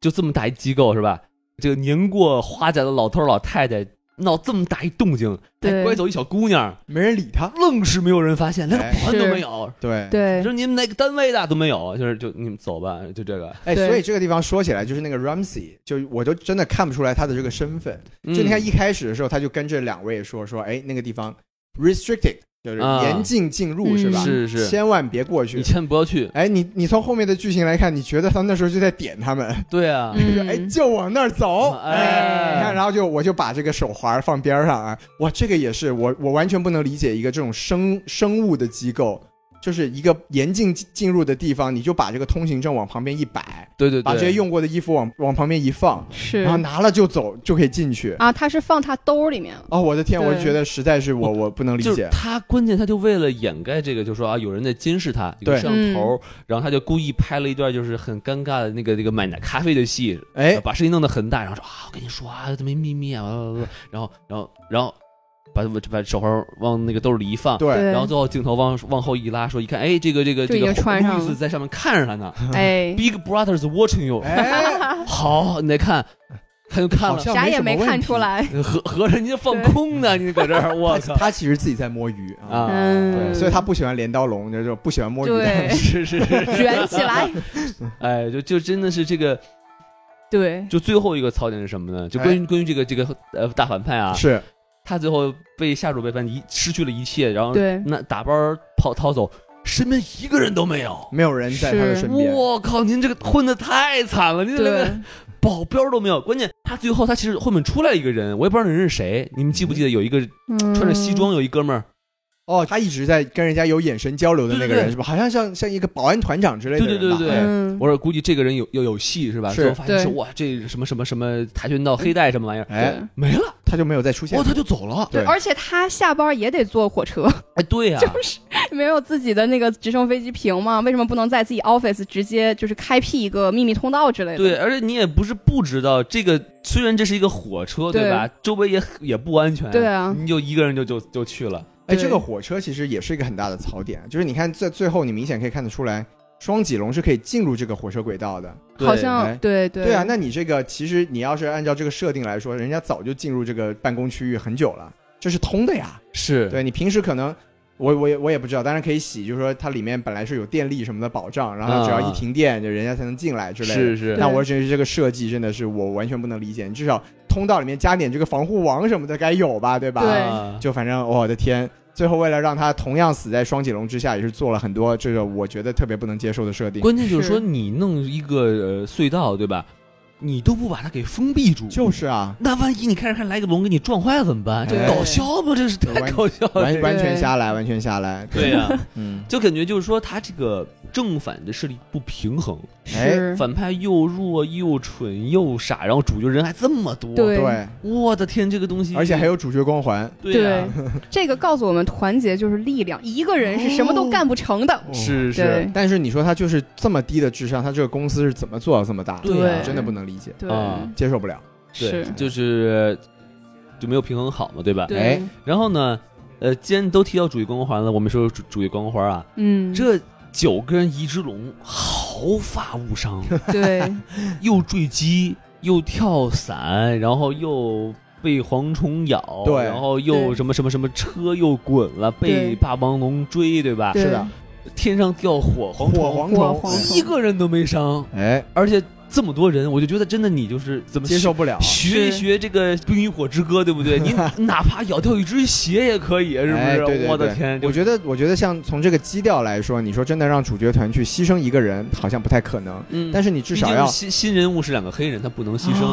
C: 就这么大一机构是吧？这个年过花甲的老头儿老太太闹这么大一动静，还
B: 对
C: 拐走一小姑娘，
A: 没人理他。
C: 愣是没有人发现，连个
A: 哎
C: 保安都
B: 是
C: 没有。
A: 对，
B: 对
C: 你，说你们哪个单位的都没有，就是就你们走吧，就这个。
A: 哎，
B: 对
A: 所以这个地方说起来，就是那个 Ramsey，就我都真的看不出来他的这个身份。
C: 嗯
A: 就你看一开始的时候，他就跟这两位说说，哎，那个地方 restricted，就是
C: 啊
A: 严禁进入，
B: 嗯
A: 是吧？
C: 是是
A: 千万别过
C: 你
A: 去。
C: 千万不要去。
A: 哎，你你从后面的剧情来看，你觉得他那时候就在点他们，
C: 对啊，
B: 嗯
A: 就是哎，就往那儿走。
C: 哎
A: 你看，然后就我就把这个手环放边儿上啊，哇，这个也是我我完全不能理解一个这种生生物的机构。就是一个严禁进进入的地方，你就把这个通行证往旁边一摆，
C: 对对对，
A: 把这些用过的衣服往往旁边一放，
B: 是
A: 然后拿了就走，就可以进去。
B: 啊，他是放他兜里 面，
A: 哦，我的天，
B: 对
A: 我就觉得实在是我我不能理
C: 就是
A: 解。
C: 他，关键他就为了掩盖这个，就说啊，有人在监视他，有个
A: 对
C: 摄像
B: 嗯
C: 头，然后他就故意拍了一段就是很尴尬的那个那个买奶咖啡的戏，呃
A: 哎，
C: 把声音弄得很大，然后说啊，我跟你说啊，这没秘密啊，哇哇哇哇然后然后然后把把手环往那个兜里一放。
A: 对，
B: 对
C: 然后最后镜头往往后一拉，说一看，哎，这个这个
B: 就
C: 这
B: 已经
C: 个
B: 穿上了
C: 路易斯在上面看着他呢
B: 哎，
C: ，Big Brother's watching you。
A: 哎，
C: 好，你再看，他就看
A: 好
C: 了，
A: 像
B: 啥也
A: 没什
B: 没
A: 么问
B: 看
A: 题
B: 出。 来，
C: 合合着你这放空呢，你搁这 儿，我
A: 他
C: 操
A: 他其实自己在摸鱼啊，
C: 啊！
B: 嗯
A: 所以他不喜欢镰刀龙，就是不喜欢摸鱼的
B: 对
A: 人。
C: 是是是，
B: 卷起来，
C: 哎，就就真的是这个，
B: 对，
C: 就最后一个槽点是什么呢？就关于关于这个这个呃大反派 啊，
A: 是
C: 他最后被下属背叛，一失去了一切，然后
B: 对
C: 那打包跑逃走，身边一个人都没有。
A: 没有人在他的嗯
B: 是
A: 身边。
C: 我靠！您这个混的太惨了，您这连
B: 对
C: 个，保镖都没有。关键他最后他其实后面出来一个人，我也不知道那人是谁。你们记不记得有一个
B: 穿
C: 穿着西，装有一哥们儿？
A: 哦，他一直在跟人家有眼神交流的那个
C: 对对
A: 人
C: 对
A: 是吧？好像像像一个保安团长之类的
C: 对
A: 人
C: 对
A: 吧？
C: 对对对
B: 嗯，
C: 我说估计这个人有有有戏是吧？
A: 是
C: 最后发现是
B: 对
C: 哇，这什么什么什么跆拳道黑带什么玩意儿
A: 哎，
B: 对
C: 没了，
A: 他就没有再出现
C: 哦，。他就走了。
A: 对
B: 而且他下班也得坐火车，
C: 哎，对呀、
B: 没有自己的那个直升飞机屏嘛？为什么不能在自己 office 直接就是开辟一个秘密通道之类的？
C: 对，而且你也不是不知道这个，虽然这是一个火车，
B: 对
C: 吧？周围也也不安全，
B: 对啊
C: 你就一个人就就就去了，
A: 哎，
B: 对
A: 这个火车其实也是一个很大的槽点，就是你看在最后，你明显可以看得出来，双脊龙是可以进入这个火车轨道的。
C: 对
B: 好
A: 哎
B: 像对对
A: 对啊，那你这个其实你要是按照这个设定来说，人家早就进入这个办公区域很久了，这是通的呀。
C: 是
A: 对你平时可能。我我也我也不知道，当然可以洗，就是说它里面本来是有电力什么的保障，然后只要一
C: 啊
A: 停电，就人家才能进来之类的。
C: 是是
B: 对
A: 那我觉得这个设计真的是我完全不能理解。你至少通道里面加点这个防护网什么的，该有吧，对吧？
B: 对
C: 啊
A: 就反正我的天，最后为了让他同样死在双脊龙之下，也是做了很多这个我觉得特别不能接受的设定。
C: 关键就是说
B: 是
C: 你弄一个呃隧道，对吧？你都不把它给封闭住，
A: 就是啊，
C: 那万一你开着开着来个龙给你撞坏了怎么办？这
A: 对
C: 搞笑吗？这是太
A: 完
C: 搞笑了
A: 完
C: 这个。
A: 完全下来，完全下来。
C: 对啊呀、
A: 嗯，
C: 就感觉就是说他这个正反的势力不平衡，
A: 哎
B: 是，
C: 反派又弱又蠢又傻，然后主角人还这么多，
B: 对
A: 对，
C: 我的天，这个东西，
A: 而且还有主角光环，
C: 对呀、
B: 这个告诉我们，团结就是力量，一个人是什么
A: 哦
B: 都干不成的。
A: 嗯
C: 是是
B: 对
A: 但是你说他就是这么低的智商，他这个公司是怎么做到这么大的？
C: 对
B: 啊
A: 真的不能理解，
B: 对，
C: 啊
A: 接受不了。
C: 对，
B: 是，
C: 就是就没有平衡好嘛，对吧？
B: 对
A: 哎，
C: 然后呢，呃，既然都提到主义光环了，我们说主主义光环啊，
B: 嗯，
C: 这九个人一只龙毫发无伤，
B: 对
A: 啊
C: 又坠机，又跳伞，然后又。被蝗虫咬，
A: 对
C: 然后又
B: 对
C: 什么什么什么车又滚了，被
B: 对
C: 霸王龙追，对吧？
B: 对
A: 是的，
C: 天上掉火蝗
A: 火
C: 虫，
A: 蝗虫，
B: 火蝗虫
C: 哎一个人都没伤，
A: 哎，
C: 而且这么多人，我就觉得真的你就是怎么
A: 接受不了。
C: 学一
B: 是
C: 学这个《冰与火之歌》，对不对？ 你哪怕咬掉一只鞋也可以，是不是？
A: 哎、对对对
C: 我的天，
A: 我
C: 就
A: 觉得，我觉得像从这个基调来说，你说真的让主角团去牺牲一个人，好像不太可能。
C: 嗯
A: 但
C: 是
A: 是你至少要
C: 新新人物是两个黑人，他不能牺牲，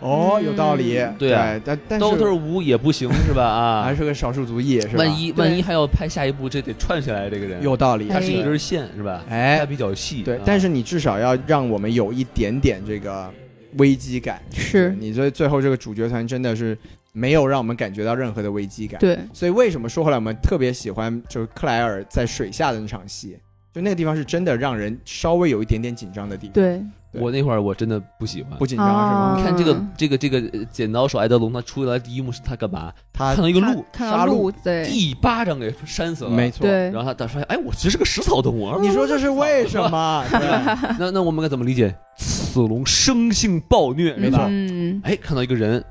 A: 哦，有道理。
B: 嗯
C: 对啊
A: 但但
C: 刀
A: 是
C: 头五也不行，是吧？
A: 还
C: 啊，
A: 是个少数族裔，是吧？
C: 万一
B: 对
C: 万一还要拍下一部，这得串起来这个人，
A: 有道理，
C: 他是一
B: 哎
C: 根线，是吧？他
A: 哎，
C: 比较细，
A: 对
C: 啊，
A: 但是你至少要让我们有一点点这个危机感。
B: 是，
A: 你最最后这个主角团真的是没有让我们感觉到任何的危机感。
B: 对，
A: 所以为什么说后来我们特别喜欢就是克莱尔在水下的那场戏，就那个地方是真的让人稍微有一点点紧张的地方。
B: 对，
C: 我那会儿我真的不喜欢。
A: 不紧张是吗？
B: 啊
C: 你看这个
B: 嗯
C: 这个这个呃剪刀手爱德龙，他出来第一幕是他干嘛？
A: 他
C: 看到一个鹿，
B: 看
A: 杀
B: 到
A: 戮
B: 鹿，对，
C: 一巴掌给扇死了，
A: 没错。嗯
B: 对
C: 然，后他他发现，哎，我其实是个食草动物。啊
A: 你说这是为什 么？对
C: 那那我们该怎么理解？此龙生性暴虐，
A: 没
C: 是
A: 错
C: 吧
B: 嗯，
C: 哎，看到一个人，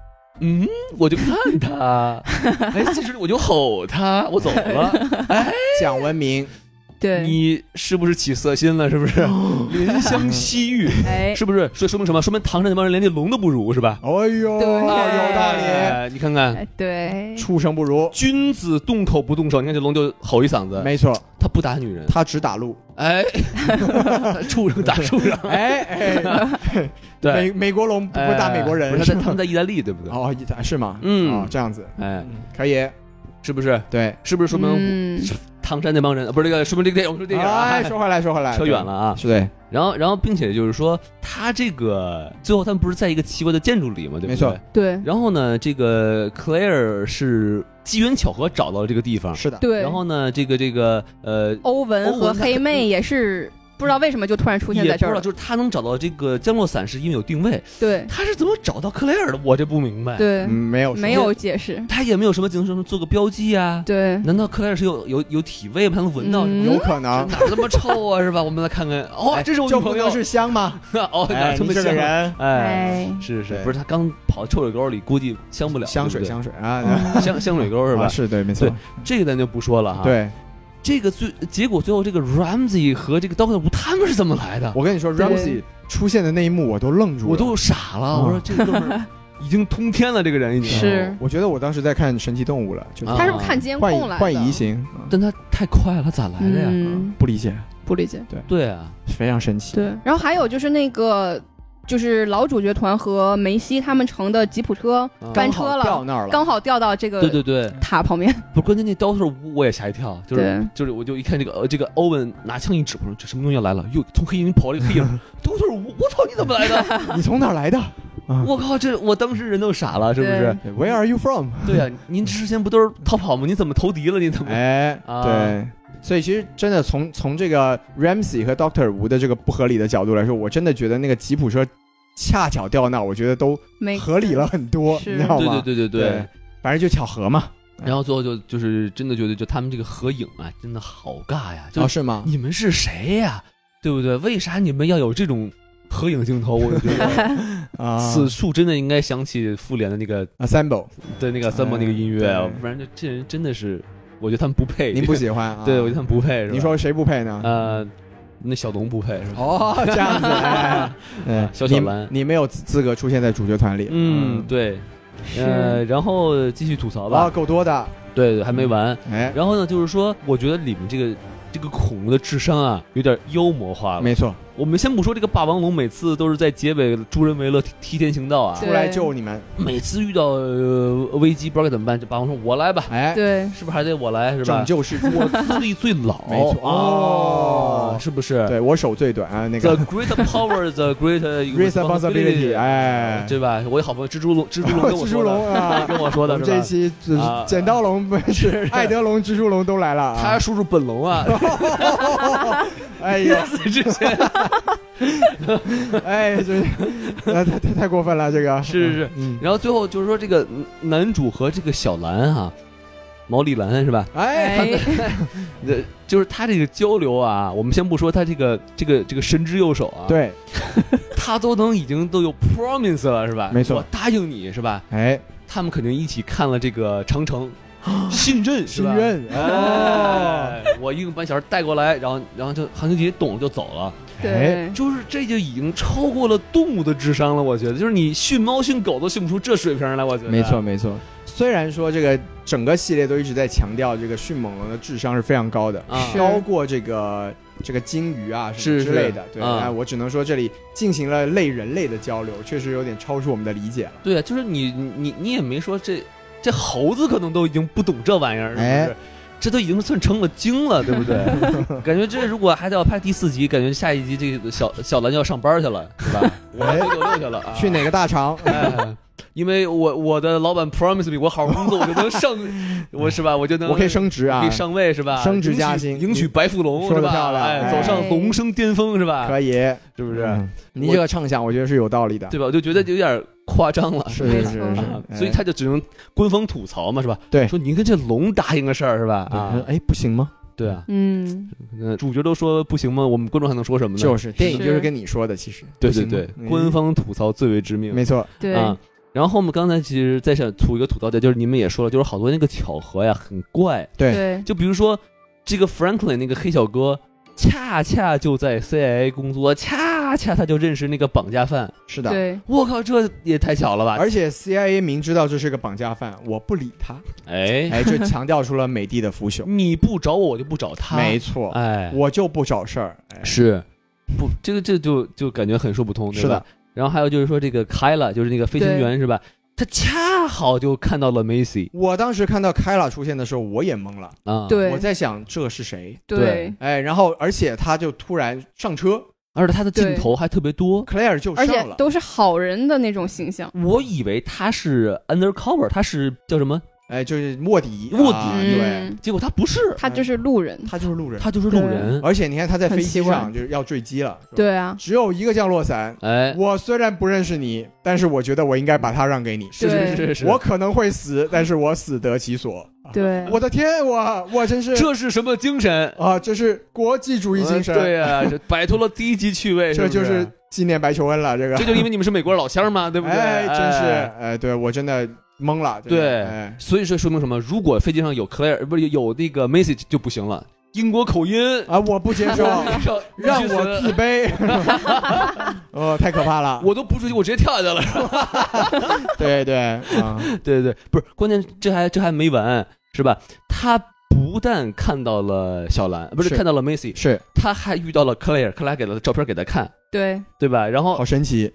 C: 嗯，我就看他，哎，其实我就吼他，我走 了。
A: 讲文明，
B: 对，
C: 你是不是起色心了？是不是？
A: 哦
C: 怜香 惜玉，
B: 哎，
C: 是不是？说说明什么？说明唐山那帮人连这龙都不如，是吧？
A: 哎呦，有
B: 对
A: 道理，
C: 哎，你看看，
B: 哎对，
A: 畜生不如，
C: 君子动口不动手，你看这龙就吼一嗓子，
A: 没错，
C: 他不打女人，
A: 他只打鹿。
C: 哎，他畜生打畜生，
A: 哎哎，
C: 对，
A: 美美国龙不是打美国
C: 哎
A: 人
C: 不是
A: 是
C: 他他
A: 吗
C: 们？在意大利，对不对？
A: 哦，一是吗？
C: 嗯
A: 哦这样子
C: 哎，
A: 可以，
C: 是不是？
A: 对，
C: 是不是说明
B: 嗯
C: 他唐山那帮人，呃不是这个，说明这个电影，我说电影啊
A: 哎，，说回来，说回来，
C: 扯远了啊
A: 对，。是对，
C: 然后，然后，并且就是说，他这个最后他们不是在一个奇怪的建筑里嘛，对不对？
A: 没错。
B: 对
C: 然后呢，这个 Claire 是机缘巧合找到了这个地方，
A: 是的，
B: 对。
C: 然后呢，这个这个呃，
B: 欧文
C: 欧
B: 和
C: 文他
B: 黑妹也是不知道为什么就突然出现
C: 也
B: 在
C: 不
B: 这
C: 知
B: 儿
C: 道
B: 了，
C: 就是他能找到这个降落伞是因为有定位，
B: 对
C: 他是怎么找到克莱尔的？我这不明白。，
B: 对
A: 嗯，没有，
B: 没有解释，
C: 他也没有什么警什么做个标记啊？
B: 对
C: 难道克莱尔是有有有体味吗？他能闻到？
B: 嗯
A: 有可
C: 这
A: 能，
C: 哪儿这么臭啊？是吧？我们来看看，哦
A: 哎，
C: 这是 我
A: 就
C: 女
A: 不
C: 朋友
A: 能。是香 吗？
C: 哦，哪
A: 哎
C: 儿，这么
A: 你这个
C: 香？
A: 人，
C: 哎，
B: 哎，
C: 是是，
A: 对
C: 不是他刚跑臭水沟里，估计香不了。
A: 香水，
C: 对不
A: 香水
B: 哎
A: 啊，
C: 对香香水沟是吧啊
A: 啊？是对，没错，
C: 这个咱就不说了哈。，
A: 对。
C: 这个最结果最后这个 Ramsey 和这个 Doctor 吴他们是怎么来的？
A: 我跟你说
B: 对
A: ，Ramsey 出现的那一幕我都愣住了，
C: 啊我都傻了，
A: 嗯
C: 我说这个哥们儿已经通天了，这个人已经
B: 是
A: 我觉得我当时在看《神奇动物》了，就是
C: 啊
B: 他是不是看监
A: 幻
B: 控
A: 影
B: 来的？
A: 幻移型，
C: 但他太快了，咋来的呀？
B: 嗯，
A: 不理解，
B: 不理解。
C: 对啊，
A: 非常神奇。
B: 对，然后还有就是那个。就是老主角团和梅西他们乘的吉普车
C: 啊
B: 翻
A: 刚
B: 车
A: 好掉
B: 了，
A: 那儿了，
B: 刚好掉到这
C: 对
B: 个
C: 对对，
B: 塔旁边。
C: 不是关键那刀头我也吓一跳，就是
B: 对
C: 就是我就一看这个呃这个欧文拿枪一指，我说这什么东西要来了？又从黑影里跑了一个黑 影，刀头我我操你怎么来的？
A: 你从哪儿来的？啊，
C: 我靠，这我当时人都傻了，是不是？
A: 对 Where are you from？
C: 对啊，您之前不都是逃跑吗？你怎么投敌了？你怎么？
A: 哎，
C: 啊
A: 对。所以其实真的从从这个 Ramsey 和 Doctor 吴的这个不合理的角度来说，我真的觉得那个吉普车恰巧掉那儿，我觉得都
B: 没
A: 合理了很多，
B: 是
A: 你知道
C: 对
A: 吗？
C: 对对对
A: 对。反正就巧合嘛。
C: 然后最后就就是真的觉得就他们这个合影啊，真的好尬呀！就
A: 哦，是吗？
C: 你们是谁呀、对不对？为啥你们要有这种合影镜头？我觉得
A: 啊
C: 此处真的应该想起复联的那个
A: ，Assemble，
C: 的那个三毛那个音乐啊
A: 哎，对
C: 不然这这人真的是，我觉得他们不配。
A: 您不喜欢啊？
C: 对，我觉得他们不配。是吧
A: 您说谁不配呢？
C: 呃，那小龙不配是吧？
A: 哦，这样 子，哎，哎
C: 啊小小兰
A: 你你没有资资格出现在主角团里。
C: 嗯，，对，呃，
B: 是，
C: 然后继续吐槽
A: 哇，
C: 吧。
A: 哦够多的，
C: 对对，还没完。
A: 哎，
C: 然后呢，就是说，我觉得里面这个这个恐龙的智商啊，有点妖魔化了。
A: 没错，
C: 我们先不说这个霸王龙每次都是在结尾助人为乐、替替天行道啊，
B: 对
A: 出来救你们，
C: 每次遇到、呃、危机不知道该怎么办，就霸王龙说：“我来吧。”
A: 哎，
B: 对，
C: 是不是还得我来？是吧
A: 拯？救 世界。
C: 我资历最老，
A: 没错
C: 哦
A: 哦，
C: 是不是
A: 对我手最短啊，那
C: ？The
A: 个
C: great power, the great
A: responsibility，哎，
C: 对吧？我有好朋友蜘蛛龙，蜘蛛龙跟
A: 蜘蛛
C: 我说的，
A: 龙啊，
C: 跟我说
A: 我
C: 的
A: 们
C: 是
A: 这一
C: 吧？
A: 期只
C: 啊
A: 剪刀龙不 是 啊爱德龙、蜘蛛龙都来了
C: 他
A: 啊，
C: 叔叔本龙 啊，
A: 哎呀，
C: 死之前
A: 哎，这那太太太过分了，这个
C: 是是是。
A: 嗯，
C: 然后最后就是说，这个男主和这个小兰啊，毛利兰是吧？
A: 哎，
B: 哎，
C: 呃，就是他这个交流啊，我们先不说他这个这个这个神之右手啊，，
A: 对，
C: 他都能已经都有 promise 了是吧？
A: 没错
C: 我答应你是吧？
A: 哎，
C: 他们肯定一起看了这个长城，信任是
A: 心
C: 吧？
A: 愿哦，
C: 哎，我一个半小时带过来，然后然后就航行姐懂了就走了，
A: 哎
B: 对，
C: 就是这就已经超过了动物的智商了，我觉得，就是你训猫训狗都训不出这水平来，我觉得。
A: 没错，没错。虽然说这个整个系列都一直在强调这个迅猛龙的智商是非常高的，
C: 啊，
B: 是
A: 高过这个这个鲸鱼啊什么
C: 是
A: 之类的。对，
C: 啊
A: 哎，我只能说这里进行了类人类的交流，确实有点超出我们的理解了。
C: 对啊，就是你你你你也没说这这猴子可能都已经不懂这玩意儿，是不是？
A: 哎
C: 这都已经算成了精了，对不对？ 感觉这如果还得要拍第四集，感觉下一集这个小小兰就要上班去了， 是吧？我要
A: 哎
C: 九九六去了，啊
A: 去哪个大厂？
C: 哎因为我我的老板 promise me，我好好工作，我就能上， 我是吧？我就能，
A: 我可以升职
C: 我
A: 啊
C: 可以，上位是吧？
A: 升职
C: 迎娶
A: 加薪
C: 迎娶白富龙
A: 说
C: 是
A: 得漂
C: 吧？
A: 亮
C: 哎，
A: 哎
C: 走上龙生巅峰是吧？
A: 可以，
C: 啊
A: 嗯
C: 是不
A: 不
C: 是？
A: 你这个畅想，我觉得是有道理的。
C: 对吧？我就觉得有点夸张了。
A: 是
B: 没
A: 是
B: 错
A: 是
C: 啊，
A: 是，
C: 所以他就只能官方吐槽嘛，是吧？
A: 对
C: 说您跟这龙答应个事儿是吧？
A: 哎
C: 啊，
A: 哎，不行吗？
C: 对啊，
B: 嗯，
C: 那主角都说不行吗？我们观众还能说什么呢？
A: 就是电影就是
B: 是
A: 跟你说的，其实
C: 对
A: 不
C: 对
A: 行
C: 对
A: 吗，嗯
C: 官方吐槽最为致命。
A: 没错，
B: 对，
C: 啊。然后我们刚才其实再想吐一个吐槽点，就是你们也说了，就是好多那个巧合呀，很怪。
A: 对
B: 对，
C: 就比如说这个 Franklin 那个黑小哥，恰恰就在 CIA 工作，恰恰他就认识那个绑架犯。
A: 是的。
B: 对，
C: 我靠，这也太巧了吧！
A: 而且 CIA 明知道这是个绑架犯，我不理他，
C: 哎，
A: 哎，这强调出了美帝的腐 朽。
C: 你不找我，我就不找他。
A: 没错，
C: 哎，
A: 我就不找事儿。哎
C: 是不这个这就就感觉很说不通，对
A: 是
C: 吧
A: 的，
C: 然后还有就是说这个开了，就是那个飞行员是吧？他恰好就看到了 Macy
A: 我当时看到凯拉出现的时候，我也懵了，
C: 啊，，
B: 对
A: 我在想这是谁？
C: 对
B: 对，
A: 哎，然后而且他就突然上车
C: 而且他的镜
B: 对
C: 头还特别多。
A: ，Claire 就
B: 而且
A: 上了。
B: 都是好人的那种形象。
C: 我以为他是 undercover，他是叫什么？
A: 哎，就是莫迪，
C: 莫
A: 啊
C: 迪
A: 对，
B: 嗯，
C: 结果他不是，
B: 他就是路人。
A: 他就是路人。
C: 他就是路人。
A: 而且你看他在
B: 很
A: 飞机
B: 奇怪
A: 上就是要坠机了，是吧，
B: 对啊，
A: 只有一个降落伞。
C: 哎，
A: 我虽然不认识你，但是我觉得我应该把它让给你。
C: 是是是是，
A: 我可能会死，但是我死得其所。
B: 对，
A: 啊 我的天，我我真是
C: 这是什么精神？
A: 啊，这是国际主义精神，
C: 呃对啊，这摆脱了低级趣味，
A: 这
C: 不
A: 就是是。纪念白求恩了。这个
C: 这就是因为你们是美国老乡嘛，对不对？
A: 哎，真
C: 哎
A: 是哎，对我真的懵了。真的
C: 对
A: 哎
C: 所以说说明什么？如果飞机上有 Claire，不是有那个 Macy 就不行了，英国口音，
A: 啊，我不接 受，让
C: 让
A: 我自卑。 哦，太可怕了。
C: 我都不出去，我直接跳下去了。
A: 对 对啊，
C: 对对对，不是，关键这还这还没完，是吧？他不但看到了小兰，不是
A: 是
C: 看到了 Macy，
A: 是
C: 他还遇到了 Claire，克莱给了照片给他看，
B: 对，
C: 对吧？然后
A: 好神奇。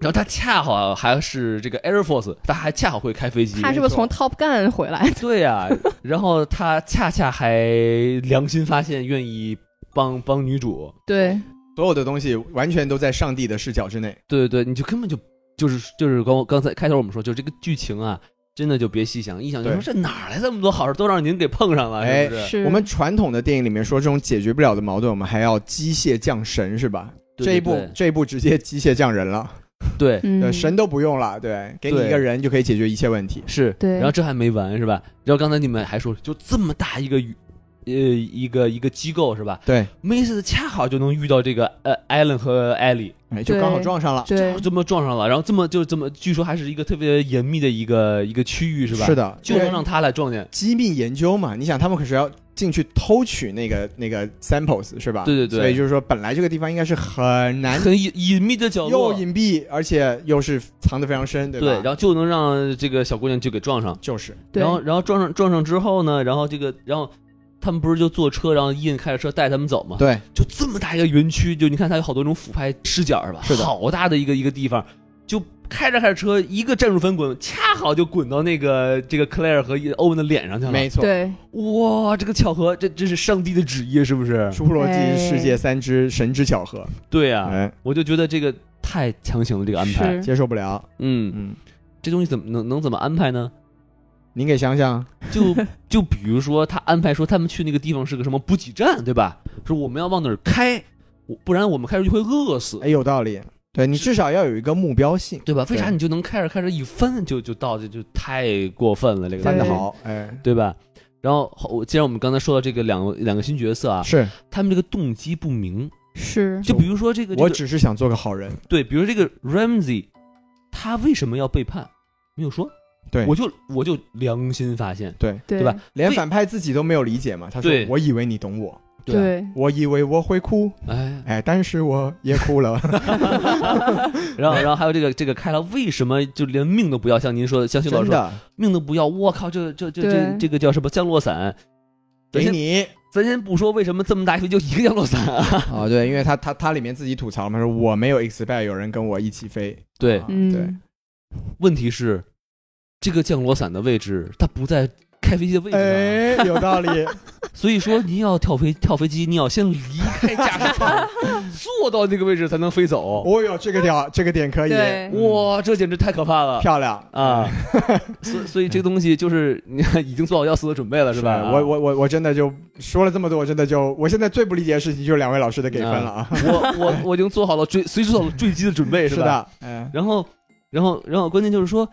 C: 然后他恰好还是这个 Air Force，他还恰好会开飞机，
B: 他是不是从 Top Gun 回来？
C: 对呀、然后他恰恰还良心发现，愿意帮帮女主。
B: 对，
A: 所有的东西完全都在上帝的视角之内。
C: 对对对，你就根本就就是就是刚刚才开头我们说，就这个剧情啊，真的就别细想，一想就说
A: 对
C: 这哪来这么多好事，都让您给碰上了，
A: 哎
C: 是不是？
B: 是
A: 我们传统的电影里面说这种解决不了的矛盾，我们还要机械降神是吧？
C: 对
A: 这一
C: 对
A: 步这一步直接机械降人了，
C: 对对
B: 嗯
A: 对，，呃神都不用了，对，给你
C: 对
A: 一个人就可以解决一切问题。
C: 是，
B: 对
C: 然后这还没完是吧？然后刚才你们还说，就这么大一个宇呃一个一个机构是吧？
A: 对，
C: 梅斯恰好就能遇到这个呃艾伦和艾莉，
A: 哎，就刚好
B: 对
A: 撞上了，
B: 对
C: 就这么撞上了，然后这么就这么，据说还是一个特别严密的一个一个区域是吧？
A: 是，的，
C: 就能
A: 因为
C: 让他来撞见。
A: 机密研究嘛，你想他们可是要进去偷取那个那个 samples 是吧？
C: 对对对
A: 所以就是说本来这个地方应该是很难。
C: 很隐隐秘的角
A: 又
C: 落，
A: 隐蔽，而且又是藏得非常深，对吧？
C: 对，然后就能让这个小姑娘就给撞上，
A: 就是
B: 对
C: 然后然后撞上撞上之后呢，然后这个然后他们不是就坐车，然后伊恩开着车带他们走嘛，
A: 对，
C: 就这么大一个园区，就你看它有好多种俯拍视角是吧？
A: 是的
C: 好大的一个一个地方，就开着开着车，一个战术翻滚，恰好就滚到那个这个 Claire 和欧文的脸上去了。
A: 没错，
B: 对
C: 哇，这个巧合，这真是上帝的旨意，是不是？
A: 侏罗纪世界三之神之巧合，
C: 对呀、
A: 哎，
C: 我就觉得这个太强行了，这个安排。
B: 是
A: 接受不了。
C: 嗯，
A: 嗯，
C: 这东西怎么能能怎么安排呢？
A: 您给想想，
C: 就 就比如说，他安排说他们去那个地方是个什么补给站，对吧？说我们要往哪儿开，我不然我们开出去会饿死。
A: 哎，有道理。对你
C: 是
A: 至少要有一个目标性，
C: 对吧？为啥
A: 对
C: 你就能开着开着一翻就就到这就太过分了，这个
A: 翻得
C: 对
A: 好，哎，
C: 对吧？然后后我既然我们刚才说到这个两个两个新角色啊，
A: 是
C: 他们这个动机不明，
B: 是，
C: 就比如说这个，
A: 我
C: 这个
A: 只是想做个好人，
C: 对，比如这个 Ramsey，他为什么要背叛？没有说，
A: 对
C: 我就我就良心发现，
A: 对，
B: 对
C: 对吧？
A: 连
C: 为
A: 反派自己都没有理解嘛，他说
C: 对
A: 我以为你懂我，
C: 对
B: 对
A: 我以为我会哭，
C: 啊，哎，
A: 哎，但是我也哭 了，
C: 然后然后还有这个这个开了，为什么就连命都不要？像您说的，像徐老
A: 真
C: 师说，
A: 的
C: 命都不要，我靠，这这这这
B: 对
C: 这个叫什么降落伞？
A: 给你
C: 咱先不说为什么这么大一飞就一个降落伞啊，
A: 啊，对，因为他他他里面自己吐槽嘛，说我没有 expect 有人跟我一起飞，
C: 对
A: 啊对
B: 嗯，
C: 问题是，这个降落伞的位置它不在开飞机的位置上啊，
A: 哎，有 道理，
C: 所以说您要跳飞跳飞机，你要先离开驾驶 舱，坐到那个位置才能飞走。
A: 哦哟，这个点这个点可以，
B: 对
A: 嗯
C: 哇，这简直太可怕了
A: 漂亮
C: 啊！所所以这个东西就是你 看已经做好要死的准备了，是吧？啊
A: 我我我我真的就说了这么多，我真的就我现在最不理解的事情就是两位老师的给分了 啊，
C: 我我我已经做好了追随时做好了坠机的准备，
A: 是
C: 吧？
A: 的，嗯。
C: 然后，然后，然后，关键就是说，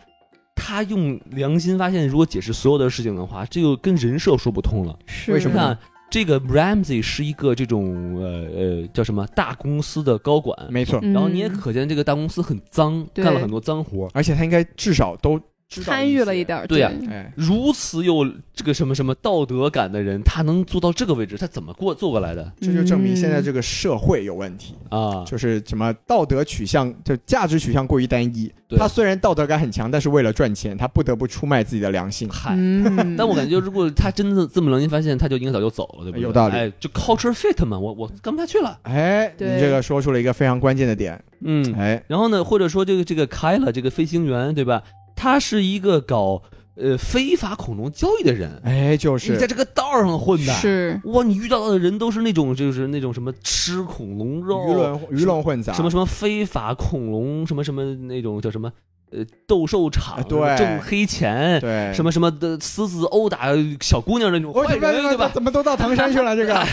C: 他用良心发现，如果解释所有的事情的话，这个跟人设说不通了。
B: 是
A: 为什
C: 你
A: 么呢
C: 看，这个 Ramsey 是一个这种呃呃叫什么大公司的高管，
A: 没错，
B: 嗯
C: 然后你也可见这个大公司很脏，
B: 对
C: 干了很多脏活儿。
A: 而且他应该至少都知道
B: 参与了一
A: 些。
B: 点儿，
C: 对呀
A: 哎，
C: 如此有这个什么什么道德感的人，他能做到这个位置，他怎么过做过来的
A: 这就证明现在这
B: 个
A: 个社会有问题，
C: 啊？
A: 就是什么道德取向，就价值取向过于单一。
C: 对
A: 他虽然道德感很强，但是为了赚钱，他不得不出卖自己的良心。
C: 嗨，
B: 嗯，
C: 但我感觉，如果他真的这么良心发现，他就应该早就走了，对不对？
A: 有道理
C: 哎，就 culture fit 嘛，我我干不下去了。
A: 哎，你
B: 对
A: 这个说出了一个非常关键的点。
C: 嗯，
A: 哎，
C: 然后呢，或者说这个这个开了这个飞行员，对吧？他是一个搞呃非法恐龙交易的人，
A: 哎，就
C: 你在
A: 是
C: 这个道儿上混的，
A: 嗯
B: 是
C: 哇，你遇到的人都是那种就是那种什么吃恐龙肉，
A: 鱼龙鱼龙混杂，
C: 什么什么非法恐龙什么什么那种叫什么呃斗兽场
A: 啊，对
C: 挣黑钱，
A: 对
C: 什么什么的私自殴打小姑娘那种
A: 我
C: 坏
A: 怎
C: 人，
A: 么
C: 对吧？
A: 怎么都到唐山去了？这 个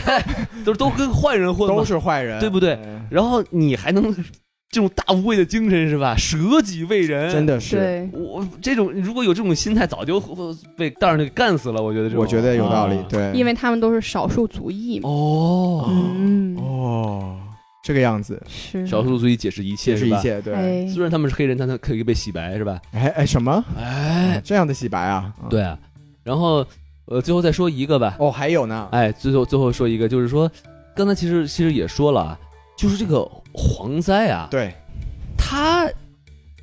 C: 都都跟坏人混
A: 都
C: 嘛。
A: 是坏人，
C: 对不对
A: 哎？
C: 然后你还能这种大无畏的精神是吧？舍己为人，
A: 真
C: 的。
A: 的是，
B: 对。
C: 我这种如果有这种心态，早就被道上给干死了。我觉得这种，
A: 我觉得有道理
C: 啊。
A: 对，
B: 因为他们都是少数族裔嘛，
C: 哦，
B: 嗯，
A: 哦，这个样子
B: 是
C: 少数族裔解释一切
A: 解释
C: 是
A: 一
C: 吧？
A: 切，对。
B: 哎，
C: 虽然他们是黑人，但他可以被洗白是吧？
A: 哎哎，什么？
C: 哎，
A: 这样的洗白啊？啊，
C: 对啊。然后呃，最后再说一个吧。
A: 哦，还有呢，
C: 哎，最后最后说一个，就是说，刚才其实其实也说了，啊，就是这个蝗灾啊，
A: 对，
C: 他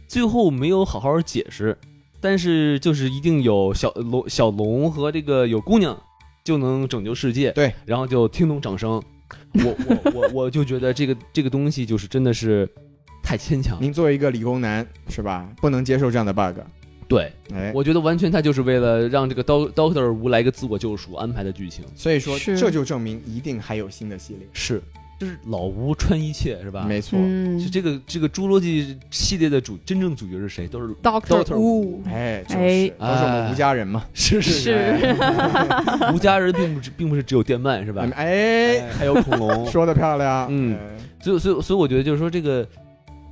C: 最后没有好好解释，但是就是一定有小龙、小龙和这个有姑娘就能拯救世界。
A: 对，
C: 然后就听懂掌声。我 我我我就觉得这个这个东西就是真的是太牵强。
A: 您作为一个理工男是吧，不能接受这样的 bug。
C: 对，
A: 哎，
C: 我觉得完全他就是为了让这个 Do Doctor 无来一个自我救赎安排的剧情。
A: 所以说
B: 是
A: 这就证明一定还有新的系列，
C: 是，就是老吴穿一切是吧？
A: 没错。
B: 嗯
C: 就这个这个侏罗纪系列的主真正主角是谁？都是
B: ，Doctor
C: Doctor
B: Wu，
A: 哎，就是
B: 哎
A: 都是我们吴家人嘛， 哎
C: 是
B: 是
C: 吴家人并不是并不是只有电鳗是吧？
A: 哎，。
C: 还有恐龙
A: 说的漂亮，
C: 嗯
A: 哎，
C: 所以所以所以我觉得就是说这个。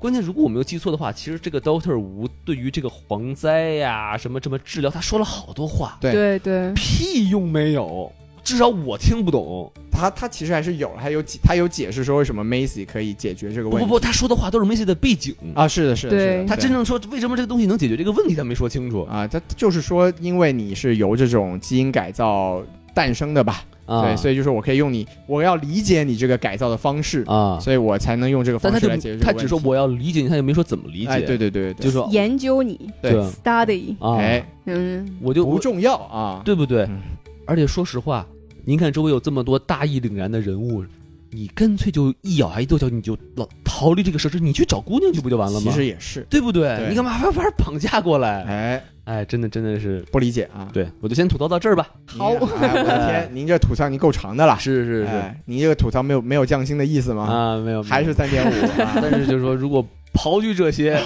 C: 关键，如果我没有记错的话，其实这个 Doctor 吴对于这个蝗灾呀、什么什么治疗，他说了好多话，
A: 对
B: 对对，
C: 屁用没有，至少我听不懂。
A: 他他其实还是有，还有解他有解释说为什么 Macy 可以解决这个
C: 不
A: 问题
C: 不不，他说的话都是 Macy 的背景，
A: 啊，是的，是的，
B: 对
A: 是的
C: 他真正说为什么这个东西能解决这个问题，他没说清楚
A: 啊，他就是说，因为你是由这种基因改造诞生的吧，
C: 啊。
A: 对，所以就是我可以用你，我要理解你这个改造的方式，
C: 啊，
A: 所以我才能用这个
C: 但
A: 方
C: 他
A: 式
C: 就
A: 来解决这个
C: 他
A: 问题。
C: 只说我要理解你，他也没说怎么理解，
A: 哎，对对对对，
C: 就说
B: 研究你
A: 对
C: 对
B: ，study，
C: 啊，
A: 哎，
B: 嗯，
C: 我就
A: 不
C: 我
A: 重要啊，
C: 对不对
A: 嗯？
C: 而且说实话，您看周围有这么多大义凛然的人物，你干脆就一咬牙一跺脚，你就老逃离这个设施，你去找姑娘去不就完了
A: 其
C: 吗？
A: 实也是，
C: 对不对？
A: 对
C: 你干嘛还把人绑架过来？
A: 哎，
C: 哎，真的真的是，
A: 不理解啊，
C: 对我就先吐槽到这儿吧。
A: 您哎我的 天，您这吐槽您够长的了，
C: 是是是
A: 哎，您这个吐槽没有没有降薪的意思吗？
C: 啊，没有，没有
A: 还是，三点 五，啊
C: 但是就是说，如果刨去这些，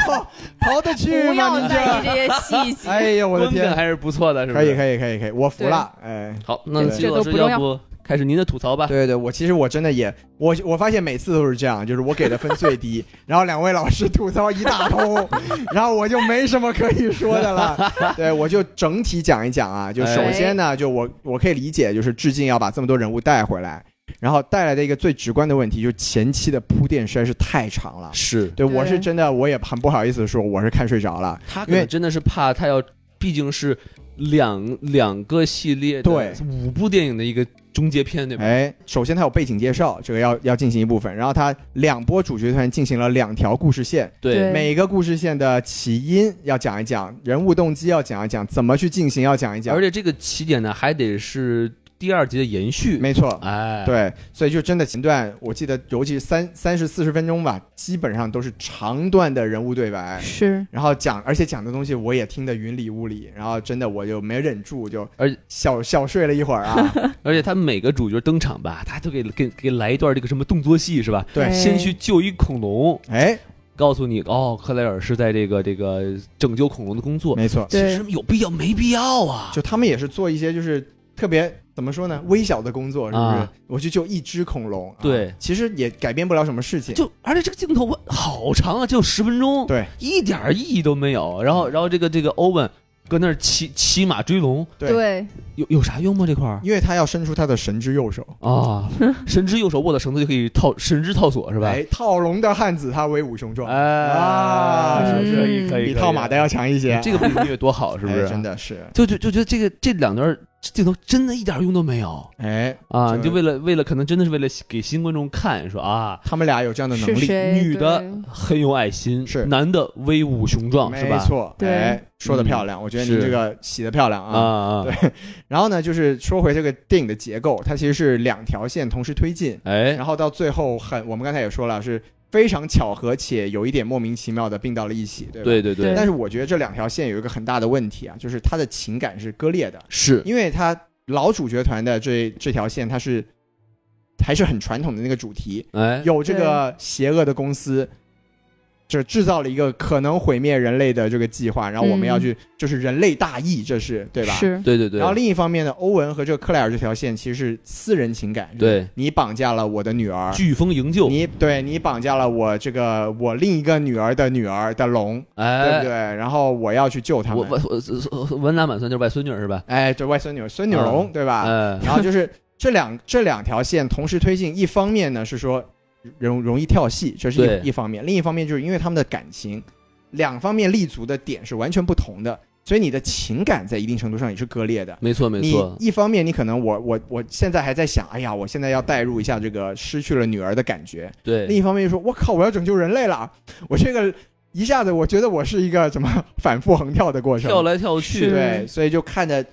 A: 刨得
B: 不
A: 去吗？
B: 要
A: 您
B: 在意
A: 这，
B: 这些细节，
A: 哎呀， 我的
C: 观感
A: 天，
C: 还是不错的，是不
A: 可以
C: 是？
A: 可以可以可以，我服了，哎。
C: 好，那
A: 对
C: 季老
B: 这
C: 师
B: 都不重要
C: 要不开始您的吐槽吧？
A: 对对，我其实我真的也，我我发现每次都是这样，就是我给的分最低， 然后两位老师吐槽一大通， 然后我就没什么可以说的 了。对，我就整体讲一讲啊，就
C: 哎
A: 首先呢，就我我可以理解，就是致敬要把这么多人物带回来，然后带来的一个最直观的问题，就前期的铺垫实在是太长了。
C: 是
A: 对，我是
B: 对
A: 真的，我也很不好意思说我是看睡着了。
C: 他可
A: 因为
C: 能真的是怕他要，毕竟是两两个系列的
A: 对
C: 五部电影的一个终结篇，对吧？
A: 哎，首先它有背景介绍，这个要要进行一部分，然后它两波主角团进行了两条故事线，
B: 对
A: 每个故事线的起因要讲一讲，人物动机要讲一讲，怎么去进行要讲一讲。
C: 而且这个起点呢，还得是第二集的延续。
A: 没错，
C: 哎，，
A: 对，所以就真的前段，我记得尤其是三三十四十分钟吧，基本上都是长段的人物对
C: 哎
A: 白，
B: 是
A: 然后讲，而且讲的东西我也听得云里雾里，然后真的我就没忍住，就
C: 而
A: 小小睡了一会儿 啊。
C: 而且他每个主角登场吧，他都给给给来一段这个什么动作戏是吧？
A: 对
B: 哎
C: 先去救一恐龙，
A: 哎，
C: 告诉你哦，克莱尔是在这个这个拯救恐龙的工作，
A: 没错，
C: 其
B: 对
C: 实有必要没必要啊？
A: 就他们也是做一些就是特别怎么说呢，微小的工作，是不是？
C: 啊
A: 我去救一只恐龙，啊
C: 对
A: 其实也改变不了什么事情。
C: 就而且这个镜头我好长啊，只有十分钟，
A: 对，嗯
C: 一点儿意义都没有。然后，然后这个这个欧文搁那儿骑骑马追龙，
A: 对
B: 对，
C: 有有啥用吗？这块儿
A: 因为他要伸出他的神之右手，
C: 啊， 神之右手握的绳子就可以套神之套索是吧？
A: 哎，套龙的汉子他威武雄壮，
C: 啊
A: 啊
C: 可以可以可以，嗯哎
A: 比套马的要强一些。
C: 这个比音乐多好，是不
A: 哎
C: 是？
A: 真，的是，
C: 就就就觉得这个这两段镜头真的一点用都没有
A: 哎，
C: 啊！
A: 就
C: 你就为了为了可能真的是为了给新观众看，说啊，
A: 他们俩有这样的能
B: 是
A: 力，
B: 谁？
C: 女的
B: 对
C: 很有爱心，
A: 是
C: 男的威武雄壮，是
A: 没
C: 吧？嗯
A: 错，
B: 对
A: 哎，说的漂亮，我觉得你
C: 是
A: 这个洗的漂亮
C: 啊
A: 啊。
C: 啊，
A: 对然后呢，就是说回这个电影的结构，它其实是两条线同时推进，
C: 哎
A: 然后到最后很，我们刚才也说了，是非常巧合且有一点莫名其妙的并到了一起，对吧？
C: 对对对
B: 对，
A: 但是我觉得这两条线有一个很大的问题啊，就是它的情感是割裂的，
C: 是
A: 因为它老主角团的这这条线，它是还是很传统的那个主题，
C: 哎，
A: 有这个邪恶的公司，就制造了一个可能毁灭人类的这个计划，然后我们要去，就是人类大义，这是对吧？。
B: 是，
C: 对对对，
A: 然后另一方面呢，欧文和这个克莱尔这条线其实是私人情感，就是
C: 对
A: 你绑架了我的女儿，
C: 啊飓风营救，
A: 你对你绑架了我这个我另一个女儿的女儿的龙，对不
C: 哎
A: 对？，然后我要去救他
C: 我
A: 们，
C: 我我文男满孙就是外孙女是吧？
A: 哎，这外孙女孙女龙、对吧？
C: 哎，
A: 啊然后就是这两这两条线同时推进，一方面呢是说容容易跳戏，这是
C: 对
A: 一一方面；另一方面就是因为他们的感情，两方面立足的点是完全不同的，所以你的情感在一定程度上也是割裂的。
C: 没错没
A: 你
C: 错，
A: 一方面，你可能我我我现在还在想，哎呀，我现在要带入一下这个失去了女儿的感觉；另
C: 对，
A: 一方面就说，我靠，我要拯救人类了，我这个一下子我觉得我是一个什么反复横跳的过程，
C: 跳来跳
B: 是
C: 去，
A: 对，所以就看着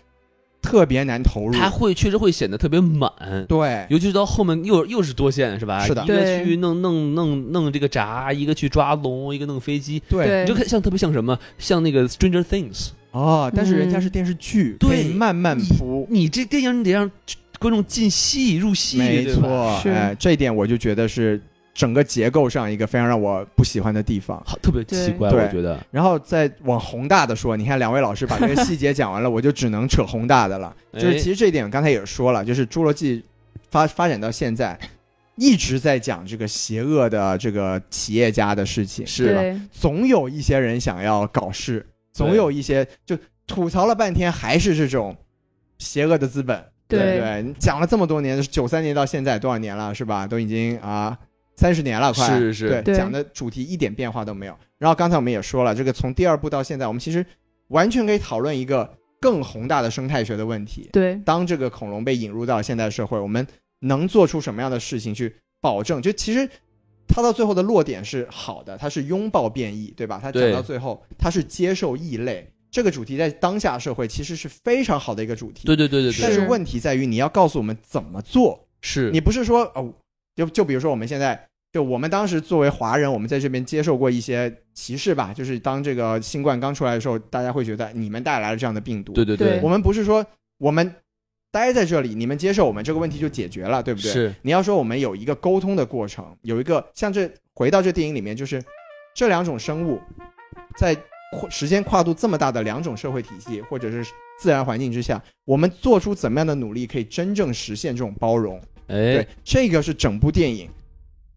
A: 特别难投入。
C: 他会确实会显得特别满。
A: 对，
C: 尤其是到后面又又是多线是吧？
A: 是的
C: 一个
B: 对
C: 去弄弄弄弄这个闸，一个去抓龙，一个弄飞机，
A: 对
B: 对
C: 你就看像特别像什么，像那个《Stranger Things》。
A: 哦，但是人家
B: 嗯
A: 是电视剧，
C: 对
A: 可以慢慢铺，
C: 你这电影你得让观众进戏入戏，
A: 没
C: 对吧，
A: 错，
B: 是
A: 哎，这一点我就觉得是整个结构上一个非常让我不喜欢的地方。
C: 好特别奇怪，
A: 对
C: 我觉得。
A: 然后再往宏大的说，你看两位老师把这个细节讲完了，我就只能扯宏大的了。就是
C: 哎
A: 其实这一点我刚才也说了，就是《侏罗纪发》发展到现在，一直在讲这个邪恶的这个企业家的事情，
C: 是
A: 对吧？
B: 对
A: 总有一些人想要搞事，总有一些就吐槽了半天还是这种邪恶的资本，
B: 对
A: 不对？你讲了这么多年，九三年到现在多少年了，是吧？都已经啊三十年了，快
C: 是是
A: 对，
B: 对
A: 讲的主题一点变化都没有。然后刚才我们也说了，这个从第二部到现在，我们其实完全可以讨论一个更宏大的生态学的问题。
B: 对
A: 当这个恐龙被引入到现代社会，我们能做出什么样的事情去保证？就其实他到最后的落点是好的，他是拥抱变异，对吧？他讲
C: 对
A: 到最后，他是接受异类这个主题，在当下社会其实是非常好的一个主题。
C: 对对对对
A: 但
C: 对，
A: 是问题在于，你要告诉我们怎么做，
C: 是
A: 你不是说哦，就就比如说我们现在。就我们当时作为华人，我们在这边接受过一些歧视吧，就是当这个新冠刚出来的时候，大家会觉得你们带来了这样的病毒，
C: 对对对
B: 对
A: 我们不是说我们待在这里，你们接受我们这个问题就解决了，对不对？
C: 是
A: 你要说我们有一个沟通的过程，有一个像这回到这电影里面，就是这两种生物在跨时间跨度这么大的两种社会体系或者是自然环境之下，我们做出怎么样的努力可以真正实现这种包容？
C: 哎
A: 对，这个是整部电影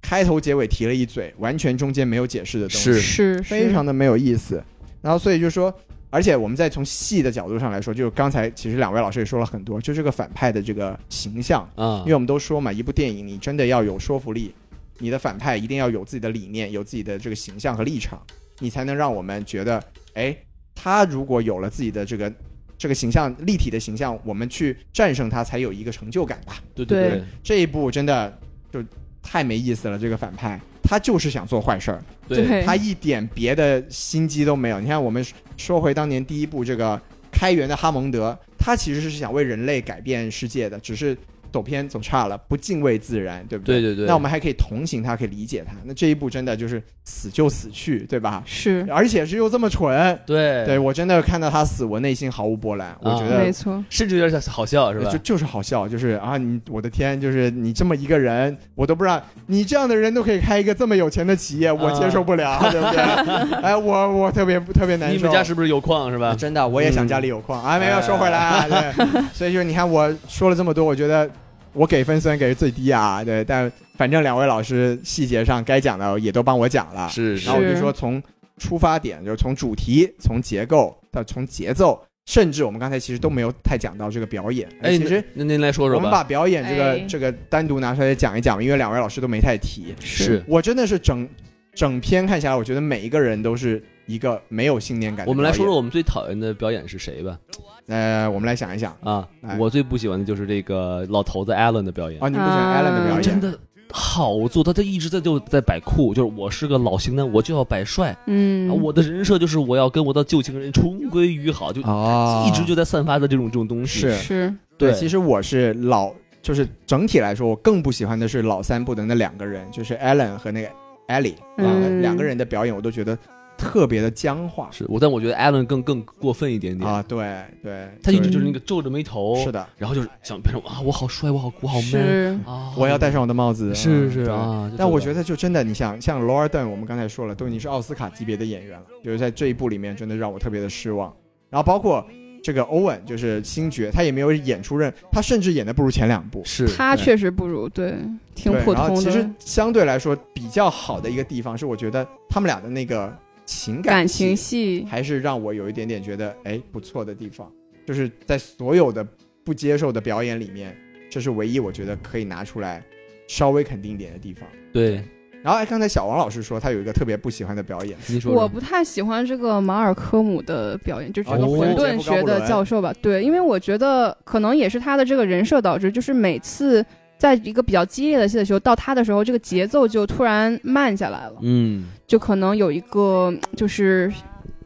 A: 开头结尾提了一嘴，完全中间没有解释的东西。
C: 是
B: 是
A: 非常的没有意思。然后所以就说，而且我们再从细的角度上来说，就是刚才其实两位老师也说了很多，就这个反派的这个形象，
C: 啊
A: 因为我们都说嘛，一部电影你真的要有说服力，你的反派一定要有自己的理念，有自己的这个形象和立场，你才能让我们觉得，哎，他如果有了自己的这个这个形象立体的形象，我们去战胜他才有一个成就感吧。
C: 对
B: 对
C: 对
A: 这一部真的就太没意思了，这个反派他就是想做坏事儿。
C: 对对，
B: 对
A: 他一点别的心机都没有。你看，我们说回当年第一部这个开源的哈蒙德，他其实是想为人类改变世界的，只是走偏走差了，不敬畏自然，对不
C: 对
A: 对
C: 对对，
A: 那我们还可以同情他，可以理解他。那这一部真的就是死就死去，对吧？
B: 是
A: 而且是又这么蠢，
C: 对
A: 对我真的看到他死，我内心毫无波澜。我觉
C: 啊
B: 没
A: 得
B: 错，
C: 甚至有点好笑是吧
A: 呃就？就是好笑，就是啊，你我的天，就是你这么一个人，我都不知道你这样的人都可以开一个这么有钱的企业，
C: 啊
A: 我接受不 了，对不对？哎，我我特别特别难受。
C: 你们家是不是有矿是吧？嗯哎
A: 真的，我也想家里有矿、啊。没有，说回来啊，对， 所以就是你看我说了这么多，我觉得我给分虽然给的最低啊，对，但反正两位老师细节上该讲的也都帮我讲了，
C: 是是
A: 然后我就说从出发点，就是从主题、从结构到从节奏，甚至我们刚才其实都没有太讲到这个表演。
C: 哎，
A: 其实
C: 那那您来说
A: 我
C: 说
A: 们
C: 吧，
A: 把表演这个、
B: 哎
A: 这个单独拿出来讲一讲，因为两位老师都没太提。
C: 是
A: 我真的是整整篇看下来，我觉得每一个人都是一个没有信念感的
C: 我们来
A: 表
C: 说
A: 演
C: 说，我们最讨厌的表演是谁吧？
A: 呃，我们来想一想
C: 啊
A: 哎，
C: 我最不喜欢的就是这个老头子 Allen 的表演
A: 啊，，你不喜欢 Allen 的表
C: 我
A: 演，
B: 啊
C: 真的好做，他他一直在就在摆酷，就是我是个老型男，我就要摆帅，
B: 嗯，
C: 啊我的人设就是我要跟我的旧情人重归于好，就
A: 哦
C: 一直就在散发的这种这种东西。
A: 是
B: 是
A: 对。
C: 对
A: 其实我是老，就是整体来说，我更不喜欢的是老三部的那两个人，就是 Allen 和那个 Ellie 啊、
B: 嗯
A: 两个人的表演我都觉得特别的僵化
C: 是我，但我觉得 Alan 更更过分一点点，
A: 啊，对对，
C: 他一
A: 就
C: 直
A: 是
C: 哦就是那个皱着眉头，
A: 是的，
C: 然后就是想变成啊，我好帅，我好我好 man
B: 是
C: 啊，
A: 我要戴上我的帽子，
C: 是是
A: 嗯
C: 是
A: 对
C: 啊，
A: 但我觉
C: 得
A: 得就真的，你想像罗尔顿，我们刚才说了，都已经是奥斯卡级别的演员了，就是在这一部里面真的让我特别的失望。然后包括这个欧文，就是星爵，他也没有演出任，他甚至演的不如前两部，
C: 是
B: 他
A: 对
B: 确实不如，对，挺
A: 对
B: 普
A: 然
B: 通
A: 后
B: 的。
A: 其实相对来说比较好的一个地方是，我觉得他们俩的那个情感
B: 感
A: 戏
B: 情戏，
A: 还是让我有一点点觉得哎不错的地方，就是在所有的不接受的表演里面，这是唯一我觉得可以拿出来稍微肯定一点的地方。
C: 对
A: 然后哎，刚才小王老师说他有一个特别不喜欢的表演，
C: 你说
B: 我
C: 说
B: 不太喜欢这个马尔科姆的表演，就这个
C: 哦
B: 混沌学的教授吧。对，因为我觉得可能也是他的这个人设导致，就是每次在一个比较激烈的戏的时候，到他的时候，这个节奏就突然慢下来了，
C: 嗯，
B: 就可能有一个就是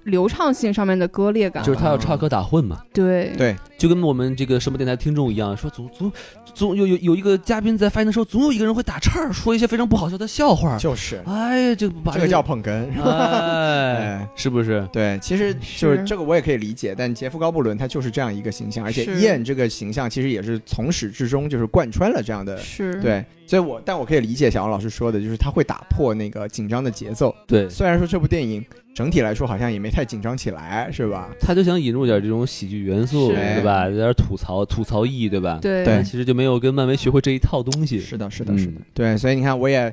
B: 流畅性上面的割裂感吧。
C: 就是他要插科打诨嘛，
B: 对
A: 对
C: 就跟我们这个什么电台听众一样，说总总总有有有一个嘉宾在发言的时候，总有一个人会打岔儿，说一些非常不好笑的笑话儿。
A: 就是
C: 哎呀，就把
A: 这个叫捧哏。
C: 哎
A: 哎，
C: 是不是？
A: 对，其实就是这个我也可以理解，但杰夫高布伦他就是这样一个形象，而且
B: 是
A: 燕这个形象其实也是从始至终就是贯穿了这样的。
B: 是，
A: 对，所以我但我可以理解小王老师说的，就是他会打破那个紧张的节奏。
C: 对，
A: 虽然说这部电影整体来说好像也没太紧张起来，是吧？
C: 他就想引入点这种喜剧元素，
B: 是
C: 对吧？有点吐槽吐槽意，对吧？
B: 对
A: 对
C: 但其实就没有跟漫威学会这一套东西。
A: 是的，是
C: 嗯
A: 的，是的。对，所以你看，我也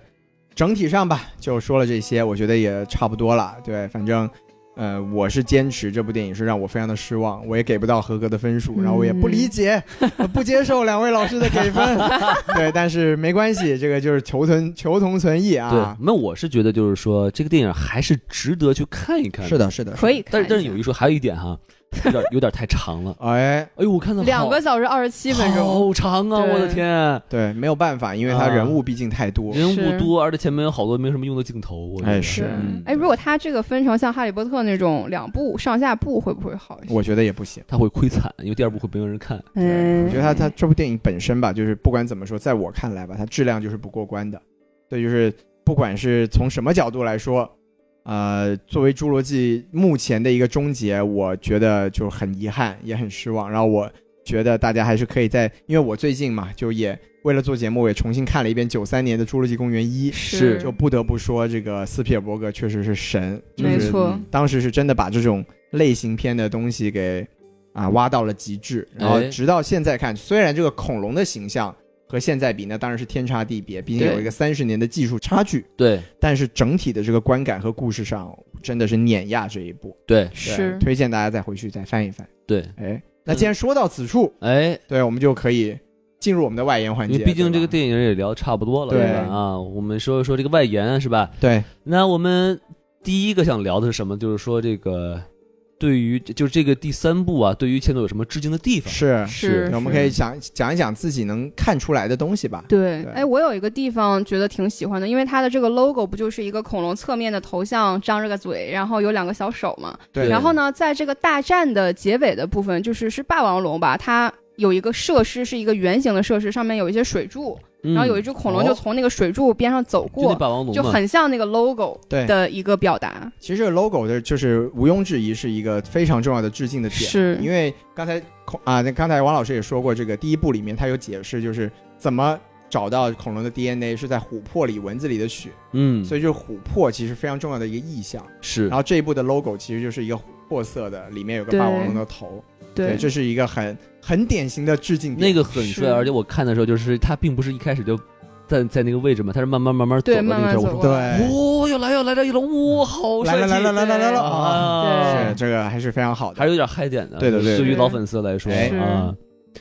A: 整体上吧，就说了这些，我觉得也差不多了。对，反正。呃，我是坚持这部电影是让我非常的失望，我也给不到合格的分数，
B: 嗯
A: 然后我也不理解，不接受两位老师的给 分。对，但是没关系，这个就是求同求同存异
C: 对
A: 啊，。
C: 那我是觉得就是说，这个电影还是值得去看一看。
A: 是。的，是的，
B: 可以看
C: 但
B: 一
C: 是
B: 下。
C: 但 是有一说，还有一点哈，有点有点太 长了。
A: 哎，
C: 哎呦，我看到
B: 两个小时二十七分钟，
C: 好长啊！
B: 对
C: 我的天，
A: 对，没有办法，因为他
C: 啊
A: 人物毕竟太多。
C: 人物
B: 是
C: 多，而且前面有好多没什么用的镜头。我觉得
A: 哎是
C: 嗯
B: 哎，如果他这个分成像《哈利波特》那种两部上下部，会不会好一些？
A: 我觉得也不行。
C: 他会亏惨，因为第二部会没有人看。
A: 对
B: 嗯，
A: 我觉得他他这部电影本身吧，就是不管怎么说，在我看来吧，它质量就是不过关的。对，就是不管是从什么角度来说，呃，作为《侏罗纪》目前的一个终结，我觉得就很遗憾，也很失望。然后我觉得大家还是可以在，因为我最近嘛，就也为了做节目，我也重新看了一遍九三年的《侏罗纪公园一》，
C: 是
A: 就不得不说，这个斯皮尔伯格确实是神，就
B: 没
A: 是
B: 错
C: 嗯
A: 当时是真的把这种类型片的东西给啊挖到了极致，然后
C: 哎
A: 直到现在看，虽然这个恐龙的形象和现在比，那当然是天差地别，毕竟
C: 对
A: 有一个三十年的技术差距，
C: 对
A: 但是整体的这个观感和故事上真的是碾压这一部，
C: 对
A: 对
B: 是
A: 推荐大家再回去再翻一翻。
C: 对，
A: 哎，那既然说到此处，
C: 哎，
A: 对我们就可以进入我们的外延环
C: 因
A: 节，
C: 为毕竟这个
A: 对吧
C: 电影也聊差不多了，
A: 对
C: 吧？啊，我们说一说这个外延啊是吧？
A: 对
C: 那我们第一个想聊的是什么？就是说这个对于就是这个第三部啊，对于前作有什么致敬的地方？
A: 是，
B: 是
A: 对我们可以讲讲一讲自己能看出来的东西吧。
B: 对
A: 对，
B: 哎，我有一个地方觉得挺喜欢的，因为它的这个 logo 不就是一个恐龙侧面的头像张着个嘴，然后有两个小手嘛。
A: 对
B: 然后呢，在这个大战的结尾的部分，就是是霸王龙吧，它有一个设施是一个圆形的设施，上面有一些水柱，
C: 嗯
B: 然后有一只恐龙就从那个水柱边上走
C: 就
B: 过，
C: 那霸王龙
B: 就
C: 嘛，
B: 很像那个 logo
A: 对
B: 的一个表达。
A: 其实这个 logo 的就是毋庸置疑是一个非常重要的致敬的点，
B: 是
A: 因为刚才恐啊，那刚才王老师也说过，这个第一部里面他有解释，就是怎么找到恐龙的 DNA 是在琥珀里、蚊子里的血，
C: 嗯，
A: 所以就是琥珀其实非常重要的一个意象。
C: 是
A: 然后这一部的 logo 其实就是一个琥珀色的，里面有个
B: 对
A: 霸王龙的头，
B: 对，
A: 这是一个很很典型的致敬点。
C: 那个很
B: 是
C: 帅，而且我看的时候就是它并不是一开始就在在那个位置嘛，它是慢慢慢慢走
B: 对
C: 到那
B: 慢
C: 个
B: 慢
C: 地
B: 走
C: 方。
B: 过来。
A: 对，
C: 我说，哦，又来又来了又来，哇，好帅
A: 来
C: 气！
A: 了来了来了来了啊！
C: 啊，
A: 是这个还是非常好的，
C: 还是有点嗨点的。
A: 对的对的
C: 对于老粉丝来说
A: 哎
C: 啊。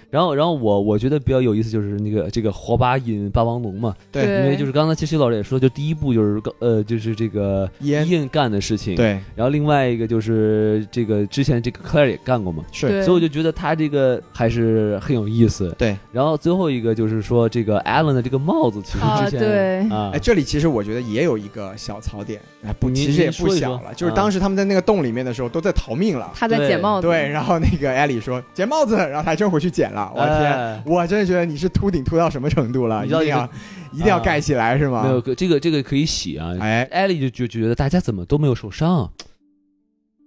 C: 然后，然后我我觉得比较有意思就是那个这个火把引霸王龙嘛，
A: 对
C: 因为就是刚才其实徐老师也说，就第一步就是呃就是这个
A: 烟
C: 燕干的事情，。
A: 对
C: 然后另外一个就是这个之前这个克莱尔也干过嘛，
A: 是
B: 对
C: 所以我就觉得他这个还是很有意思。
A: 对。
C: 然后最后一个就是说这个 Alan 的这个帽子，其实
B: 啊
C: 之前
B: 对
C: 啊
A: 哎，，这里其实我觉得也有一个小槽点，哎，不，
C: 你
A: 其实也
C: 你
A: 不
C: 说一
A: 小
C: 说
A: 了，就是
C: 啊
A: 当时他们在那个洞里面的时候都在逃命了。
B: 他在
C: 对
B: 解帽子，
A: 对，然后那个艾莉说解帽子，然后他就回去险了，我啊天！
C: 哎
A: 我真的觉得你是秃顶秃到什么程度了？一
C: 你到
A: 定
C: 底
A: 要一定要
C: 啊
A: 盖起来是
C: 没有
A: 吗？
C: 这个这个可以洗啊。
A: 哎，
C: 艾丽就就觉得大家怎么都没有受伤，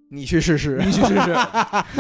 A: 你去试试，
C: 你去试试，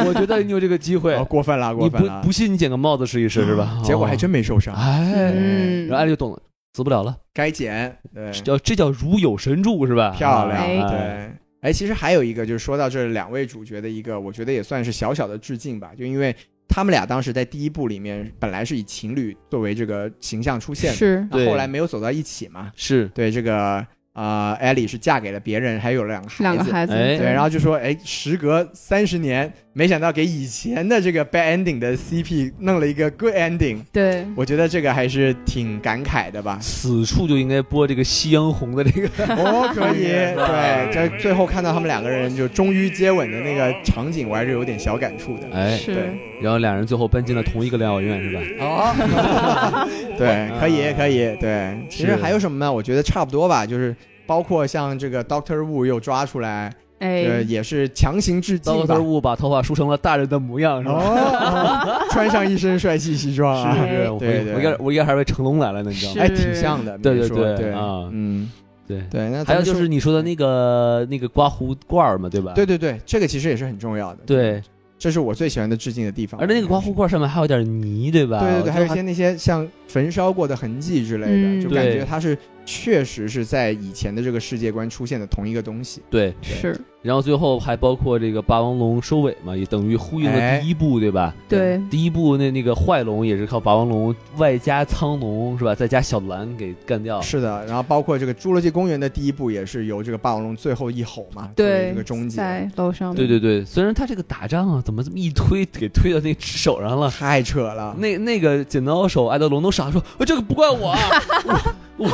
C: 我觉得你有这个机会
A: 哦，过分了，
C: 你
A: 过分
C: 不
A: 了，嗯
C: 不信你捡个帽子试一试是吧？
A: 结果还
C: 哦
A: 真没受伤，
C: 哎，
B: 嗯
C: 然后艾丽就懂了，死不了了，
A: 啊该减，对，
C: 叫这叫如有神助是吧？
A: 漂亮，
B: 哎
C: 啊哎
A: 对。哎，其实还有一个，就是说到这两位主角的一个，我觉得也算是小小的致敬吧，就因为他们俩当时在第一部里面本来是以情侣作为这个形象出现的，
B: 是
A: 那
C: 对
A: 后来没有走到一起嘛。
C: 是
A: 对，这个呃，艾莉是嫁给了别人，还有了两个孩子。
B: 两个孩子，
C: 哎。
A: 对，然后就说，哎，时隔三十年，没想到给以前的这个 bad ending 的 CP 弄了一个 good ending，
B: 对，
A: 我觉得这个还是挺感慨的吧
C: 此处就应该播这个夕阳红的这个，
A: 哦，可以，对，这最后看到他们两个人就终于接吻的那个场景，我还是有点小感触的。
C: 哎，
B: 是
C: 然后两人最后搬进了同一个疗养院是吧？
A: 哦， 对，可以，
C: 啊
A: 可以，对。其实
C: 是
A: 还有什么呢？我觉得差不多吧，就是包括像这个 Doctor Wu 又抓出来，呃，
B: 哎，
A: 也是强行致敬吧
C: 刀。物把头发梳成了大人的模样是吧？
A: 哦， 哦穿上一身帅气西装
C: 是
A: 啊，
C: 是是，我
A: 对
C: 一
A: 对
C: 我一个我一个还以为成龙来了呢，你知道
B: 哎是
C: 吗？
A: 哎，挺像的。
C: 对
A: 别
C: 对
A: 说
C: 对
A: 对
C: 啊
A: 嗯，
C: 对。
A: 对。那
C: 还
A: 咱
C: 有
A: 们
C: 就是
A: 说，
C: 你说的那个那个刮胡罐儿嘛，对吧？
A: 对对对，这个其实也是很重要的。，
C: 对，
A: 这是我最喜欢的致敬的地方。
C: 而且那个刮胡罐儿上面还有点泥，对吧？
A: 对对
C: 我觉
A: 对，
C: 得
A: 还有一些那些像焚烧过的痕迹之类的，
B: 嗯
A: 就感觉
C: 对
A: 它是确实是在以前的这个世界观出现的同一个东西。
C: 对，
B: 是
C: 然后最后还包括这个霸王龙收尾嘛，也等于呼应
A: 哎
C: 了第一部，对吧？
B: 对
C: 第一部那那个坏龙也是靠霸王龙外加苍龙是吧，再加小蓝给干掉。
A: 是的，然后包括这个《侏罗纪公园》的第一部也是由这个霸王龙最后一吼嘛，作为
B: 对
A: 这个终结，
B: 在楼上，
C: 对对对，虽然他这个打仗啊，怎么这么一推 给推到那手上了？
A: 太扯了。
C: 那那个剪刀手爱德龙都傻说，呃这个不怪我 啊，
B: 不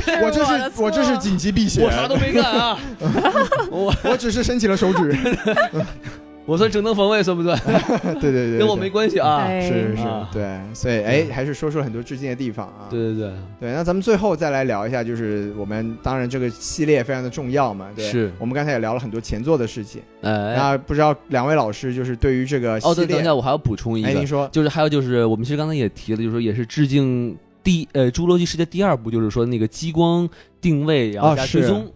B: 是
A: 我这
B: 的
A: 是
B: 错
A: 我这是紧急避险，
C: 我啥都没干啊，我
A: 我只是伸起了手 指。
C: 我算正当防卫算不算？
A: 对对对，
C: 跟我没关系啊。
B: 哎
A: 系是是是
C: 啊，
A: 对，所以哎，还是说出了很多致敬的地方啊。
C: 对对
A: 对，那咱们最后再来聊一下，就是我们当然这个系列非常的重要嘛，对，
C: 对，是，
A: 我们刚才也聊了很多前作的事情。
C: 哎，
A: 那不知道两位老师就是对于这个
C: 哦
A: 系
C: 对，等一
A: 列，
C: 下，我还要补充一
A: 哎，您
C: 个，
A: 说，
C: 就是还有就是我们其实刚才也提了，就是说也是致敬第呃《侏罗纪世界》第二部，就是说那个激光定位，然
A: 哦
C: 后加追
A: 是
C: 踪，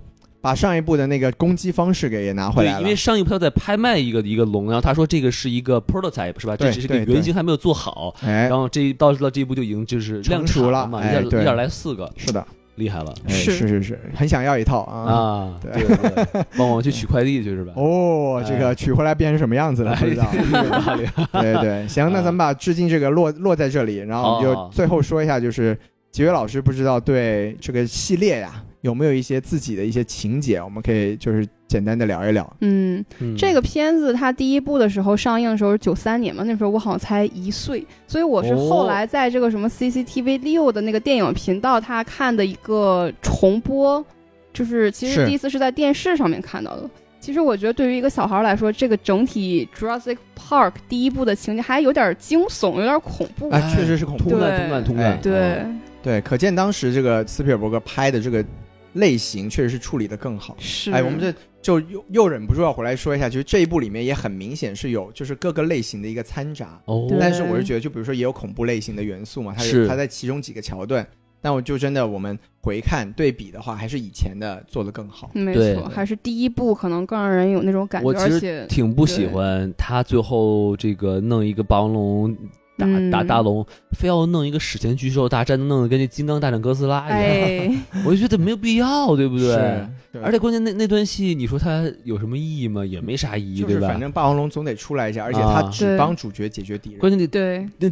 A: 把上一部的那个攻击方式给也拿回
C: 对
A: 来，了，
C: 因为上一部他在拍卖一个一个龙，然后他说这个是一个 prototype 是吧？
A: 对
C: 这只是个
A: 对对
C: 原型还没有做好，
A: 哎
C: 然，后这一到到这一步就已经就是量
A: 成熟
C: 产
A: 了
C: 嘛，
A: 哎
C: 一下
A: 对
C: 一下来四个，
A: 是的，
C: 厉害了
A: 哎
B: 是
A: 是是是，很想要一套啊。
C: 啊！
A: 对
C: 对对，对帮我去取快递去是吧？
A: 哦，这个取回来变成什么样子了？不知 道。
C: 哎
A: 对对，行，那咱们把致敬这个落落在这里，然后我们就
C: 啊好好
A: 最后说一下，就是几位老师不知道对这个系列呀、有没有一些自己的一些情节，我们可以就是简单的聊一聊。
B: 嗯，
C: 嗯
B: 这个片子它第一部的时候上映的时候是九三年嘛，那时候我好像才一岁，所以我是
C: 哦
B: 后来在这个什么 CCTV 六的那个电影频道，它看的一个重播，就是其
A: 是
B: 实第一次是在电视上面看到的。其实我觉得对于一个小孩来说，这个整体 Jurassic Park 第一部的情节还有点惊悚，有点恐怖。
A: 哎确实是恐怖
C: 通感
B: 对
C: 通感通
A: 哎
C: 感，
B: 对
C: 啊，，
A: 对，可见当时这个斯皮尔伯格拍的这个类型确实是处理的更好。
B: 是。
A: 哎，我们这就又又忍不住要回来说一下，就是这一部里面也很明显是有就是各个类型的一个掺杂，
C: 哦，
B: 对
A: 但是我是觉得，就比如说也有恐怖类型的元素嘛，它有
C: 是
A: 它在其中几个桥段，但我就真的我们回看对比的话，还是以前的做的更好。
B: 没
C: 对
B: 错，还是第一部可能更让人有那种感觉，
C: 我
B: 而
C: 其
B: 且
C: 实挺不喜欢他最后这个弄一个霸王龙打、
B: 嗯
C: 打大龙，非要弄一个史前巨兽大战，弄得跟那金刚大战哥斯拉一样，
B: 哎，
C: 我就觉得没有必要，对不对？
A: 对，
C: 而且关键那那段戏，你说它有什么意义吗？也没啥意义，
A: 就是
C: 对吧
A: 反？正霸王龙总得出来一下，而且他
C: 啊
A: 只
B: 对
A: 帮主角解决敌人。
C: 关键那
B: 对，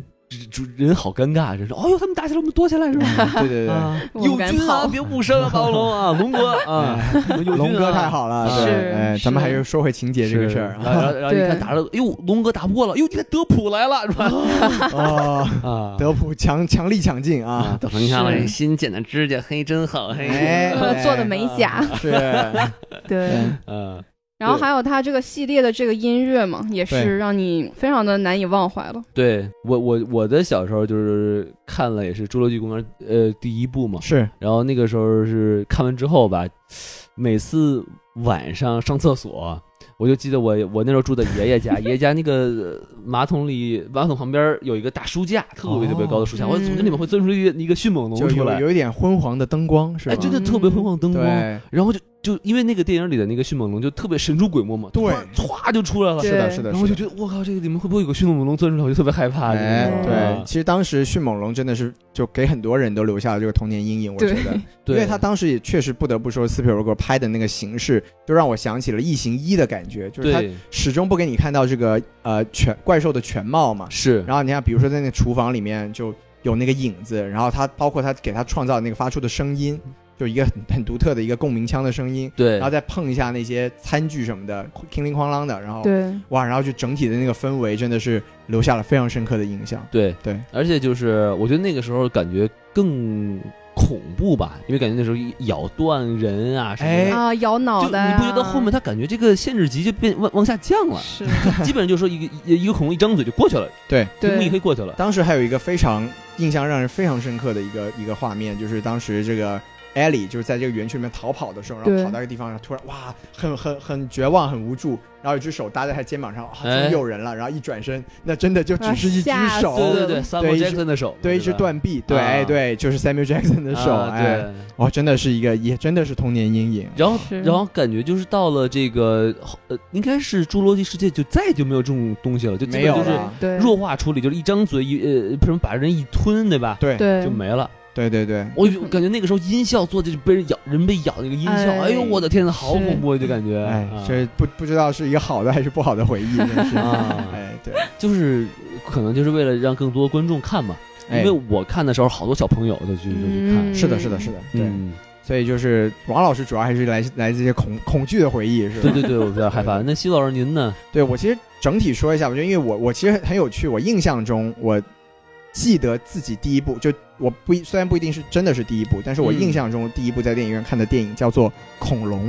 C: 主人好尴尬，人说：“哦呦，他们打起来，我们躲起来是吧
A: 嗯对 对？”对，
C: 啊，
B: 我
C: 友
B: 们赶紧
C: 军啊，
B: 跑
C: 别误伤啊，霸王龙啊，龙哥啊，友军啊
A: 哎龙哥太。好了，对
B: 是
A: 哎，咱们还是说回情节这个事 儿啊
C: 然后然后然后一看
B: 对
C: 打了，哎呦，龙哥打不过了，哟，你看德普来了是 吧？
A: 哦，
C: 啊，
A: 德普强强力抢镜
C: 啊
A: 啊，，
C: 等你看
B: 是
C: 了，新剪的指甲黑真好黑。
A: 哎
B: 呃，做的美甲，
A: 是，
B: 对。
A: 对
C: 嗯，
B: 然后还有它这个系列的这个音乐嘛，也
A: 对
B: 是让你非常的难以忘怀了。
C: 对我我我的小时候就是看了也是《侏罗纪公园》呃第一部嘛，
A: 是
C: 然后那个时候是看完之后吧，每次晚上上厕所，我就记得我我那时候住在爷 爷家，爷爷家那个呃马桶里马桶旁边有一个大书架，特别特别高的书架，
B: 哦
C: 我从那里面会钻出一个一个迅猛龙
A: 嗯就
C: 出
A: 有
C: 来，
A: 有一点昏黄的灯光是吧？
C: 哎，真的特别昏黄灯光，
A: 对
C: 然后就就因为那个电影里的那个迅猛龙就特别神出鬼没嘛，
A: 对
C: 歘就出来了
B: 对，
A: 是的，是的，
C: 然后我
A: 是
C: 就
A: 的
C: 觉得我靠，这个里面会不会有个迅猛龙钻出来？我就特别害怕。
A: 哎
C: 这，个
A: 对，其实当时迅猛龙真的是就给很多人都留下了这个童年阴影，我觉
B: 对
A: 得，
C: 对，
A: 因为他当时也确实不得不说斯皮尔伯格拍的那个形式，就让我想起了《异形一》的感觉，就是他
C: 对
A: 始终不给你看到这个呃全怪兽的全貌嘛。
C: 是
A: 然后你看，比如说在那个厨房里面就有那个影子，然后他包括他给他创造那个发出的声音，就一个很很独特的一个共鸣腔的声音，
C: 对
A: 然后再碰一下那些餐具什么的，叮铃哐啷的，然
C: 哦
A: 后
B: 对，
A: 哇，然后就整体的那个氛围真的是留下了非常深刻的印象。
C: 对
A: 对，
C: 而且就是我觉得那个时候感觉更恐怖吧，因为感觉那时候咬断人啊什么
A: 哎
C: 的。
B: 啊，摇
C: 就
B: 脑袋啊，
C: 你不觉得后面他感觉这个限制级就变往往下降了，
B: 是
C: 基本上就说一个一一个恐龙一张嘴就过去了，
A: 对，
C: 就立
B: 对
C: 刻过去了。
A: 当时还有一个非常印象让人非常深刻的一个一个画面，就是当时这个。艾莉就是在这个园区里面逃跑的时候，然后
B: 对
A: 跑到一个地方，然后突然哇，很很很绝望，很无助，然后一只手搭在她肩膀上，啊，
C: 哎
A: 终于有人了，然后一转身，那真的就只是一只
B: 啊吓
A: 手，
B: 死
C: 对
B: 了
C: 对对，Samuel
A: 一只
C: Jackson 的手，
A: 对，一只
C: 吧
A: 断臂，对，哎、
C: 啊
A: 对，就是 Samuel Jackson 的手，
C: 啊
A: 哎，
C: 对。
A: 哦，真的是一个，也真的是童年阴影。
C: 然后，
B: 是
C: 然后感觉就是到了这个，呃，应该是《侏罗纪世界》就再就没有这种东西了，就基
A: 没
C: 本
A: 有
C: 就是
A: 了
B: 对
C: 弱化处理，就是一张嘴一呃，不什么把人一吞，对吧？
A: 对，
B: 对
C: 就没了。
A: 对，对，对，
C: 我就感觉那个时候音效做的就被人咬，人被咬那个音效，
B: 哎
C: 哎呦我的天呐，好
B: 是
C: 恐怖啊！就感觉，
A: 哎
C: 啊，
A: 这不不知道是一个好的还是不好的回忆，真是。
C: 啊
A: 哎，对，
C: 就是可能就是为了让更多观众看嘛，因
A: 哎嗯
C: 为我看的时候好多小朋友就去就去看，
A: 是的，是的，是的，对。
C: 嗯，
A: 所以就是王老师主要还是来来自一些恐恐惧的回忆，是吧？
C: 对对对，我比较害 怕。
A: 对
C: 那西老师您呢？
A: 对我其实整体说一下，我觉得因为我我其实很有趣，我印象中我记得自己第一部就我不一虽然不一定是真的是第一部，但是我
C: 嗯
A: 印象中第一部在电影院看的电影叫做《恐龙》，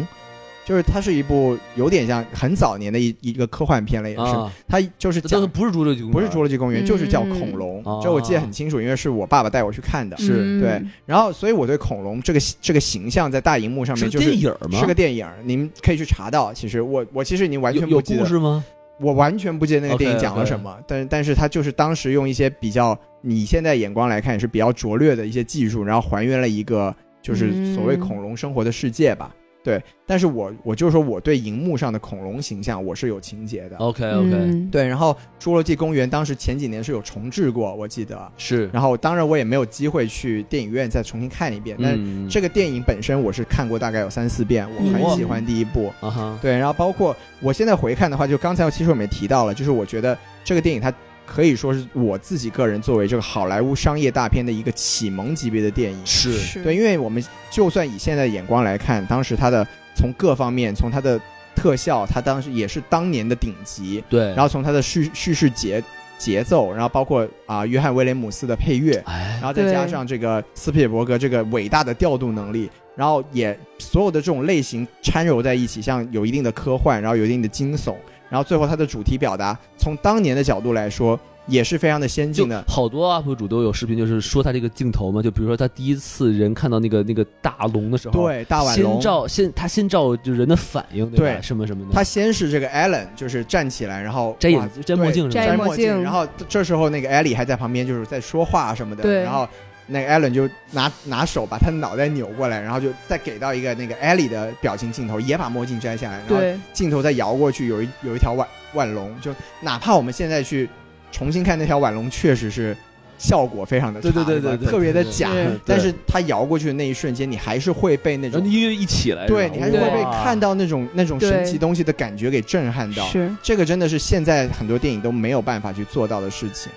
A: 就是它是一部有点像很早年的一一个科幻片哎了，也是、
C: 啊，
A: 它就是
C: 这都
A: 讲。
C: 不是侏罗纪公园，
A: 不是《侏罗纪公园》，就是叫恐
B: 嗯
A: 龙
C: 哦。
A: 这我记得很清楚，因为是我爸爸带我去看的。
C: 是
B: 嗯
A: 对然后，所以我对恐龙这个这个形象在大荧幕上面
C: 是
A: 就是
C: 电影吗？
A: 是个电影，你们可以去查到。其实我我其实已经完
C: 有
A: 全
C: 有
A: 不记
C: 故
A: 得，
C: 事嗯吗？
A: 我完全不记得那个电影
C: OK，OK
A: 讲了什么。但但是它就是当时用一些比较你现在眼光来看也是比较拙劣的一些技术，然后还原了一个就是所谓
B: 嗯
A: 恐龙生活的世界吧。对，但是我我就是说我对荧幕上的恐龙形象我是有情节的。
C: OK OK，
B: 嗯
A: 对，然后《侏罗纪公园》当时前几年是有重置过，我记得。
C: 是，
A: 然后当然我也没有机会去电影院再重新看一遍，但
C: 嗯
A: 这个电影本身我是看过大概有三四遍，我很喜欢第一部。
C: 啊哈，
A: 对，然后包括我现在回看的话，就刚才其实我们也提到了，就是我觉得这个电影它可以说是我自己个人作为这个好莱坞商业大片的一个启蒙级别的电影。
C: 是
B: 是
A: 对，因为我们就算以现在的眼光来看，当时它的从各方面，从它的特效，它当时也是当年的顶级，
C: 对，
A: 然后从它的叙叙事节节奏，然后包括啊、约翰威廉姆斯的配乐，
C: 哎
A: 然，后再加
B: 对
A: 上这个斯皮尔伯格这个伟大的调度能力，然后也所有的这种类型掺揉在一起，像有一定的科幻，然后有一定的惊悚，然后最后它的主题表达，从当年的角度来说，也是非常的先
C: 就
A: 进的。
C: 好多 UP 主都有视频，就是说他这个镜头嘛，就比如说他第一次人看到那个那个大龙的时候，，
A: 对，大碗龙
C: 先，照先他先照就人的反应，吧？
A: 对
C: 什么什么的，
A: 他先是这个 Allen 就是站起来，然后
C: 摘
A: 哇
C: 眼摘墨
A: 对
C: 镜是吧
B: 摘
A: 摘
B: 墨
A: 墨镜，
B: 镜
A: 然后这时候那个艾莉还在旁边就是在说话什么的，
B: 对
A: 然后。那个艾伦就拿拿手把他的脑袋扭过来，然后就再给到一个那个艾莉的表情镜头，也把墨镜摘下来，然后
B: 对
A: 镜头再摇过去，有一有一条腕腕龙，就哪怕我们现在去重新看那条腕龙，确实是效果非常的差，
C: 对对对
A: 吧
C: 对对
A: 特别的
C: 对
A: 假。
B: 对
C: 对
A: 但是它摇过去的那一瞬间，你还是会被那
C: 然后
A: 种，
C: 音乐一起来，
A: 对
C: 吧
A: 你还是会被
C: 哇
A: 看到那种那种神奇
B: 对
A: 东西的感觉给震撼到。
B: 是
A: 这个真的是现在很多电影都没有办法去做到的事情。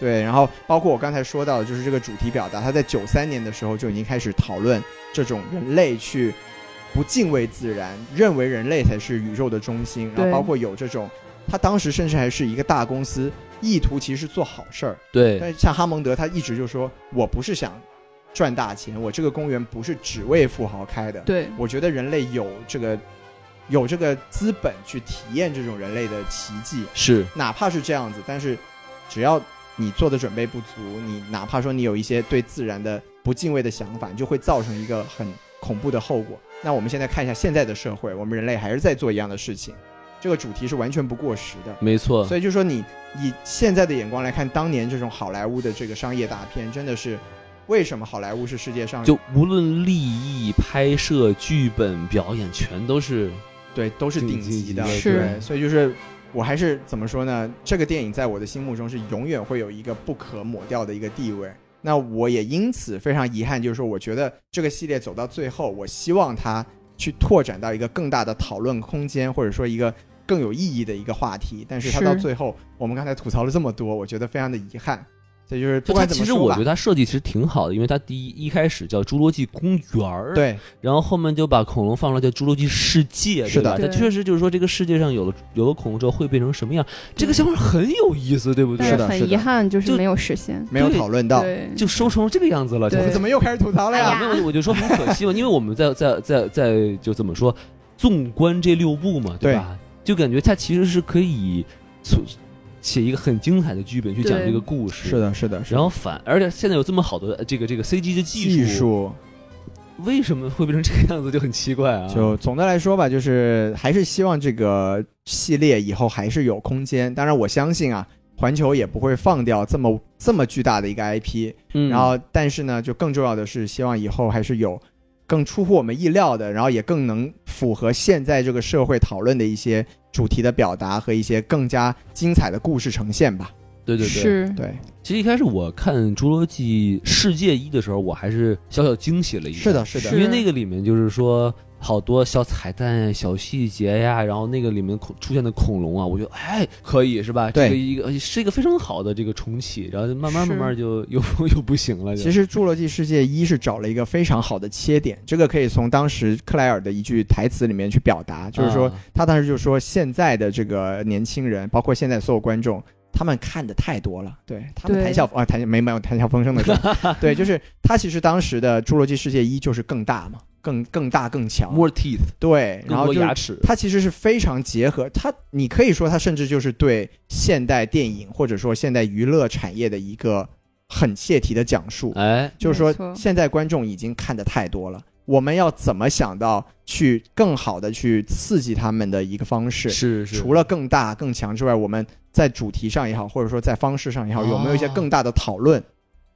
A: 对，然后包括我刚才说到的，就是这个主题表达，他在九三年的时候就已经开始讨论这种人类去不敬畏自然，认为人类才是宇宙的中心，然后
B: 对
A: 包括有这种，他当时甚至还是一个大公司，意图其实做好事儿，
C: 对
A: 但像哈蒙德他一直就说，我不是想赚大钱，我这个公园不是只为富豪开的，
B: 对
A: 我觉得人类有这个有这个资本去体验这种人类的奇迹，
C: 是
A: 哪怕是这样子，但是只要你做的准备不足，你哪怕说你有一些对自然的不敬畏的想法，你就会造成一个很恐怖的后果。那我们现在看一下现在的社会，我们人类还是在做一样的事情，这个主题是完全不过时的。
C: 没错，
A: 所以就说你以现在的眼光来看，当年这种好莱坞的这个商业大片，真的是为什么好莱坞是世界上
C: 就无论立意、拍摄、剧本、表演，全都是
A: 对都是顶级的，
C: 顶
B: 级的
A: 对，所以就是。我还是怎么说呢？这个电影在我的心目中是永远会有一个不可抹掉的一个地位。那我也因此非常遗憾，就是说，我觉得这个系列走到最后，我希望它去拓展到一个更大的讨论空间，或者说一个更有意义的一个话题。但是它
B: 是
A: 到最后，我们刚才吐槽了这么多，我觉得非常的遗憾。所以就是不
C: 就
A: 管
C: 它
A: 怎
C: 其
A: 么
C: 实
A: 说
C: 我
A: 吧
C: 觉，得它设计其实挺好的，因为它第一一开始叫《侏罗纪公园儿》，，
A: 对，
C: 然后后面就把恐龙放出来叫《侏罗纪世界》，
A: 是的
C: 对吧？
B: 对
C: 它确实就是说这个世界上有了有了恐龙之后会变成什么样，这个想法很有意思，对不
A: 是
C: 对？
A: 的
D: 但很遗憾，就是
C: 就
D: 没有实现。
A: 没有
C: 对
A: 讨论到。
D: 对，
C: 就收成这个样子了，
D: 对
A: 我们怎么又开始吐槽了
C: 哎
A: 呀？
C: 呀，没有，我就说很可惜嘛，因为我们在在在在就怎么说，纵观这六部嘛，
A: 对
C: 吧？就感觉它其实是可以从写一个很精彩的剧本去讲
D: 对
C: 这个故事，
A: 的，是的，
C: 然后反，而且现在有这么好的呃这个这个 CG 的技
A: 技术
C: 为什么会变成这个样子就很奇怪啊？
A: 就总的来说吧，就是还是希望这个系列以后还是有空间。当然，我相信啊，环球也不会放掉这么这么巨大的一个 IP。
C: 嗯
A: 然后，但是呢，就更重要的是，希望以后还是有更出乎我们意料的，然后也更能符合现在这个社会讨论的一些主题的表达和一些更加精彩的故事呈现吧。
C: 对对对，
D: 是
A: 对，
C: 其实一开始我看《侏罗纪世界一》的时候，我还是小小惊喜了一下，
A: 是的，是的，
C: 因为那个里面就是说好多小彩蛋、小细节呀，然后那个里面恐出现的恐龙啊，我觉得哎可以是吧？
A: 对
C: 这个一个是一个非常好的这个重启，然后就慢慢
D: 是
C: 慢慢就又又不行了。就
A: 其实《侏罗纪世界一》是找了一个非常好的切点，这个可以从当时克莱尔的一句台词里面去表达，就是说、
C: 啊
A: 他当时就说现在的这个年轻人，包括现在所有观众。他们看的太多了，对他们
D: 对
A: 谈笑啊，谈没没有谈笑风生的时 候，对，就是他其实当时的《侏罗纪世界一》就是更大嘛，更更大更强，
C: more teeth，
A: 对，
C: 更
A: 然后
C: 多
A: 就是
C: 牙齿，
A: 它其实是非常结合它，你可以说它甚至就是对现代电影或者说现代娱乐产业的一个很切题的讲述。
C: 哎，
A: 就是
D: 没
A: 说
D: 错
A: 现在观众已经看的太多了，我们要怎么想到去更好的去刺激他们的一个方式？
C: 是是，
A: 除了更大更强之外，我们在主题上也好，或者说在方式上也好，
C: 哦
A: 有没有一些更大的讨论？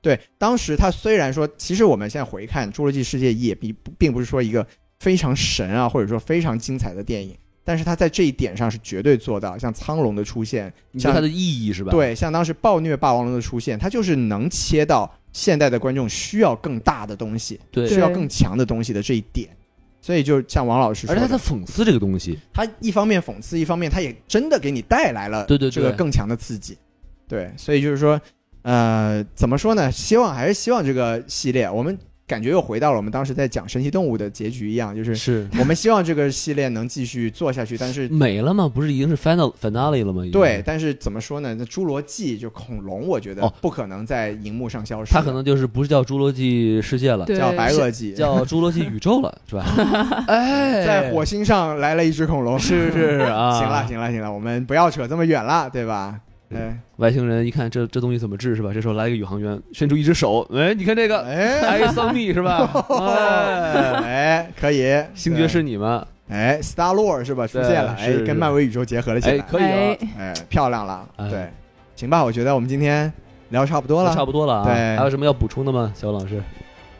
A: 对，当时他虽然说，其实我们现在回看《侏罗纪世界一》也并并不是说一个非常神啊，或者说非常精彩的电影，但是他在这一点上是绝对做到，像苍龙的出现，
C: 你说
A: 像
C: 它的意义是吧？，
A: 对，像当时暴虐霸王龙的出现，它就是能切到现代的观众需要更大的东西，
C: 对
A: 需要更强的东西的这一点。所以就像王老师说
C: 而且它在
A: 的，
C: 讽刺这个东西，
A: 他一方面讽刺，一方面他也真的给你带来了
C: 对对对
A: 这个更强的刺激。对，所以就是说，呃，怎么说呢？希望还是希望这个系列，我们感觉又回到了我们当时在讲神奇动物的结局一样， 就是
C: 是
A: 我们希望这个系列能继续做下去，但是
C: 没了吗？不是已经是 final finale 了吗？已经
A: 对，，但是怎么说呢？那侏罗纪就恐龙，我觉得
C: 嗯哦
A: 不可能在荧幕上消失的，
C: 它可能就是不是叫侏罗纪世界了，
D: 对
A: 叫白垩纪，
C: 叫侏罗纪宇宙了，是吧？ 哎，
A: 在火星上来了一只恐龙。
C: 是是啊， 嗯
A: 行了，行了，行了，我们不要扯这么远了，对吧？哎
C: 外星人一看这这东西怎么治是吧？这时候来一个宇航员，伸出一只手，哎，你看这个，
A: 哎
C: 哎，桑密是 吧？哎，
A: 哎，可以，
C: 星爵是你吗？
A: 对哎，Star Lord 是吧？出现了，
C: 对
A: 哎
C: 是，
A: 跟
C: 是
A: 漫威宇宙结合了起
C: 哎，
A: 来，
C: 可以了，
D: 哎
A: 哎，漂亮了，
C: 哎
A: 对，行吧，我觉得我们今天聊差不多
C: 那
A: 了，
C: 差不多了啊。
A: 对
C: 还有什么要补充的吗，小王老师？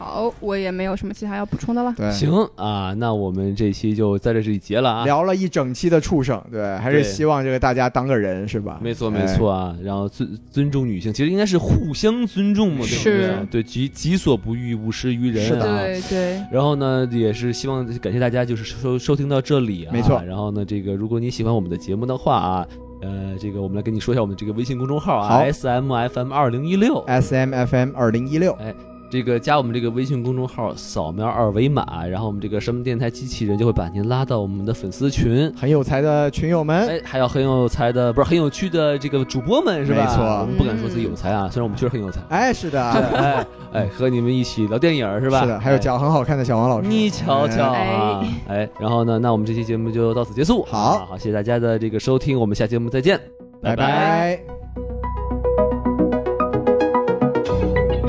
D: 好，我也没有什么其他要补充的了。
A: 对，
C: 行啊，那我们这期就在这里结了啊。
A: 聊了一整期的畜生，对，还是
C: 对
A: 希望这个大家当个人是吧？
C: 没错，
A: 哎
C: 没错啊。然后尊尊重女性，其实应该是互相尊重嘛，对不对啊
D: 是？
C: 对，己己所不欲，勿施于人。
A: 是的
C: 啊。
D: 对对，
C: 然后呢，也是希望感谢大家就是收收听到这里啊。
A: 没错
C: 然后呢，这个如果你喜欢我们的节目的话啊，呃，这个我们来跟你说一下我们这个微信公众号啊
A: 好
C: ，S M F M 二零一六。
A: S M F M 二零一六，
C: 这个加我们这个微信公众号，扫描二维码，然后我们这个什么电台机器人就会把您拉到我们的粉丝群。
A: 很有才的群友们，
C: 哎，还有很有才的，不是很有趣的这个主播们是吧？
A: 没错
C: 我们不敢说自己有才啊，虽然我们确实很有才。
A: 哎，是
C: 对，
A: 的，
C: 哎哎，和你们一起聊电影 儿是吧？
A: 是的，还有
C: 哎
A: 脚很好看的小王老师，
C: 你瞧瞧
A: 哎
C: 啊，哎，然后呢，那我们这期节目就到此结束。
A: 好
C: 啊好，谢谢大家的这个收听，我们下期节目再见，
A: 拜
C: 拜
A: 拜。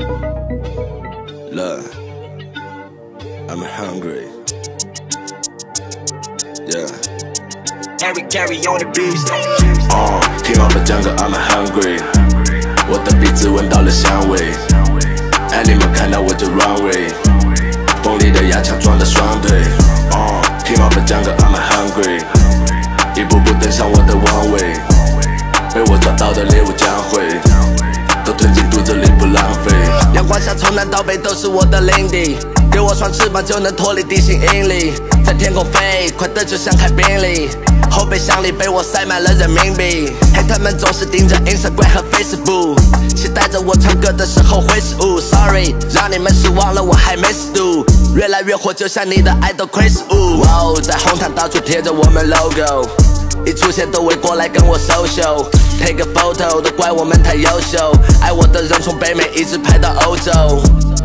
E: Look, I'm hungry. Yeah. Terry, Terry on the beat. Uh,听我们讲个 I'm hungry，我的鼻子闻到了香味，哎，你们看到我的 runway，锋利的牙枪装的双腿。Uh, 听我们讲个 I'm hungry，一步步登上我的王位，被我抓到的猎物将会。都吞进肚子里不浪费。阳光下从南到北都是我的领地，给我双翅膀就能脱离地心引力，在天空飞，快得就像开宾利。后备箱里被我塞满了人民币，黑他们总是盯着 Instagram 和 Facebook，期待着我唱歌的时候会失误。Sorry，让你们失望了，我还没死度。越来越火，就像你的爱豆 Chris Wu。哇哦，在红毯到处贴着我们 logo。一出现都围过来跟我 social。Take a photo，都怪我们太优秀。爱我的人从北美一直排到欧洲。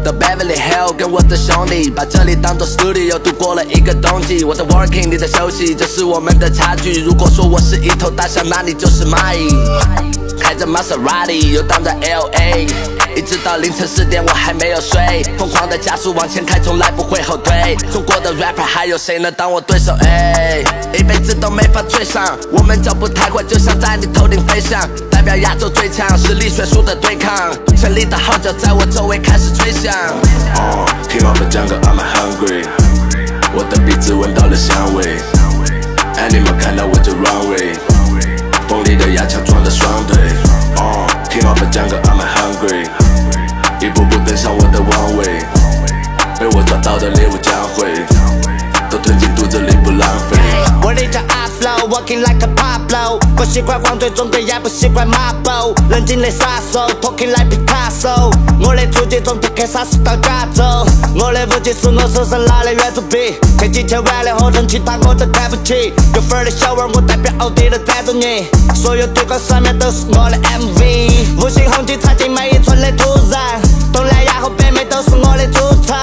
E: The Beverly Hill 跟我的兄弟，把这里当做 studio 度过了一个冬季。我在 working，你在休息，这是我们的差距。如果说我是一头大象，那你就是蚂蚁。开着 Maserati，游荡在 LA，一直到凌晨四点我还没有睡，疯狂的加速往前开，从来不会后退。中国的 rapper 还有谁能当我对手？哎，一辈子都没法追上，我们脚步太快，就像在你头顶飞翔。代表亚洲最强实力悬殊的对抗，胜利的号角在我周围开始吹响。哦，听我们讲个 I'm hungry，我的鼻子闻到了香味，哎，你们看到我的 runway。锋利的牙枪撞的双腿。哦，听我们讲个 I'm hungry，一步步登上我的王位，被我抓到的猎物将会都吞进肚子里不浪费。
F: 我立着 up flow，walking like a Pablo，不习惯黄队中队，也不习惯 marble，冷静的杀手，talking like Picasso。我的足迹从德克萨斯到加州，我的武器是我手上拿的圆珠笔，前几千万的合同，其他我都看不起。有份儿的小娃，我代表奥迪的赞助你，所有推广上面都是我的 MV。五星红旗插进每一寸的土壤，东南亚和北美都是我的主场，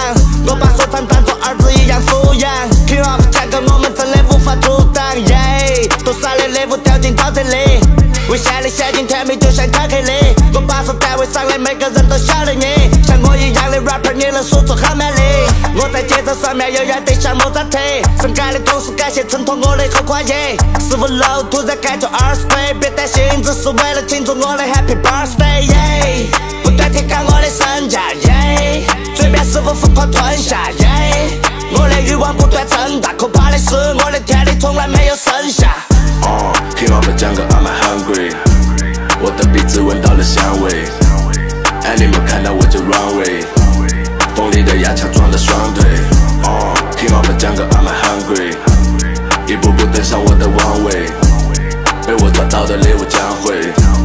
F: 我把收藏当作儿子一样抚养。King of 价格我们真的无法阻挡，耶！多少的礼物掉进沼泽里，微笑的陷进甜蜜就像巧克力。我把守单位上的每个人都晓得你，像我一样的 rapper 你能输出好卖力。我在节奏上面永远得像莫扎特，ਸੰ盖的同时感谢衬托我的后跨页。十五楼突然感觉二十岁，别担心，只是为了庆祝我的 Happy Birthday，耶！不断提高我的身价，耶！嘴边食物疯狂吞下，耶！我的欲望不断增大，可怕的是我的天地从来没有剩下。
E: 哦，听我们讲个 I'm hungry，我的鼻子闻到了香味，哎，你们看到我的 runway，锋利的牙枪撞的双腿。哦，听我们讲个 I'm hungry，一步步登上我的王位，被我抓到的猎物将会。